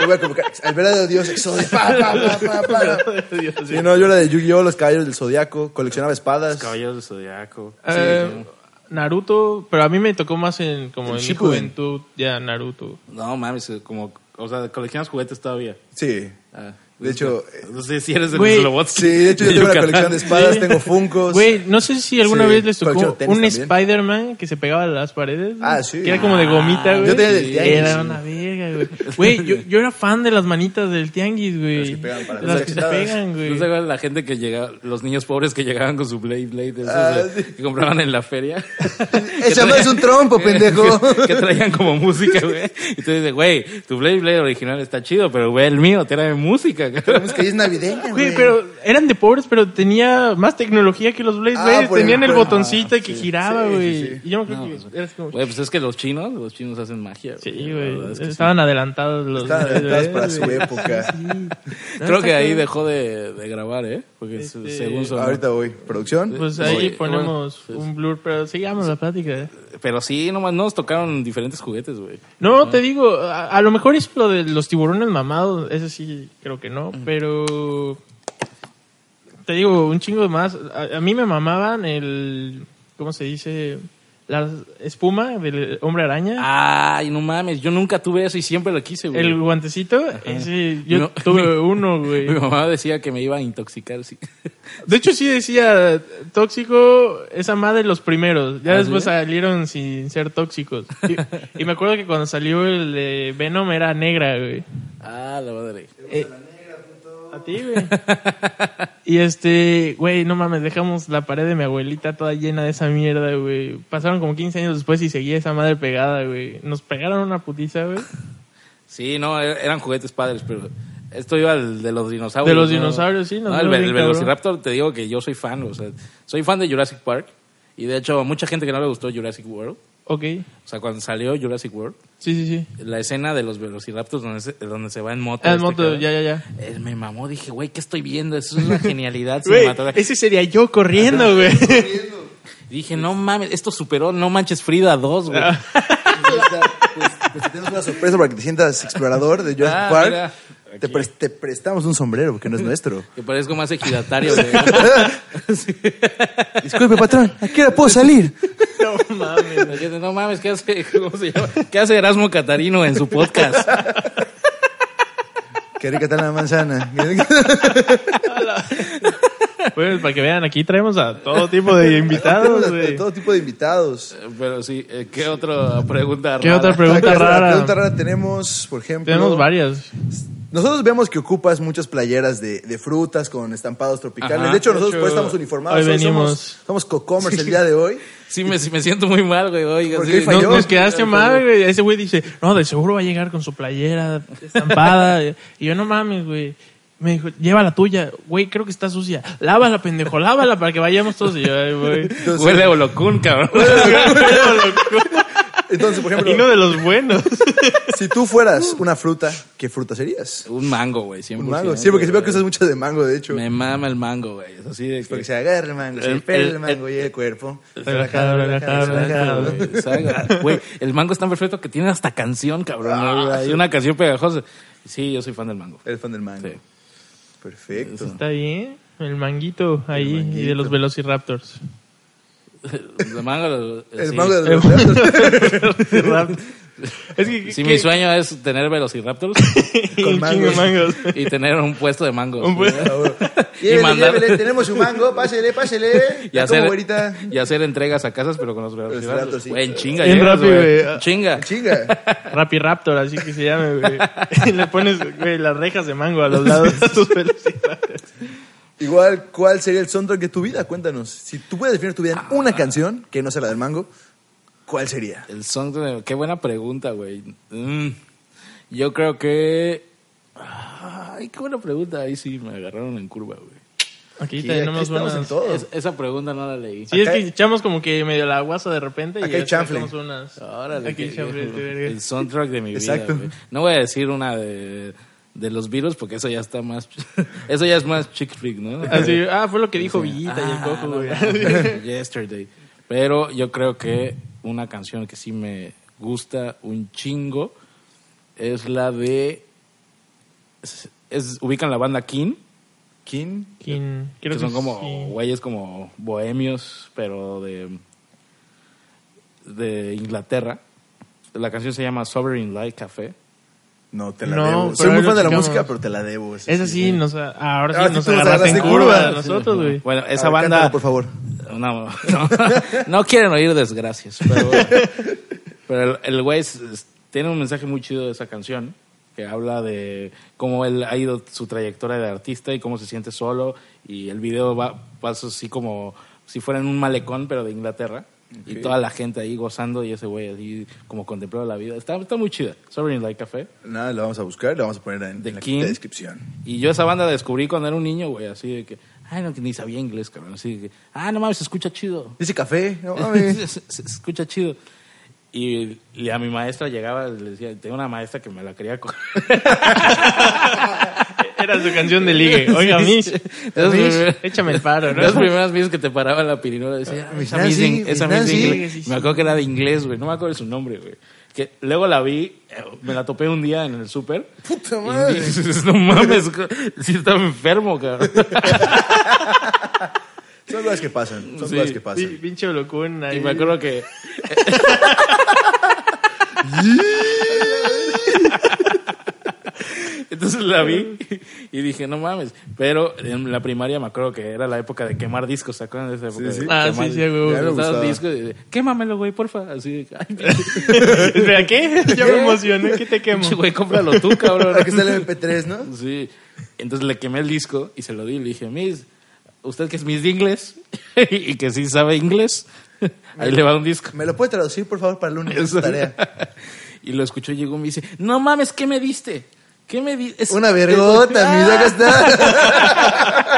[SPEAKER 3] Yo voy a convocar al verdadero dios Exodia. Pa, pa, pa, pa, pa. Sí, no, yo era de Yu-Gi-Oh, los caballeros del zodiaco, coleccionaba espadas.
[SPEAKER 1] Caballeros de Zodiaco.
[SPEAKER 2] Eh, Naruto, pero a mí me tocó más en como en,
[SPEAKER 3] En
[SPEAKER 2] mi
[SPEAKER 3] Shippuden.
[SPEAKER 2] juventud ya Naruto.
[SPEAKER 1] No mames, como, o sea, coleccionas juguetes todavía.
[SPEAKER 3] Sí.
[SPEAKER 1] Ah,
[SPEAKER 3] De hecho, eh,
[SPEAKER 1] no sé si eres de
[SPEAKER 2] Güey,
[SPEAKER 1] los Lobotsky.
[SPEAKER 3] sí, de hecho yo tengo una
[SPEAKER 1] Yucatán.
[SPEAKER 3] colección de espadas,
[SPEAKER 2] Sí.
[SPEAKER 3] tengo funcos.
[SPEAKER 2] Güey, no sé si alguna
[SPEAKER 3] Pues, Sí,
[SPEAKER 2] vez les tocó
[SPEAKER 3] colecciono tenis
[SPEAKER 2] un
[SPEAKER 3] también.
[SPEAKER 2] Spider-Man que se pegaba a las paredes.
[SPEAKER 3] Ah, sí. Ah,
[SPEAKER 2] Que era como de gomita, güey.
[SPEAKER 3] tenía del tianguis,
[SPEAKER 2] Era
[SPEAKER 3] sí.
[SPEAKER 2] una verga, güey. Güey, yo, yo era fan de las manitas del tianguis, güey. Las
[SPEAKER 3] que pegan para
[SPEAKER 2] Las
[SPEAKER 3] las
[SPEAKER 2] que se
[SPEAKER 3] cachetadas.
[SPEAKER 2] pegan,
[SPEAKER 1] ¿No se
[SPEAKER 2] güey.
[SPEAKER 1] acuerdan la gente que llegaba, los niños pobres que llegaban con su Blade Blade, esos
[SPEAKER 3] Ah,
[SPEAKER 1] de-
[SPEAKER 3] sí.
[SPEAKER 1] que compraban en la <laughs> feria?
[SPEAKER 3] Esa madre es un trompo, pendejo.
[SPEAKER 1] que, que traían como música, güey. Y tú dices, güey, tu Blade Blade original está chido, pero güey, el mío trae música. cabrón.
[SPEAKER 3] Es que ya es navideña,
[SPEAKER 2] Güey, pero eran de pobres, pero tenía más tecnología que los Blaze
[SPEAKER 3] Ah,
[SPEAKER 2] Blades.
[SPEAKER 3] por
[SPEAKER 2] Tenían el
[SPEAKER 3] ejemplo. Ah,
[SPEAKER 2] botoncito que giraba,
[SPEAKER 3] sí, sí,
[SPEAKER 2] güey.
[SPEAKER 3] sí.
[SPEAKER 2] Y yo me acuerdo
[SPEAKER 1] No,
[SPEAKER 2] que
[SPEAKER 1] pues,
[SPEAKER 2] era así como...
[SPEAKER 1] Güey, pues es que los chinos, los chinos hacen magia.
[SPEAKER 2] Sí,
[SPEAKER 1] la
[SPEAKER 2] güey.
[SPEAKER 1] verdad es que sí.
[SPEAKER 2] Estaban adelantados los
[SPEAKER 3] Estaban adelantados para su
[SPEAKER 2] güey.
[SPEAKER 3] época.
[SPEAKER 1] Creo que ahí dejó de, de grabar, ¿eh? Porque se-
[SPEAKER 2] Este-
[SPEAKER 1] según sonó.
[SPEAKER 3] Ahorita voy. ¿Producción?
[SPEAKER 2] Pues
[SPEAKER 1] Oye,
[SPEAKER 2] ahí
[SPEAKER 1] bueno, pues,
[SPEAKER 2] ponemos un blur, pero sigamos la plática. ¿eh?
[SPEAKER 1] Pero sí, nomás no nos tocaron diferentes juguetes, güey.
[SPEAKER 2] No, te digo, a, a lo mejor es lo de los tiburones mamados, eso sí creo que no, pero te digo, un chingo más. A, a mí me mamaban el, ¿cómo se dice? La espuma del hombre araña,
[SPEAKER 1] Ay, no mames, yo nunca tuve eso y siempre lo quise, Ah, güey.
[SPEAKER 2] el guantecito, ese, yo
[SPEAKER 1] No.
[SPEAKER 2] tuve uno,
[SPEAKER 1] <laughs>
[SPEAKER 2] güey.
[SPEAKER 1] Mi mamá decía que me iba a intoxicar, sí.
[SPEAKER 2] De hecho, sí decía tóxico, esa madre los primeros. Ya
[SPEAKER 1] ¿Ah,
[SPEAKER 2] después
[SPEAKER 1] sí?
[SPEAKER 2] salieron sin ser tóxicos. Y, y me acuerdo que cuando salió el de Venom era negra, güey.
[SPEAKER 1] Ah, la madre.
[SPEAKER 2] Eh, a ti, güey. <laughs> y este, güey, no mames, dejamos la pared de mi abuelita toda llena de esa mierda, güey. Pasaron como 15 años después y seguía esa madre pegada, güey. Nos pegaron una putiza, güey.
[SPEAKER 1] Sí, no, er- eran juguetes padres, pero esto iba al de los dinosaurios.
[SPEAKER 2] De los
[SPEAKER 1] ¿no?
[SPEAKER 2] dinosaurios, sí, nos
[SPEAKER 1] No, el,
[SPEAKER 2] vemos
[SPEAKER 1] ve-
[SPEAKER 2] bien,
[SPEAKER 1] el
[SPEAKER 2] cabrón.
[SPEAKER 1] Velociraptor, te digo que yo soy fan, o sea, soy fan de Jurassic Park. Y de hecho, mucha gente que no le gustó Jurassic World,
[SPEAKER 2] Ok.
[SPEAKER 1] o sea, cuando salió Jurassic World,
[SPEAKER 2] Sí, sí, sí.
[SPEAKER 1] la escena de los Velociraptors donde se, donde se va en moto.
[SPEAKER 2] Ah, en
[SPEAKER 1] este
[SPEAKER 2] moto,
[SPEAKER 1] cabrón.
[SPEAKER 2] ya, ya, ya.
[SPEAKER 1] Eh, me mamó, dije, güey, ¿qué estoy viendo? Eso es una genialidad
[SPEAKER 2] Güey,
[SPEAKER 1] cinematográfica.
[SPEAKER 2] ese sería yo corriendo, güey.
[SPEAKER 1] Dije, no mames, esto superó No Manches Frida 2, güey.
[SPEAKER 3] Pues, pues te tenemos una sorpresa para que te sientas explorador de Jurassic
[SPEAKER 1] Ah, mira.
[SPEAKER 3] Park. Te, pres- te prestamos un sombrero porque no es nuestro.
[SPEAKER 1] Que parezco más ejidatario, güey. <laughs>
[SPEAKER 3] Disculpe, patrón, ¿a qué hora puedo salir?
[SPEAKER 2] <laughs> no mames.
[SPEAKER 1] Yo dije, No mames, ¿qué hace, cómo se llama? ¿Qué hace Erasmo Catarino en su podcast?
[SPEAKER 3] Qué rica está la manzana.
[SPEAKER 2] Pues para que vean, aquí traemos a todo tipo <laughs> de invitados, güey.
[SPEAKER 3] Todo tipo de invitados.
[SPEAKER 1] Pero sí, eh, ¿qué otra pregunta?
[SPEAKER 2] ¿Qué
[SPEAKER 1] rara?
[SPEAKER 2] otra pregunta
[SPEAKER 3] La
[SPEAKER 2] rara?
[SPEAKER 3] Pregunta rara tenemos, por ejemplo.
[SPEAKER 2] Tenemos varias.
[SPEAKER 3] Nosotros vemos que ocupas muchas playeras de, de frutas con estampados tropicales.
[SPEAKER 1] Ajá.
[SPEAKER 3] de hecho,
[SPEAKER 2] De
[SPEAKER 3] nosotros
[SPEAKER 2] hecho,
[SPEAKER 3] pues estamos uniformados.
[SPEAKER 2] hoy
[SPEAKER 3] Hoy
[SPEAKER 2] venimos.
[SPEAKER 3] Somos, somos co-commerce el día de hoy.
[SPEAKER 1] Sí, me, sí me siento muy mal, güey. Oiga,
[SPEAKER 3] ¿Por
[SPEAKER 1] sí,
[SPEAKER 3] qué
[SPEAKER 1] no-
[SPEAKER 3] falló?
[SPEAKER 2] Nos,
[SPEAKER 3] Yo-
[SPEAKER 2] nos quedaste mal, güey. Ese güey dice, no, de seguro va a llegar con su playera <laughs> estampada. y yo, no mames, güey. Me dijo, lleva la tuya. Güey, creo que está sucia. Lávala, pendejo, lávala para que vayamos todos. Y yo, ay, güey.
[SPEAKER 1] <laughs>
[SPEAKER 3] Entonces,
[SPEAKER 1] huele a holocún, cabrón.
[SPEAKER 3] entonces,
[SPEAKER 2] <laughs> <laughs>
[SPEAKER 3] por
[SPEAKER 2] Y no
[SPEAKER 3] ejemplo,
[SPEAKER 2] de los buenos.
[SPEAKER 3] si tú fueras una fruta, ¿qué fruta serías?
[SPEAKER 1] Un mango, güey. 100%,
[SPEAKER 3] Un mango. Sí, porque se veo que usas mucho de mango, de hecho.
[SPEAKER 1] Me mama el mango, güey. Es así de que...
[SPEAKER 3] Porque se agarra el mango, se
[SPEAKER 1] El-
[SPEAKER 3] le pega
[SPEAKER 1] el-
[SPEAKER 3] el mango y el cuerpo.
[SPEAKER 2] Relajado, relajado, relajado, güey.
[SPEAKER 1] Saga. Güey, el mango es tan perfecto que tiene hasta canción, cabrón.
[SPEAKER 3] Ah,
[SPEAKER 1] Hay una canción pegajosa. Sí, yo soy fan del mango.
[SPEAKER 3] Eres fan del mango.
[SPEAKER 1] Sí.
[SPEAKER 3] Perfecto.
[SPEAKER 2] Está bien. El manguito ahí y de los Velociraptors.
[SPEAKER 1] El mango,
[SPEAKER 3] El
[SPEAKER 1] sí.
[SPEAKER 3] mango de los Raptors,
[SPEAKER 2] <laughs> Es que,
[SPEAKER 1] Si mi
[SPEAKER 2] <laughs>
[SPEAKER 1] sueño es tener velociraptors
[SPEAKER 3] con
[SPEAKER 2] con
[SPEAKER 3] mangos.
[SPEAKER 2] <laughs> mangos.
[SPEAKER 1] y tener un puesto de mango.
[SPEAKER 2] Un buen-
[SPEAKER 3] por favor.
[SPEAKER 1] <laughs> Y
[SPEAKER 3] Llévele,
[SPEAKER 1] mandar-
[SPEAKER 3] llévele, tenemos un mango, pásele, pásele.
[SPEAKER 1] Y
[SPEAKER 3] Ya como
[SPEAKER 1] hacer,
[SPEAKER 3] güerita.
[SPEAKER 1] y hacer entregas a casas, pero con los velociraptors.
[SPEAKER 3] Velociraptors, sí.
[SPEAKER 1] Güey, en chinga,
[SPEAKER 2] En
[SPEAKER 1] llegas,
[SPEAKER 2] Rappi,
[SPEAKER 1] güey.
[SPEAKER 2] güey.
[SPEAKER 1] Chinga.
[SPEAKER 3] Chinga.
[SPEAKER 2] Rappi Raptor, así que se llama,
[SPEAKER 3] <laughs>
[SPEAKER 2] güey. <laughs> Le pones, güey, las rejas de mango a los lados de tus velociraptors.
[SPEAKER 3] Igual, ¿cuál sería el soundtrack de tu vida? Cuéntanos. Si tú puedes definir tu
[SPEAKER 1] Ah.
[SPEAKER 3] vida en una canción, que no sea la del mango, ¿cuál sería?
[SPEAKER 1] El song de- Qué buena pregunta, güey. Mm. Yo creo que... Ay, qué buena pregunta. Ahí sí me agarraron en curva, güey.
[SPEAKER 2] Aquí
[SPEAKER 3] Aquí-
[SPEAKER 2] tenemos
[SPEAKER 3] aquí estamos
[SPEAKER 2] unas-
[SPEAKER 3] en todo.
[SPEAKER 1] Es- esa pregunta no la leí.
[SPEAKER 2] Sí,
[SPEAKER 3] Acá
[SPEAKER 2] es
[SPEAKER 3] hay-
[SPEAKER 2] que echamos como que medio la guasa de repente
[SPEAKER 3] Acá
[SPEAKER 2] y
[SPEAKER 3] hay
[SPEAKER 2] ya
[SPEAKER 3] chanfle.
[SPEAKER 2] sacamos unas.
[SPEAKER 1] Órale,
[SPEAKER 2] Aquí
[SPEAKER 1] que-
[SPEAKER 2] chanfle, de verga.
[SPEAKER 1] el soundtrack de mi
[SPEAKER 3] Exacto.
[SPEAKER 1] vida. güey. No voy a decir una de, de los Beatles porque eso ya está más. Eso ya es más chick flick, ¿no?
[SPEAKER 2] Así, ah, fue lo que dijo Villita y el
[SPEAKER 1] Ah,
[SPEAKER 2] coco,
[SPEAKER 1] no,
[SPEAKER 2] güey. <laughs>
[SPEAKER 3] <laughs>
[SPEAKER 1] no, yesterday. Pero yo creo que una canción que sí me gusta un chingo es la de. Es, es- ubican la banda King,
[SPEAKER 3] ¿Quién?
[SPEAKER 2] ¿Quién? Creo
[SPEAKER 1] que son como
[SPEAKER 2] sí.
[SPEAKER 1] güeyes como bohemios, pero de. de Inglaterra. La canción se llama Sovereign Light Café.
[SPEAKER 3] No, te la
[SPEAKER 2] No,
[SPEAKER 3] debo.
[SPEAKER 2] pero
[SPEAKER 3] Soy muy
[SPEAKER 2] ahí lo
[SPEAKER 3] fan de la
[SPEAKER 2] checamos.
[SPEAKER 3] música, pero te la debo. esa
[SPEAKER 2] Esa
[SPEAKER 3] sí.
[SPEAKER 2] sí, nos, ahora sí
[SPEAKER 3] Ahora Ah, sí
[SPEAKER 2] nos
[SPEAKER 3] tú nos
[SPEAKER 2] agarraste en
[SPEAKER 3] agarraste en
[SPEAKER 2] curva
[SPEAKER 3] curva.
[SPEAKER 2] a nosotros, güey.
[SPEAKER 1] Bueno,
[SPEAKER 3] A
[SPEAKER 1] esa
[SPEAKER 3] ver,
[SPEAKER 1] banda.
[SPEAKER 3] cántala, por favor.
[SPEAKER 1] No, no, <laughs> no quieren oír desgracias. Pero, pero el- el güey es- es- tiene un mensaje muy chido de esa canción que habla de cómo él ha ido su trayectoria de artista y cómo se siente solo. Y el video va pasa así como si fuera en un malecón, pero de Inglaterra. Y toda la gente ahí gozando y ese güey así como contemplando la vida. Está, está muy chida. Sovereign Light Café.
[SPEAKER 3] Nada, la vamos a buscar y la vamos a poner en,
[SPEAKER 1] The
[SPEAKER 3] en la
[SPEAKER 1] King.
[SPEAKER 3] descripción.
[SPEAKER 1] Y yo esa banda la descubrí cuando era un niño, güey, así de que, ay, no, que ni sabía inglés, cabrón. Así de que, ah, no mames, se escucha chido.
[SPEAKER 3] Dice café, no
[SPEAKER 1] <laughs>
[SPEAKER 3] mames.
[SPEAKER 1] se, se- se escucha chido. Y, y a mi maestra llegaba, le decía, tengo una maestra que me la quería <laughs> coger.
[SPEAKER 2] Era su canción
[SPEAKER 1] <laughs>
[SPEAKER 2] de <laughs> ligue. Oiga, Mish,
[SPEAKER 1] Esas
[SPEAKER 2] Mish,
[SPEAKER 1] primeras-
[SPEAKER 2] échame el
[SPEAKER 1] <laughs>
[SPEAKER 2] paro, ¿no?
[SPEAKER 1] Las primeras veces que te paraba la pirinola decía,
[SPEAKER 3] Ah,
[SPEAKER 1] esa
[SPEAKER 3] Miss
[SPEAKER 1] Miss
[SPEAKER 3] Nancy,
[SPEAKER 1] Ing- esa
[SPEAKER 3] Miss
[SPEAKER 1] Miss
[SPEAKER 3] Nancy".
[SPEAKER 1] Inglés.
[SPEAKER 2] Sí, sí, sí.
[SPEAKER 1] Me acuerdo que era de inglés, güey, no me acuerdo de su nombre, güey. Que luego la vi, eh, me la topé un día en el súper.
[SPEAKER 3] Puta
[SPEAKER 1] Y <laughs>
[SPEAKER 3] madre.
[SPEAKER 1] dices, no mames, <laughs> si estaba enfermo, cabrón.
[SPEAKER 3] Son cosas que pasan. Son
[SPEAKER 1] Sí.
[SPEAKER 3] cosas que
[SPEAKER 2] Pi-
[SPEAKER 3] pasan.
[SPEAKER 2] Pinche locón ahí.
[SPEAKER 1] Y me acuerdo
[SPEAKER 3] <laughs>
[SPEAKER 1] que Entonces la vi y dije, no mames. Pero en la primaria me acuerdo que era la época de quemar discos, ¿se acuerdan de esa época? de
[SPEAKER 3] Sí, sí.
[SPEAKER 2] Ah,
[SPEAKER 1] quemar
[SPEAKER 2] sí, sí, güey.
[SPEAKER 3] Ya me
[SPEAKER 1] Estabas
[SPEAKER 3] gustaba.
[SPEAKER 1] discos y de, quémamelo, güey, porfa. Así de, ay, pinche <laughs>
[SPEAKER 2] Espera, ¿qué? Yo me emocioné, ¿qué te quemo?
[SPEAKER 1] güey, cómpralo tú, cabrón.
[SPEAKER 3] Ahora que está el MP3, ¿no?
[SPEAKER 1] Sí. Entonces le quemé el disco y se lo di. y Le dije, Miss, usted que es Miss de inglés <laughs> y que sí sabe inglés, <laughs> ahí le va un disco.
[SPEAKER 3] ¿Me lo puede traducir, por favor, para el lunes?
[SPEAKER 1] Eso.
[SPEAKER 3] Tarea.
[SPEAKER 1] <laughs> Y lo escuchó y llegó y me dice, no mames, ¿qué me diste? ¿Qué me diste?
[SPEAKER 3] Una
[SPEAKER 1] Ah.
[SPEAKER 3] vergota, mis acá está.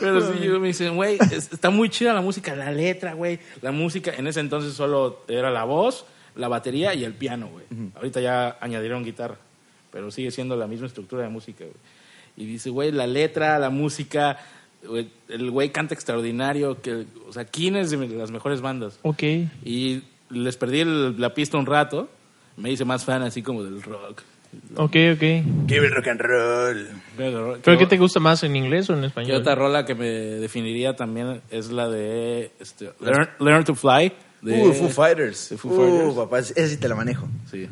[SPEAKER 1] Pero sí, yo me dicen, güey, es- está muy chida la música, la letra, güey. La música, en ese entonces solo era la voz, la batería y el piano, güey. Ahorita ya añadieron guitarra, pero sigue siendo la misma estructura de música, güey. Y dice, güey, la letra, la música, güey, el güey canta extraordinario, que, o sea, ¿quién es de mi- las mejores bandas?
[SPEAKER 2] Ok.
[SPEAKER 1] Y les perdí el- la pista un rato, me hice más fan así como del rock.
[SPEAKER 2] Ok, ok.
[SPEAKER 3] Give it rock and roll.
[SPEAKER 1] Pero,
[SPEAKER 2] ¿Pero qué te gusta más en inglés o en
[SPEAKER 1] Y
[SPEAKER 2] español?
[SPEAKER 1] otra rola que me definiría también es la de este, Learn, Learn to Fly. De,
[SPEAKER 3] Uh, Foo Fighters.
[SPEAKER 1] de Foo
[SPEAKER 3] Uh,
[SPEAKER 1] Fighters.
[SPEAKER 3] papá, esa sí te la manejo.
[SPEAKER 1] Sí.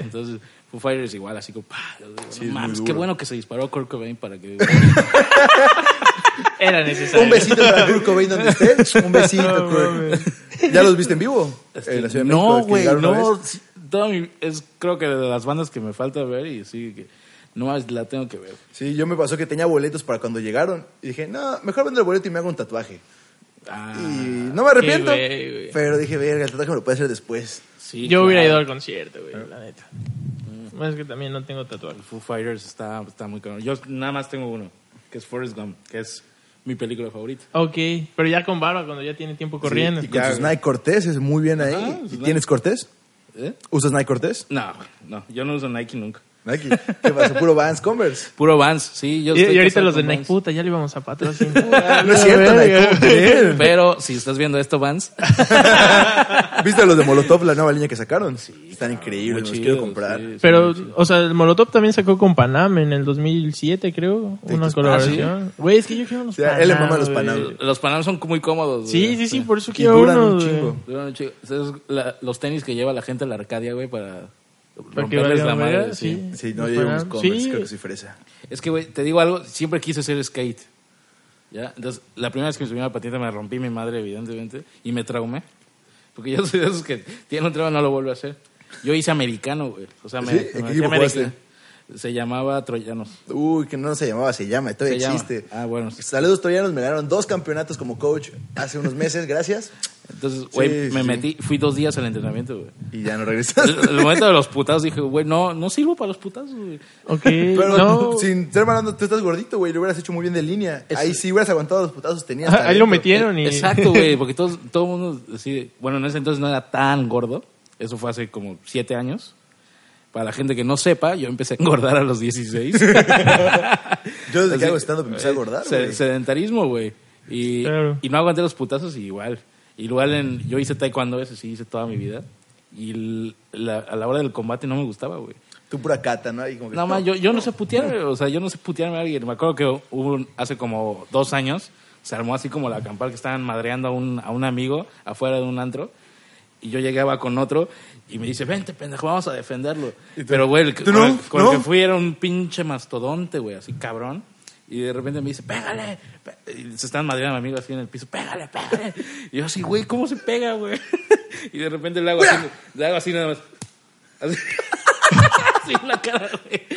[SPEAKER 1] Entonces, Foo Fighters igual, así como, pa, yo digo, no
[SPEAKER 3] es muy
[SPEAKER 1] mames, qué
[SPEAKER 3] duro.
[SPEAKER 1] bueno que se disparó Kurt Cobain para
[SPEAKER 3] <laughs>
[SPEAKER 1] que.
[SPEAKER 2] <laughs>
[SPEAKER 1] <laughs>
[SPEAKER 2] Era necesario.
[SPEAKER 3] Un besito para Kurt Cobain donde estés.
[SPEAKER 1] <laughs>
[SPEAKER 3] Un besito,
[SPEAKER 2] No,
[SPEAKER 3] Kurt. ¿Ya los viste en vivo? En la
[SPEAKER 1] Este,
[SPEAKER 3] Ciudad de México,
[SPEAKER 1] no,
[SPEAKER 3] que
[SPEAKER 1] güey,
[SPEAKER 3] llegaron una
[SPEAKER 1] no.
[SPEAKER 3] vez.
[SPEAKER 1] sí, toda mi- es creo que de las bandas que me falta ver y sí, que no mames, la tengo que ver.
[SPEAKER 3] Sí, yo me pasó que tenía boletos para cuando llegaron. Y dije, no, mejor vendo el boleto y me hago un tatuaje.
[SPEAKER 1] Ah,
[SPEAKER 3] Y no me arrepiento.
[SPEAKER 2] güey, güey.
[SPEAKER 3] Pero dije, verga, el tatuaje me lo puede hacer después.
[SPEAKER 1] sí,
[SPEAKER 2] Yo hubiera
[SPEAKER 1] claro. Mm.
[SPEAKER 2] ido al concierto, güey, la neta. Es que también no tengo tatuaje.
[SPEAKER 1] Foo Fighters está, está muy cabrón. Yo nada más tengo uno, que es Forrest Gump, que es mi película favorita.
[SPEAKER 2] Ok, pero ya con barba cuando ya tiene tiempo corriendo.
[SPEAKER 3] Sí, y con
[SPEAKER 1] Ya,
[SPEAKER 3] sus
[SPEAKER 1] güey.
[SPEAKER 3] Nike Cortés es muy bien ahí.
[SPEAKER 1] Ajá,
[SPEAKER 3] ¿Y
[SPEAKER 1] sus Nike.
[SPEAKER 3] tienes Cortés?
[SPEAKER 1] ¿Eh?
[SPEAKER 3] ¿Usas Nike Cortés?
[SPEAKER 1] No, no, yo no uso Nike nunca.
[SPEAKER 3] Nike. ¿Qué pasa? Puro Vans Converse.
[SPEAKER 1] Puro Vans, sí. Yo
[SPEAKER 2] Y,
[SPEAKER 1] estoy
[SPEAKER 2] y ahorita
[SPEAKER 1] casado
[SPEAKER 2] los de
[SPEAKER 1] con
[SPEAKER 2] Nike,
[SPEAKER 1] Vans.
[SPEAKER 2] puta, ya le íbamos a
[SPEAKER 3] <laughs>
[SPEAKER 2] patrocinar.
[SPEAKER 3] Ah,
[SPEAKER 2] <laughs>
[SPEAKER 3] No es cierto, Nike. ¿cómo crees?
[SPEAKER 1] Pero si estás viendo esto, Vans,
[SPEAKER 3] ¿Viste los de Molotov, la nueva línea que sacaron? Están
[SPEAKER 1] muy
[SPEAKER 3] increíbles, los
[SPEAKER 1] chidos,
[SPEAKER 3] quiero comprar.
[SPEAKER 1] sí, sí,
[SPEAKER 2] Pero,
[SPEAKER 1] sí.
[SPEAKER 2] o sea, el Molotov también sacó con Panam en el 2007, creo. Una
[SPEAKER 3] tus-
[SPEAKER 2] colaboración. Güey, es que yo quiero unos
[SPEAKER 3] O sea, él le mama
[SPEAKER 2] Panam,
[SPEAKER 3] los
[SPEAKER 2] güey.
[SPEAKER 3] Panam.
[SPEAKER 1] los Panam son muy cómodos.
[SPEAKER 2] Sí,
[SPEAKER 1] güey.
[SPEAKER 2] sí, sí, por eso
[SPEAKER 3] Y
[SPEAKER 2] quiero
[SPEAKER 3] duran un
[SPEAKER 2] unos, güey.
[SPEAKER 3] chingo.
[SPEAKER 1] Duran un chingo. Esos son la- los tenis que lleva la gente a la Arcadia, güey, para
[SPEAKER 2] Para que
[SPEAKER 1] romperles
[SPEAKER 2] valgan
[SPEAKER 1] la
[SPEAKER 2] verga,
[SPEAKER 1] madre. sí.
[SPEAKER 3] Sí, no, yo llevo mis
[SPEAKER 2] Panam.
[SPEAKER 3] Converse,
[SPEAKER 2] Sí.
[SPEAKER 3] creo que soy fresa.
[SPEAKER 1] Es que, güey, te digo algo, siempre quise hacer skate. ¿Ya? Entonces, la primera vez que me subí a una patineta me rompí mi madre, evidentemente, y me traumé. Porque yo <laughs> soy de esos que tiene un trauma no lo vuelvo a hacer. Yo hice americano, güey. O sea, me,
[SPEAKER 3] ¿Sí? ¿En
[SPEAKER 1] me
[SPEAKER 3] qué
[SPEAKER 1] metí
[SPEAKER 3] equipo
[SPEAKER 1] americano.
[SPEAKER 3] jugaste?
[SPEAKER 1] Se llamaba Troyanos.
[SPEAKER 3] Uy, que no se llamaba, se llama, todavía
[SPEAKER 1] Se llama.
[SPEAKER 3] existe.
[SPEAKER 1] Ah, bueno.
[SPEAKER 3] Saludos troyanos, me ganaron dos campeonatos como coach hace unos meses, gracias.
[SPEAKER 1] Entonces, güey,
[SPEAKER 3] Sí, sí,
[SPEAKER 1] me
[SPEAKER 3] sí.
[SPEAKER 1] metí, fui dos días al entrenamiento, güey.
[SPEAKER 3] Y ya no
[SPEAKER 1] El,
[SPEAKER 3] regresaste.
[SPEAKER 1] el momento de los putazos dije, güey, no, no sirvo para los putazos, güey.
[SPEAKER 2] Ok,
[SPEAKER 3] <laughs> Pero
[SPEAKER 2] no.
[SPEAKER 3] sin ser malando, tú estás gordito, güey, lo hubieras hecho muy bien de línea. Ahí sí hubieras aguantado los putazos, tenías.
[SPEAKER 2] Ah, Ahí lo
[SPEAKER 3] talento.
[SPEAKER 2] metieron y.
[SPEAKER 1] Exacto, güey, porque todos, todo el mundo decide. Bueno, en ese entonces no era tan gordo. Eso fue hace como siete años. Para la gente que no sepa, yo empecé a engordar a los 16.
[SPEAKER 3] Yo desde que
[SPEAKER 1] Así- eh,
[SPEAKER 3] hago stand-up empecé a <laughs> engordar,
[SPEAKER 1] Se-
[SPEAKER 3] güey.
[SPEAKER 1] sedentarismo, güey. Y,
[SPEAKER 2] Claro.
[SPEAKER 1] y no aguanté los putazos y igual. Igual en, yo hice taekwondo, eso sí hice toda mi vida. Y l- la- a la hora del combate no me gustaba, güey.
[SPEAKER 3] Tú pura cata, ¿no? Ahí como que,
[SPEAKER 1] Nada más, yo, yo no sé putear, güey. o sea, yo no sé putearme a alguien. Me acuerdo que hubo un- hace como dos años, se armó así como la campal que estaban madreando a un, a un amigo afuera de un antro. Y yo llegaba con otro y me dice, vente, pendejo, vamos a defenderlo. Pero, güey, el que-
[SPEAKER 3] ¿Tú
[SPEAKER 1] con,
[SPEAKER 3] no?
[SPEAKER 1] el, con
[SPEAKER 3] ¿No?
[SPEAKER 1] el que fui era un pinche mastodonte, güey, así cabrón. Y de repente me dice, pégale. pe- Y se están madreando a mi amigo así en el piso, pégale, pégale. Y yo así, güey, ¿cómo se pega, güey? <laughs> Y de repente le hago así, le hago así nada más. Así, <laughs> así en la cara, güey.
[SPEAKER 2] <laughs>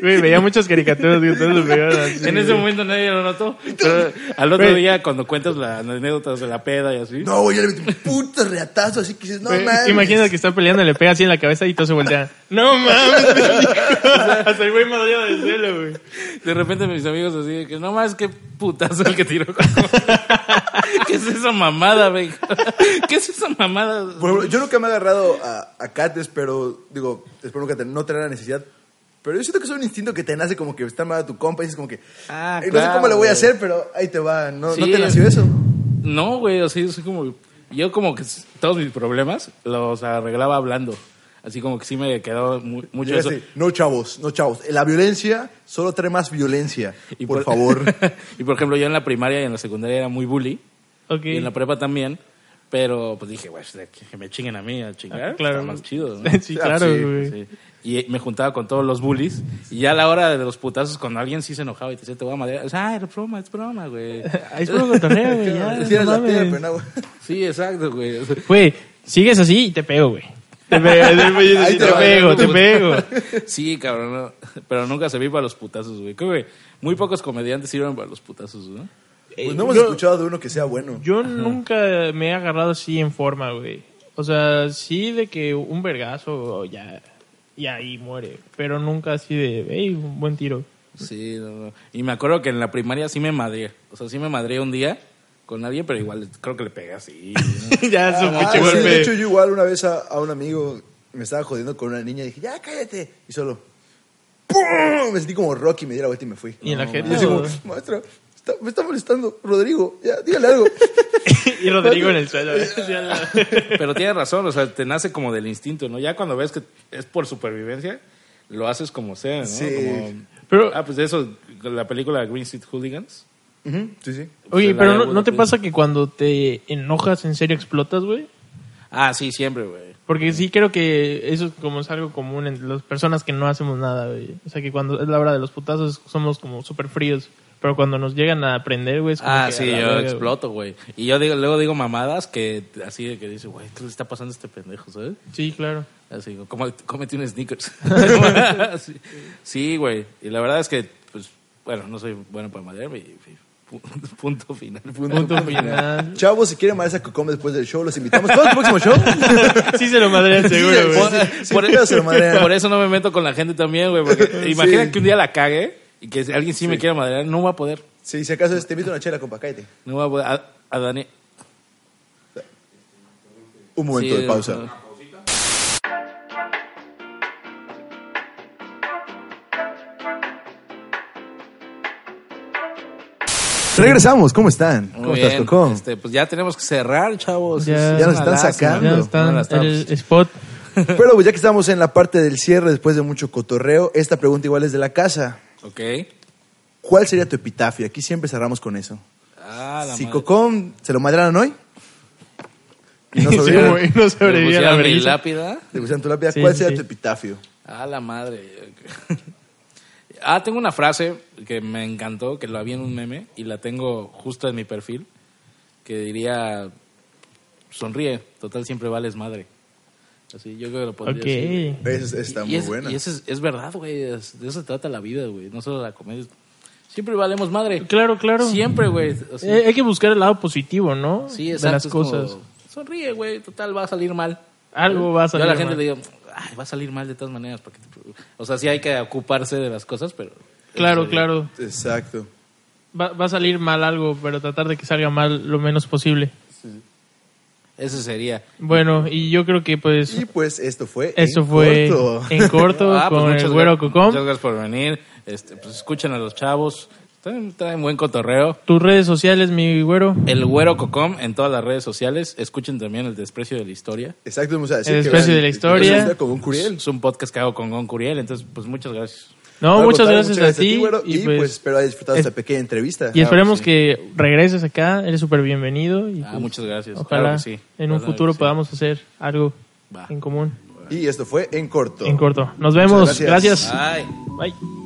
[SPEAKER 2] Güey, veía muchas caricaturas que todos lo pegaban así.
[SPEAKER 1] En ese momento nadie lo notó. Pero al otro
[SPEAKER 2] Güey.
[SPEAKER 1] día, cuando cuentas la- las anécdotas de la peda y así.
[SPEAKER 3] No, güey, yo le metí un puto reatazo, así que dices, no
[SPEAKER 2] Güey,
[SPEAKER 3] mames.
[SPEAKER 2] ¿te imaginas que está peleando, le pega así en la cabeza y todo se voltea. No mames. <laughs> Hasta el güey madreado del suelo, güey.
[SPEAKER 1] De repente mis amigos así de que no más qué putazo el que tiró. <laughs> ¿Qué es esa mamada, güey? <laughs> ¿Qué es esa mamada?
[SPEAKER 3] Por ejemplo, yo nunca me he agarrado a, a cates, pero digo, espero nunca te- no tener la necesidad. Pero yo siento que es un instinto que te nace como que está mal a tu compa y dices como que,
[SPEAKER 1] Ah,
[SPEAKER 3] "Ay, no sé
[SPEAKER 1] claro,
[SPEAKER 3] cómo le voy
[SPEAKER 1] güey.
[SPEAKER 3] a hacer, pero ahí te va. ¿No, ¿no
[SPEAKER 1] Sí.
[SPEAKER 3] te nació eso?
[SPEAKER 1] No, güey, o sea, yo soy como yo como que s- todos mis problemas los arreglaba hablando. Así como que sí me quedó mu- mucho
[SPEAKER 3] Yo
[SPEAKER 1] eso.
[SPEAKER 3] así, no chavos, no chavos. La violencia solo trae más violencia.
[SPEAKER 1] Y
[SPEAKER 3] por, favor.
[SPEAKER 1] <laughs> y por ejemplo, yo en la primaria y en la secundaria era muy bully.
[SPEAKER 2] Ok. Ah,
[SPEAKER 1] Y en la prepa también. Pero pues dije, güey, que que me chinguen a mí a chingar.
[SPEAKER 2] Ah, claro.
[SPEAKER 1] Está más chido. ¿no?
[SPEAKER 2] <laughs> Sí,
[SPEAKER 3] Ah,
[SPEAKER 2] claro,
[SPEAKER 3] sí,
[SPEAKER 2] güey.
[SPEAKER 1] Sí. Y eh, me juntaba con todos los bullies. Y ya a la hora de los putazos, cuando alguien sí se enojaba y te decía, te voy a madrear. O sea, "Ah, es broma, es broma,
[SPEAKER 2] <laughs>
[SPEAKER 1] güey.
[SPEAKER 2] Ahí Ah, es
[SPEAKER 1] <laughs>
[SPEAKER 2] puro cotorreo, güey.
[SPEAKER 1] Ah,
[SPEAKER 2] ya,
[SPEAKER 3] Si eres
[SPEAKER 2] no
[SPEAKER 3] la tía,
[SPEAKER 2] mames.
[SPEAKER 3] pero no, güey.
[SPEAKER 1] Sí, exacto, güey. O sea,
[SPEAKER 2] Güey, sigues así y te pego, güey. Te pego, te pego,
[SPEAKER 3] Ahí
[SPEAKER 2] te
[SPEAKER 3] te va.
[SPEAKER 2] pego, te pego.
[SPEAKER 1] Sí, cabrón. no. Pero nunca serví para los putazos, güey. Creo que muy pocos comediantes sirven para los putazos, ¿no?
[SPEAKER 3] Pues no hemos
[SPEAKER 2] yo-
[SPEAKER 3] escuchado de uno que sea bueno.
[SPEAKER 2] Yo nunca me he agarrado así en forma, güey. O sea, sí de que un vergazo ya y ahí muere, pero nunca así de, hey, un buen tiro. <laughs>
[SPEAKER 1] Sí, no, no. Y me acuerdo que en la primaria sí me madré. O sea, sí me madré un día con nadie, pero igual creo que le pegué así. ¿no?
[SPEAKER 2] ya es un
[SPEAKER 3] Ah,
[SPEAKER 2] pinche
[SPEAKER 3] sí, de
[SPEAKER 2] golpe.
[SPEAKER 3] hecho, yo igual una vez a, a un amigo me estaba jodiendo con una niña y dije, ya cállate. Y solo, ¡pum! Me sentí como Rocky, me di la vuelta y me fui.
[SPEAKER 2] ¿Y en la jeta,
[SPEAKER 3] Y yo así como,
[SPEAKER 2] o?
[SPEAKER 3] maestra, está- me está molestando Rodrigo, ya, dígale algo. <laughs>
[SPEAKER 2] <laughs> y Rodrigo en el suelo. así al lado.
[SPEAKER 1] Pero tienes razón, o sea, te nace como del instinto, ¿no? Ya cuando ves que es por supervivencia, lo haces como sea, ¿no?
[SPEAKER 3] Sí.
[SPEAKER 1] Como-
[SPEAKER 2] Pero-
[SPEAKER 1] ah, pues de eso, la película Green Street Hooligans.
[SPEAKER 3] Ujú, sí, sí.
[SPEAKER 2] Oye,
[SPEAKER 1] la
[SPEAKER 2] pero
[SPEAKER 1] de
[SPEAKER 2] no, ¿no te
[SPEAKER 1] Budapest.
[SPEAKER 2] pasa que cuando te enojas en serio explotas, güey?
[SPEAKER 1] Ah, sí, siempre, güey.
[SPEAKER 2] Porque sí creo que eso es como es algo común en las personas que no hacemos nada, güey. O sea, que cuando es la hora de los putazos somos como súper fríos. Pero cuando nos llegan a aprender, güey, es como
[SPEAKER 1] Ah,
[SPEAKER 2] que a
[SPEAKER 1] sí,
[SPEAKER 2] la
[SPEAKER 1] yo
[SPEAKER 2] verga,
[SPEAKER 1] exploto, güey. Y yo digo, luego digo mamadas que así de que dice, güey, ¿qué le está pasando a este pendejo, sabes?
[SPEAKER 2] güey. Sí, claro.
[SPEAKER 1] Así, como, cómete un <laughs> sneakers. Sí. sí, güey. Y la verdad es que, pues, bueno, no soy bueno para madrearme. y- y pu- <laughs> Punto final.
[SPEAKER 2] Punto final.
[SPEAKER 3] Chavos, si quieren maestra Cocom después del show, los invitamos. ¿Cuál es tu próximo show?
[SPEAKER 2] <laughs> <laughs> sí se lo madrean seguro,
[SPEAKER 3] Sí,
[SPEAKER 2] güey.
[SPEAKER 3] sí, <laughs> sí, sí, pedo se lo
[SPEAKER 1] <laughs>
[SPEAKER 3] madrean.
[SPEAKER 1] por eso no me meto con la gente también, güey. Porque imagina
[SPEAKER 3] <laughs> Sí.
[SPEAKER 1] que un día la cague y que alguien sí, me quiera madrear. No va a poder.
[SPEAKER 3] Sí, si acaso te invito a una chela, compa, cállate.
[SPEAKER 1] No va a poder. A, a Dani.
[SPEAKER 3] Un momento
[SPEAKER 1] Sí,
[SPEAKER 3] de pausa.
[SPEAKER 1] no.
[SPEAKER 3] Regresamos, ¿cómo están?
[SPEAKER 1] Muy
[SPEAKER 3] ¿Cómo estás,
[SPEAKER 1] bien.
[SPEAKER 2] <laughs>
[SPEAKER 3] Cocom?
[SPEAKER 1] Este, pues ya tenemos que cerrar, chavos.
[SPEAKER 2] Ya.
[SPEAKER 1] Es
[SPEAKER 2] Ya
[SPEAKER 3] nos
[SPEAKER 1] una
[SPEAKER 3] están
[SPEAKER 1] lástima.
[SPEAKER 3] sacando.
[SPEAKER 2] Ya
[SPEAKER 3] No,
[SPEAKER 1] Una
[SPEAKER 2] está
[SPEAKER 1] lástima.
[SPEAKER 2] el spot.
[SPEAKER 3] Pero pues, ya que estamos en la parte del cierre después de mucho cotorreo, esta pregunta igual es de la casa.
[SPEAKER 1] Ok.
[SPEAKER 3] ¿Cuál sería tu epitafio? Aquí siempre cerramos con eso.
[SPEAKER 1] Ah, la
[SPEAKER 3] Si
[SPEAKER 1] madre.
[SPEAKER 3] Cocón se lo madrearon hoy y
[SPEAKER 2] <laughs>
[SPEAKER 3] no
[SPEAKER 2] Sí,
[SPEAKER 3] sobrevivieron, <laughs>
[SPEAKER 2] güey, no
[SPEAKER 1] Me
[SPEAKER 2] sobrevivió a la
[SPEAKER 1] pusieron mi
[SPEAKER 2] vergüenza.
[SPEAKER 1] lápida.
[SPEAKER 3] le pusieron tu lápida,
[SPEAKER 2] Sí,
[SPEAKER 3] ¿cuál
[SPEAKER 2] sí, sí.
[SPEAKER 3] sería tu epitafio?
[SPEAKER 1] A la madre. <laughs> ah, tengo una frase que me encantó, que la vi en un meme y la tengo justo en mi perfil, que diría, sonríe, total siempre vales madre. Así, yo creo que lo pondría
[SPEAKER 2] Ok.
[SPEAKER 1] así, güey.
[SPEAKER 3] Es- está
[SPEAKER 1] Y- y
[SPEAKER 3] muy
[SPEAKER 1] es-
[SPEAKER 3] buena.
[SPEAKER 1] Y eso es, es verdad, güey. es- De eso se trata la vida, güey. No solo la comedia. Siempre valemos madre.
[SPEAKER 2] Claro, claro.
[SPEAKER 1] Siempre, güey. o sea,
[SPEAKER 2] Eh, hay que buscar el lado positivo, ¿no?
[SPEAKER 1] sí,
[SPEAKER 2] De
[SPEAKER 1] exacto,
[SPEAKER 2] las
[SPEAKER 1] es como,
[SPEAKER 2] cosas.
[SPEAKER 1] sonríe, güey. Total, va a salir mal.
[SPEAKER 2] Algo va a salir
[SPEAKER 1] Yo a la gente
[SPEAKER 2] mal.
[SPEAKER 1] le digo, "Ay, va a salir mal de todas maneras. ¿para qué te- O sea, sí hay que ocuparse de las cosas, pero.
[SPEAKER 2] Claro, claro.
[SPEAKER 3] Exacto.
[SPEAKER 2] Va, va a salir mal algo, pero tratar de que salga mal lo menos posible.
[SPEAKER 1] Eso sería.
[SPEAKER 2] Bueno, y yo creo que pues
[SPEAKER 3] Y pues esto fue.
[SPEAKER 2] eso
[SPEAKER 3] En
[SPEAKER 2] fue
[SPEAKER 3] Corto.
[SPEAKER 2] en
[SPEAKER 1] <laughs>
[SPEAKER 2] corto
[SPEAKER 1] Ah, pues
[SPEAKER 2] con el
[SPEAKER 1] muchas
[SPEAKER 2] güero
[SPEAKER 1] gra-
[SPEAKER 2] Cocom.
[SPEAKER 1] Muchas gracias por venir. Este, pues escuchen a los chavos. Traen, traen buen cotorreo.
[SPEAKER 2] Tus redes sociales, mi güero.
[SPEAKER 1] El güero Cocom en todas las redes sociales. Escuchen también El Desprecio de la Historia.
[SPEAKER 3] <laughs> Exacto, vamos a decir
[SPEAKER 2] El
[SPEAKER 3] que
[SPEAKER 2] desprecio
[SPEAKER 3] vean-
[SPEAKER 2] de la historia.
[SPEAKER 3] que vean como un Curiel.
[SPEAKER 1] Es un podcast que hago con Gon Curiel. Entonces, pues muchas gracias.
[SPEAKER 2] No,
[SPEAKER 3] Al
[SPEAKER 2] muchas
[SPEAKER 3] contrario,
[SPEAKER 2] gracias, a ti.
[SPEAKER 3] güero,
[SPEAKER 2] y,
[SPEAKER 3] y pues,
[SPEAKER 2] pues,
[SPEAKER 3] espero hayas disfrutado
[SPEAKER 2] es-
[SPEAKER 3] esta pequeña entrevista.
[SPEAKER 2] y esperemos
[SPEAKER 1] sí.
[SPEAKER 2] que regreses acá. Eres súper bienvenido. Y,
[SPEAKER 1] Ah,
[SPEAKER 2] pues,
[SPEAKER 1] muchas gracias.
[SPEAKER 2] Ojalá
[SPEAKER 1] Claro que sí.
[SPEAKER 2] en un
[SPEAKER 1] Claro que
[SPEAKER 2] futuro
[SPEAKER 1] sí.
[SPEAKER 2] podamos hacer algo
[SPEAKER 1] Va.
[SPEAKER 2] en común,
[SPEAKER 3] Y esto fue En Corto.
[SPEAKER 2] en corto. Nos vemos.
[SPEAKER 3] gracias.
[SPEAKER 2] gracias.
[SPEAKER 1] Bye.
[SPEAKER 2] Bye.